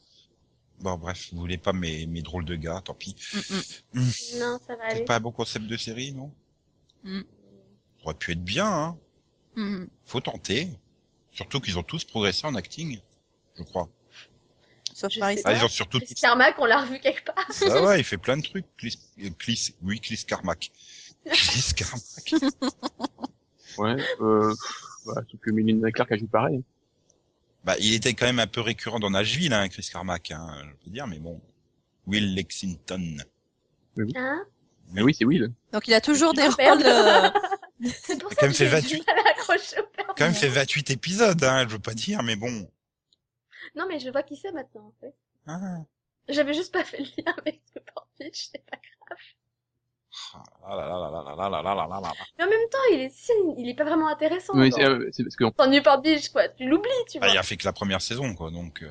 Speaker 1: Bon, bref, vous voulez pas mes, mes drôles de gars, tant pis.
Speaker 7: Mm, mm.
Speaker 4: Non, ça va aller.
Speaker 1: C'est pas un bon concept de série, non
Speaker 7: Mm.
Speaker 1: Ça aurait pu être bien, hein
Speaker 7: Mm, mm.
Speaker 1: Faut tenter. Surtout qu'ils ont tous progressé en acting, je crois.
Speaker 7: Sauf
Speaker 4: Je
Speaker 7: Marissa.
Speaker 4: sais
Speaker 1: Ah, ils ont surtout...
Speaker 4: Chris Carmack, on l'a revu quelque part.
Speaker 1: Ah ouais, il fait plein de trucs, Clis... euh, Clis... Oui, Clis Carmack. Clis Carmack.
Speaker 2: Ouais. Euh, bah, sauf que Melinda Clark a joué pareil.
Speaker 1: Bah, il était quand même un peu récurrent dans Nashville, hein, Chris Carmack, hein, je peux dire, mais bon. Will Lexington.
Speaker 4: Hein
Speaker 2: Mais oui, c'est Will.
Speaker 7: Donc il a toujours des rôles.
Speaker 4: Merde.
Speaker 7: euh,
Speaker 4: C'est pour ça
Speaker 1: quand même
Speaker 4: que
Speaker 1: fait
Speaker 4: j'ai du
Speaker 1: 28.
Speaker 4: mal à accrocher au père.
Speaker 1: Quand même fait 28 épisodes, hein, je veux pas dire, mais bon.
Speaker 4: Non, mais je vois qui c'est maintenant, en fait.
Speaker 1: Ah,
Speaker 4: J'avais juste pas fait le lien avec le portfiche, c'est pas grave.
Speaker 1: ah là là là là là là là là là là.
Speaker 4: Mais en même temps, il est, si, il est pas vraiment intéressant.
Speaker 2: Mais
Speaker 4: dans-
Speaker 2: c'est euh, c'est parce que
Speaker 4: dans Newport Beach, quoi. Tu l'oublies, tu
Speaker 1: Ah,
Speaker 4: vois.
Speaker 1: il a fait que la première saison, quoi, donc. euh.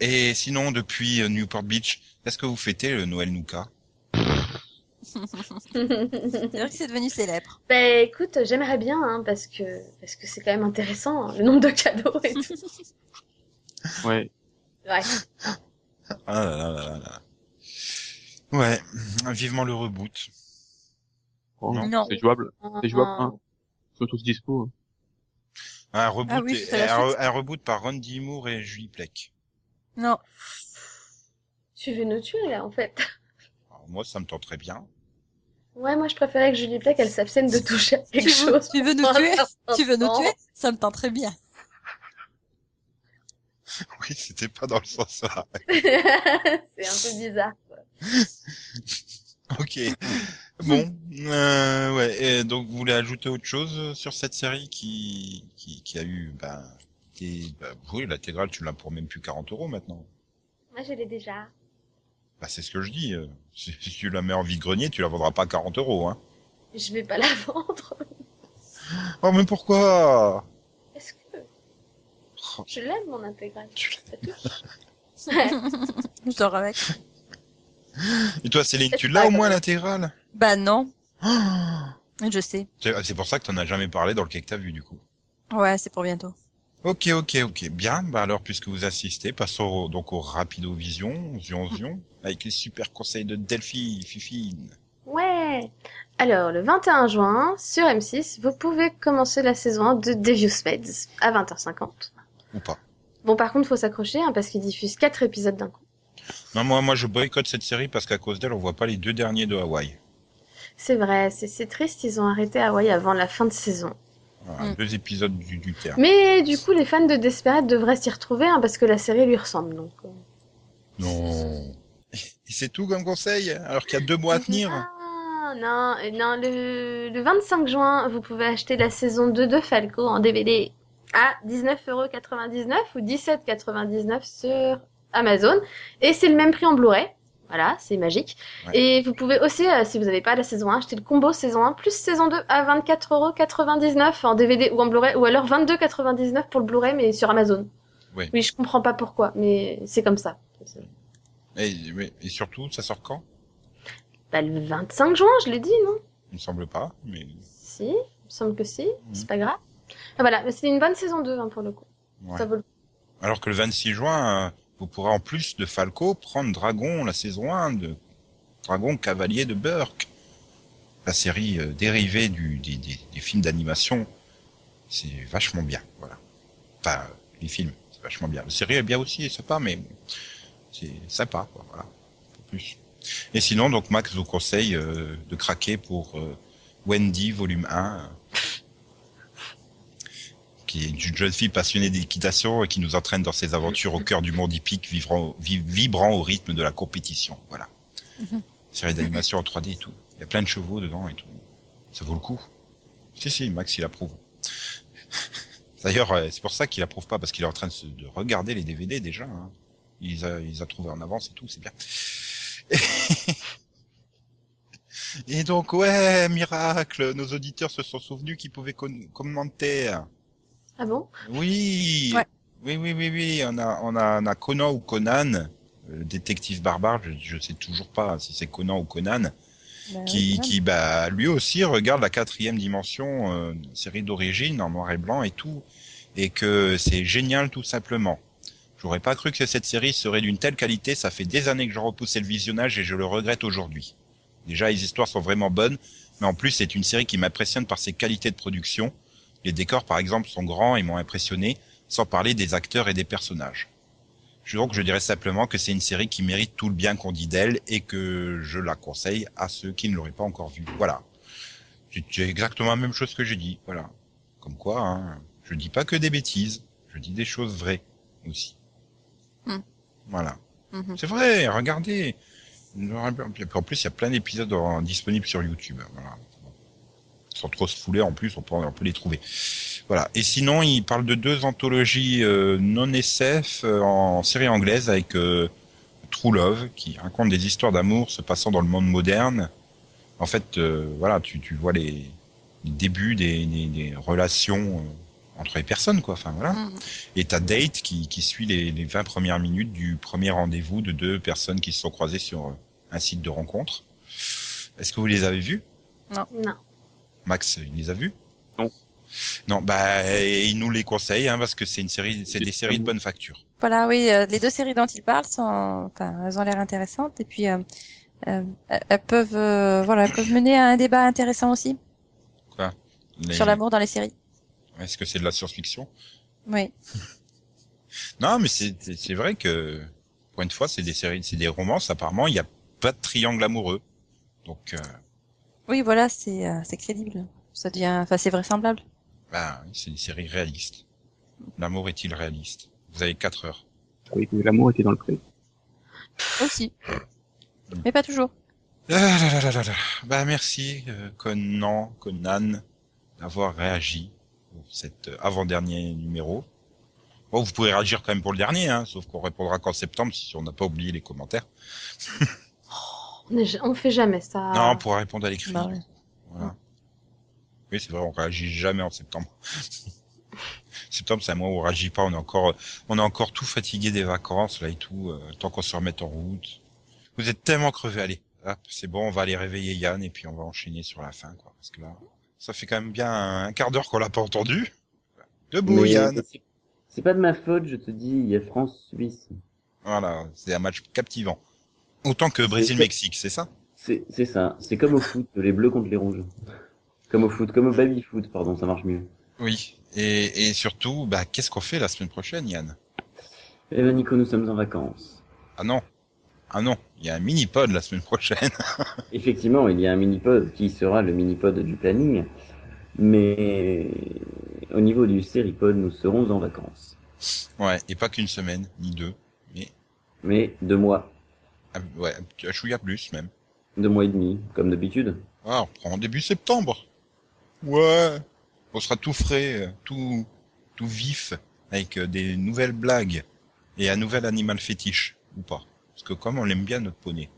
Speaker 1: Et sinon, depuis euh, Newport Beach, est-ce que vous fêtez le Noël Nouka
Speaker 7: C'est vrai que c'est devenu célèbre.
Speaker 4: bah écoute, j'aimerais bien, hein, parce que, parce que c'est quand même intéressant, hein, le nombre de cadeaux et tout.
Speaker 2: ouais.
Speaker 4: Ouais.
Speaker 1: Ah là là là là là. Ouais, vivement le reboot.
Speaker 2: Oh,
Speaker 1: Non.
Speaker 7: Non.
Speaker 2: C'est jouable. C'est jouable. Hein. Ils sont tous dispo. hein.
Speaker 1: Un reboot,
Speaker 7: Ah oui,
Speaker 1: et-
Speaker 7: c'est la
Speaker 1: un,
Speaker 7: suite.
Speaker 1: un reboot par Ron D. Moore et Julie Plec.
Speaker 7: Non.
Speaker 4: Tu veux nous tuer, là, en fait.
Speaker 1: Alors, moi, ça me tenterait bien.
Speaker 4: Ouais, moi, je préférais que Julie Plec, elle s'abstienne de toucher à quelque
Speaker 7: Tu veux,
Speaker 4: chose.
Speaker 7: tu veux nous
Speaker 4: pendant un
Speaker 7: tuer
Speaker 4: certain
Speaker 7: Tu veux nous
Speaker 4: temps.
Speaker 7: tuer Ça me tente très bien.
Speaker 1: Oui, c'était pas dans le sens là.
Speaker 4: c'est un peu bizarre, quoi.
Speaker 1: Ok. Bon, euh, ouais. et donc, vous voulez ajouter autre chose euh, sur cette série qui qui, qui a eu ben des, ben, oui, l'intégrale, tu l'as pour même plus 40 euros maintenant.
Speaker 4: Moi, je l'ai déjà.
Speaker 1: Bah, c'est ce que je dis. euh, Si si tu la mets en vide-grenier, tu la vendras pas à 40 euros, hein.
Speaker 4: Je vais pas la vendre.
Speaker 1: Oh, mais pourquoi
Speaker 4: Est-ce que
Speaker 1: Oh,
Speaker 4: je l'aime, mon intégrale
Speaker 1: tu-
Speaker 4: C'est tout.
Speaker 7: Je dors avec.
Speaker 1: Et toi, Céline, tu
Speaker 4: C'est
Speaker 1: l'as
Speaker 4: pas
Speaker 1: au moins
Speaker 4: grave.
Speaker 1: l'intégrale
Speaker 7: Bah non.
Speaker 1: Oh
Speaker 7: Je sais.
Speaker 1: C'est c'est pour ça que t'en as jamais parlé dans le quai que t'as vu, du coup.
Speaker 7: Ouais, c'est pour bientôt.
Speaker 1: Ok, ok, ok. Bien, bah alors puisque vous assistez, passons au- donc au Rapido Vision, Zion Zion, avec les super conseils de Delphi, Fifine.
Speaker 4: Ouais. Alors, le 21 juin, sur M6, vous pouvez commencer la saison 1 de Devious Maids à 20h50.
Speaker 1: Ou pas.
Speaker 4: Bon, par contre, faut s'accrocher hein, parce qu'ils diffusent 4 épisodes d'un coup.
Speaker 1: Non, moi, moi je boycotte cette série parce qu'à cause d'elle, on voit pas les deux derniers de Hawaï.
Speaker 4: C'est vrai, c'est- c'est triste, ils ont arrêté Hawaii avant la fin de saison.
Speaker 1: Voilà,
Speaker 7: Mm.
Speaker 1: Deux épisodes du, du terme.
Speaker 4: Mais du coup, les fans de Desperate devraient s'y retrouver hein, parce que la série lui ressemble. Donc, euh.
Speaker 1: hein, Non. Et c'est tout comme conseil, alors qu'il y a deux mois à tenir.
Speaker 4: Ah, non, non, euh, non. Le, le 25 juin, vous pouvez acheter la saison 2 de Falco en DVD à 19,99€ ou 17,99€ sur Amazon. Et c'est le même prix en Blu-ray. Voilà, c'est magique.
Speaker 1: Ouais.
Speaker 4: Et vous pouvez aussi, euh, si vous n'avez pas la saison 1, acheter le combo saison 1 plus saison 2 à 24,99€ en DVD ou en Blu-ray, ou alors 22,99€ pour le Blu-ray, mais sur Amazon.
Speaker 1: Ouais.
Speaker 4: Oui, je comprends pas pourquoi, mais c'est comme ça.
Speaker 1: Et, mais- et surtout, ça sort quand
Speaker 4: Bah, le 25 juin, je l'ai dit, non
Speaker 1: Il me semble pas, mais
Speaker 4: Si, il me semble que si,
Speaker 1: Mhm.
Speaker 4: c'est pas grave. Ah, voilà, mais c'est une bonne saison 2 hein, pour le coup.
Speaker 1: ouais.
Speaker 4: Ça vaut le coup.
Speaker 1: Alors que le 26 juin, euh, vous pourrez en plus de Falco prendre Dragon, la saison 1 de Dragon Cavalier de Burke, la série euh, dérivée du, des, des- des films d'animation. C'est vachement bien, voilà. Enfin, euh, les films, c'est vachement bien. La série est bien aussi, c'est sympa, mais c'est sympa, quoi, voilà. Pas plus. Et sinon, donc Max vous conseille euh, de craquer pour euh, Wendy volume 1. euh, qui est une jeune fille passionnée d'équitation et qui nous entraîne dans ses aventures au cœur du monde hippique, vivrant- vi- vibrant au rythme de la compétition. Voilà. Série d'animation en 3D et tout. Il y a plein de chevaux dedans et tout. Ça vaut le coup. Si, si, Max, il approuve. D'ailleurs, euh, c'est pour ça qu'il approuve pas, parce qu'il est en train de, se- de regarder les DVD déjà. hein. Il les a, il les a trouvés en avance et tout, c'est bien. Et donc, ouais, miracle, nos auditeurs se sont souvenus qu'ils pouvaient con- commenter. hein.
Speaker 4: Ah bon
Speaker 1: Oui.
Speaker 7: Ouais.
Speaker 1: Oui, oui, oui, oui. On a, on a, on a Conan ou Conan, le détective barbare. Je, je sais toujours pas hein, si c'est Conan ou Conan,
Speaker 3: euh,
Speaker 7: Bah,
Speaker 1: qui,
Speaker 7: ouais, quand même.
Speaker 1: qui, bah, lui aussi regarde la quatrième dimension, euh, série d'origine en noir et blanc et tout, et que c'est génial tout simplement. J'aurais pas cru que cette série serait d'une telle qualité. Ça fait des années que j'en repoussais le visionnage et je le regrette aujourd'hui. Déjà, les histoires sont vraiment bonnes, mais en plus, c'est une série qui m'impressionne par ses qualités de production. Les décors, par exemple, sont grands et m'ont impressionné, sans parler des acteurs et des personnages. Je- Donc, je dirais simplement que c'est une série qui mérite tout le bien qu'on dit d'elle et que je la conseille à ceux qui ne l'auraient pas encore vue. Voilà. C'est c'est exactement la même chose que j'ai dit. Voilà. Comme quoi, hein, je dis pas que des bêtises, je dis des choses vraies aussi.
Speaker 7: Hmm.
Speaker 1: Voilà.
Speaker 7: Mhm.
Speaker 1: C'est vrai, regardez. Puis En plus, il y a plein d'épisodes en- disponibles sur YouTube. hein, Voilà. Sans trop se fouler, en plus, on peut, on peut les trouver. Voilà. Et sinon, il parle de deux anthologies euh, non-SF euh, en série anglaise avec euh, True Love, qui raconte des histoires d'amour se passant dans le monde moderne. En fait, euh, voilà, tu, tu vois les, les débuts des, des- des relations euh, entre les personnes, quoi. Enfin, voilà
Speaker 7: Mhm.
Speaker 1: et ta date qui, qui suit les, les 20 premières minutes du premier rendez-vous de deux personnes qui se sont croisées sur euh, un site de rencontre. Est-ce que vous les avez vus
Speaker 4: Non.
Speaker 1: Max, il les a vus
Speaker 2: Non.
Speaker 1: Non, bah, et il nous les conseille hein, parce que c'est une série, c'est
Speaker 2: J'ai
Speaker 1: des
Speaker 2: pas
Speaker 1: séries de
Speaker 2: vu.
Speaker 1: bonne facture.
Speaker 7: Voilà, oui, euh, les deux séries dont il parle sont, enfin, elles ont l'air intéressantes et puis euh, euh, elles- elles peuvent, euh, voilà, elles peuvent mener à un débat intéressant aussi
Speaker 1: Les-
Speaker 7: sur l'amour dans les séries.
Speaker 1: Est-ce que c'est de la science-fiction
Speaker 7: Oui,
Speaker 1: Non, mais c'est c'est- c'est vrai que pour une fois, c'est des séries, c'est des romances. Apparemment, il n'y a pas de triangle amoureux. Donc, euh,
Speaker 7: oui, voilà, c'est, euh, c'est crédible. Ça devient, enfin, c'est vraisemblable.
Speaker 1: bah, c'est une série réaliste. L'amour est-il réaliste Vous avez quatre heures.
Speaker 2: Oui, mais l'amour était dans le pré.
Speaker 7: Aussi, mais pas toujours.
Speaker 1: Ah là là là là là. Bah merci euh, Conan, Conan d'avoir réagi pour cet euh, avant-dernier numéro. Bon, vous pouvez réagir quand même pour le dernier, hein, sauf qu'on répondra qu'en septembre si on n'a pas oublié les commentaires.
Speaker 4: On est- on fait jamais ça.
Speaker 1: Non, on pourra répondre à l'écrit.
Speaker 7: Ah. Bah, ouais.
Speaker 1: Voilà. Oui, c'est vrai, on réagit jamais en septembre. septembre, c'est un mois où on réagit pas. On est encore, on est encore tout fatigué des vacances là et tout. euh, tant qu'on se remette en route. Vous êtes tellement crevés. Allez, hop, c'est bon, on va aller réveiller Yann et puis on va enchaîner sur la fin, quoi. Parce que là, ça fait quand même bien un quart d'heure qu'on l'a pas entendu. Debout,
Speaker 5: Mais euh,
Speaker 1: Yann.
Speaker 5: c'est- C'est pas de ma faute, je te dis, il y a France-Suisse.
Speaker 1: Voilà, c'est un match captivant. Autant que Brésil-Mexique, c'est ça
Speaker 5: C'est c'est ça, c'est comme au foot, les bleus contre les rouges. Comme au foot, comme au baby-foot, pardon, ça marche mieux.
Speaker 1: Oui. Et, et surtout, bah, qu'est-ce qu'on fait la semaine prochaine, Yann
Speaker 5: Eh ben Nico, nous sommes en vacances.
Speaker 1: Ah non. Ah non, il y a un mini-pod la semaine prochaine.
Speaker 5: Effectivement, il y a un mini-pod qui sera le mini-pod du planning, mais au niveau du séripod, nous serons en vacances.
Speaker 1: Ouais, et pas qu'une semaine, ni deux, mais
Speaker 5: Mais deux mois,
Speaker 1: ah, ouais, un petit- un chouïa plus même.
Speaker 5: deux mois et demi, comme d'habitude.
Speaker 1: Ah, on reprend en début septembre. Ouais. On sera tout frais, euh, tout, tout vif, avec euh, des nouvelles blagues et un nouvel animal fétiche, ou pas. Parce que comme on l'aime bien notre poney.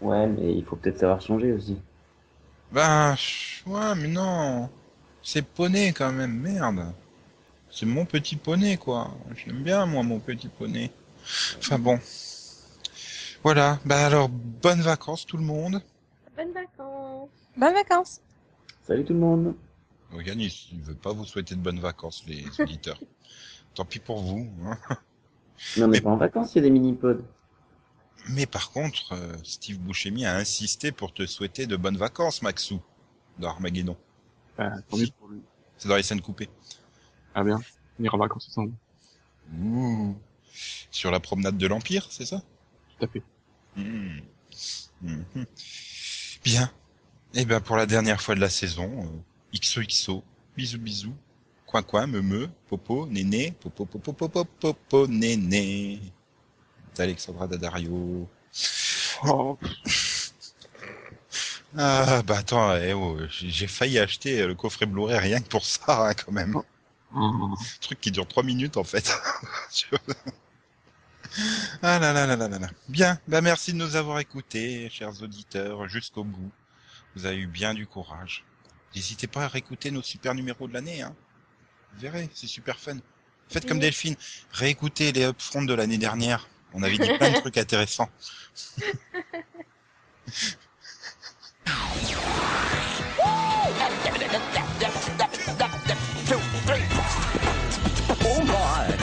Speaker 10: Ouais, mais il faut peut-être savoir changer aussi.
Speaker 1: Ben, ouais, mais non. C'est poney quand même, merde. C'est mon petit poney, quoi. J'aime bien, moi, mon petit poney. Enfin bon. Voilà. Ben alors, bonnes vacances tout le monde.
Speaker 4: Bonnes vacances.
Speaker 7: Bonnes vacances.
Speaker 10: Salut tout le monde
Speaker 1: Yann, il il veut pas vous souhaiter de bonnes vacances, les auditeurs. Tant pis pour vous. hein.
Speaker 10: Non, mais
Speaker 1: Mais-
Speaker 10: pas en vacances, il y a des mini-pods.
Speaker 1: Mais par contre, euh, Steve Buscemi a insisté pour te souhaiter de bonnes vacances, Maxou, dans Armageddon.
Speaker 2: Enfin, Bah, tant mieux pour lui.
Speaker 1: C'est dans les scènes coupées.
Speaker 2: Ah bien, on ira en vacances ensemble.
Speaker 1: Ouh. Sur la promenade de l'Empire, c'est ça
Speaker 2: Tout à fait.
Speaker 1: Hmm. Mhm. Bien. Et ben pour la dernière fois de la saison, euh, XOXO, bisous bisous, coin coin, me me, popo, néné, popo popo popo popo néné. D'Alexandra Daddario.
Speaker 2: Oh,
Speaker 1: Ah bah attends, eh, oh, j'ai j'ai failli acheter le coffret Blu-ray rien que pour ça hein, quand même.
Speaker 2: oh,
Speaker 1: truc qui dure trois minutes en fait. Sur- ah là là là là là là. Bien, bah merci de nous avoir écoutés, chers auditeurs, jusqu'au bout. Vous avez eu bien du courage. N'hésitez pas à réécouter nos super numéros de l'année. Hein. Vous verrez, c'est super fun. Faites comme
Speaker 4: Oui.
Speaker 1: Delphine, réécoutez les upfronts de l'année dernière. On avait dit plein de trucs intéressants.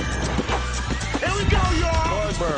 Speaker 8: Here we go, y'all! Lordberg,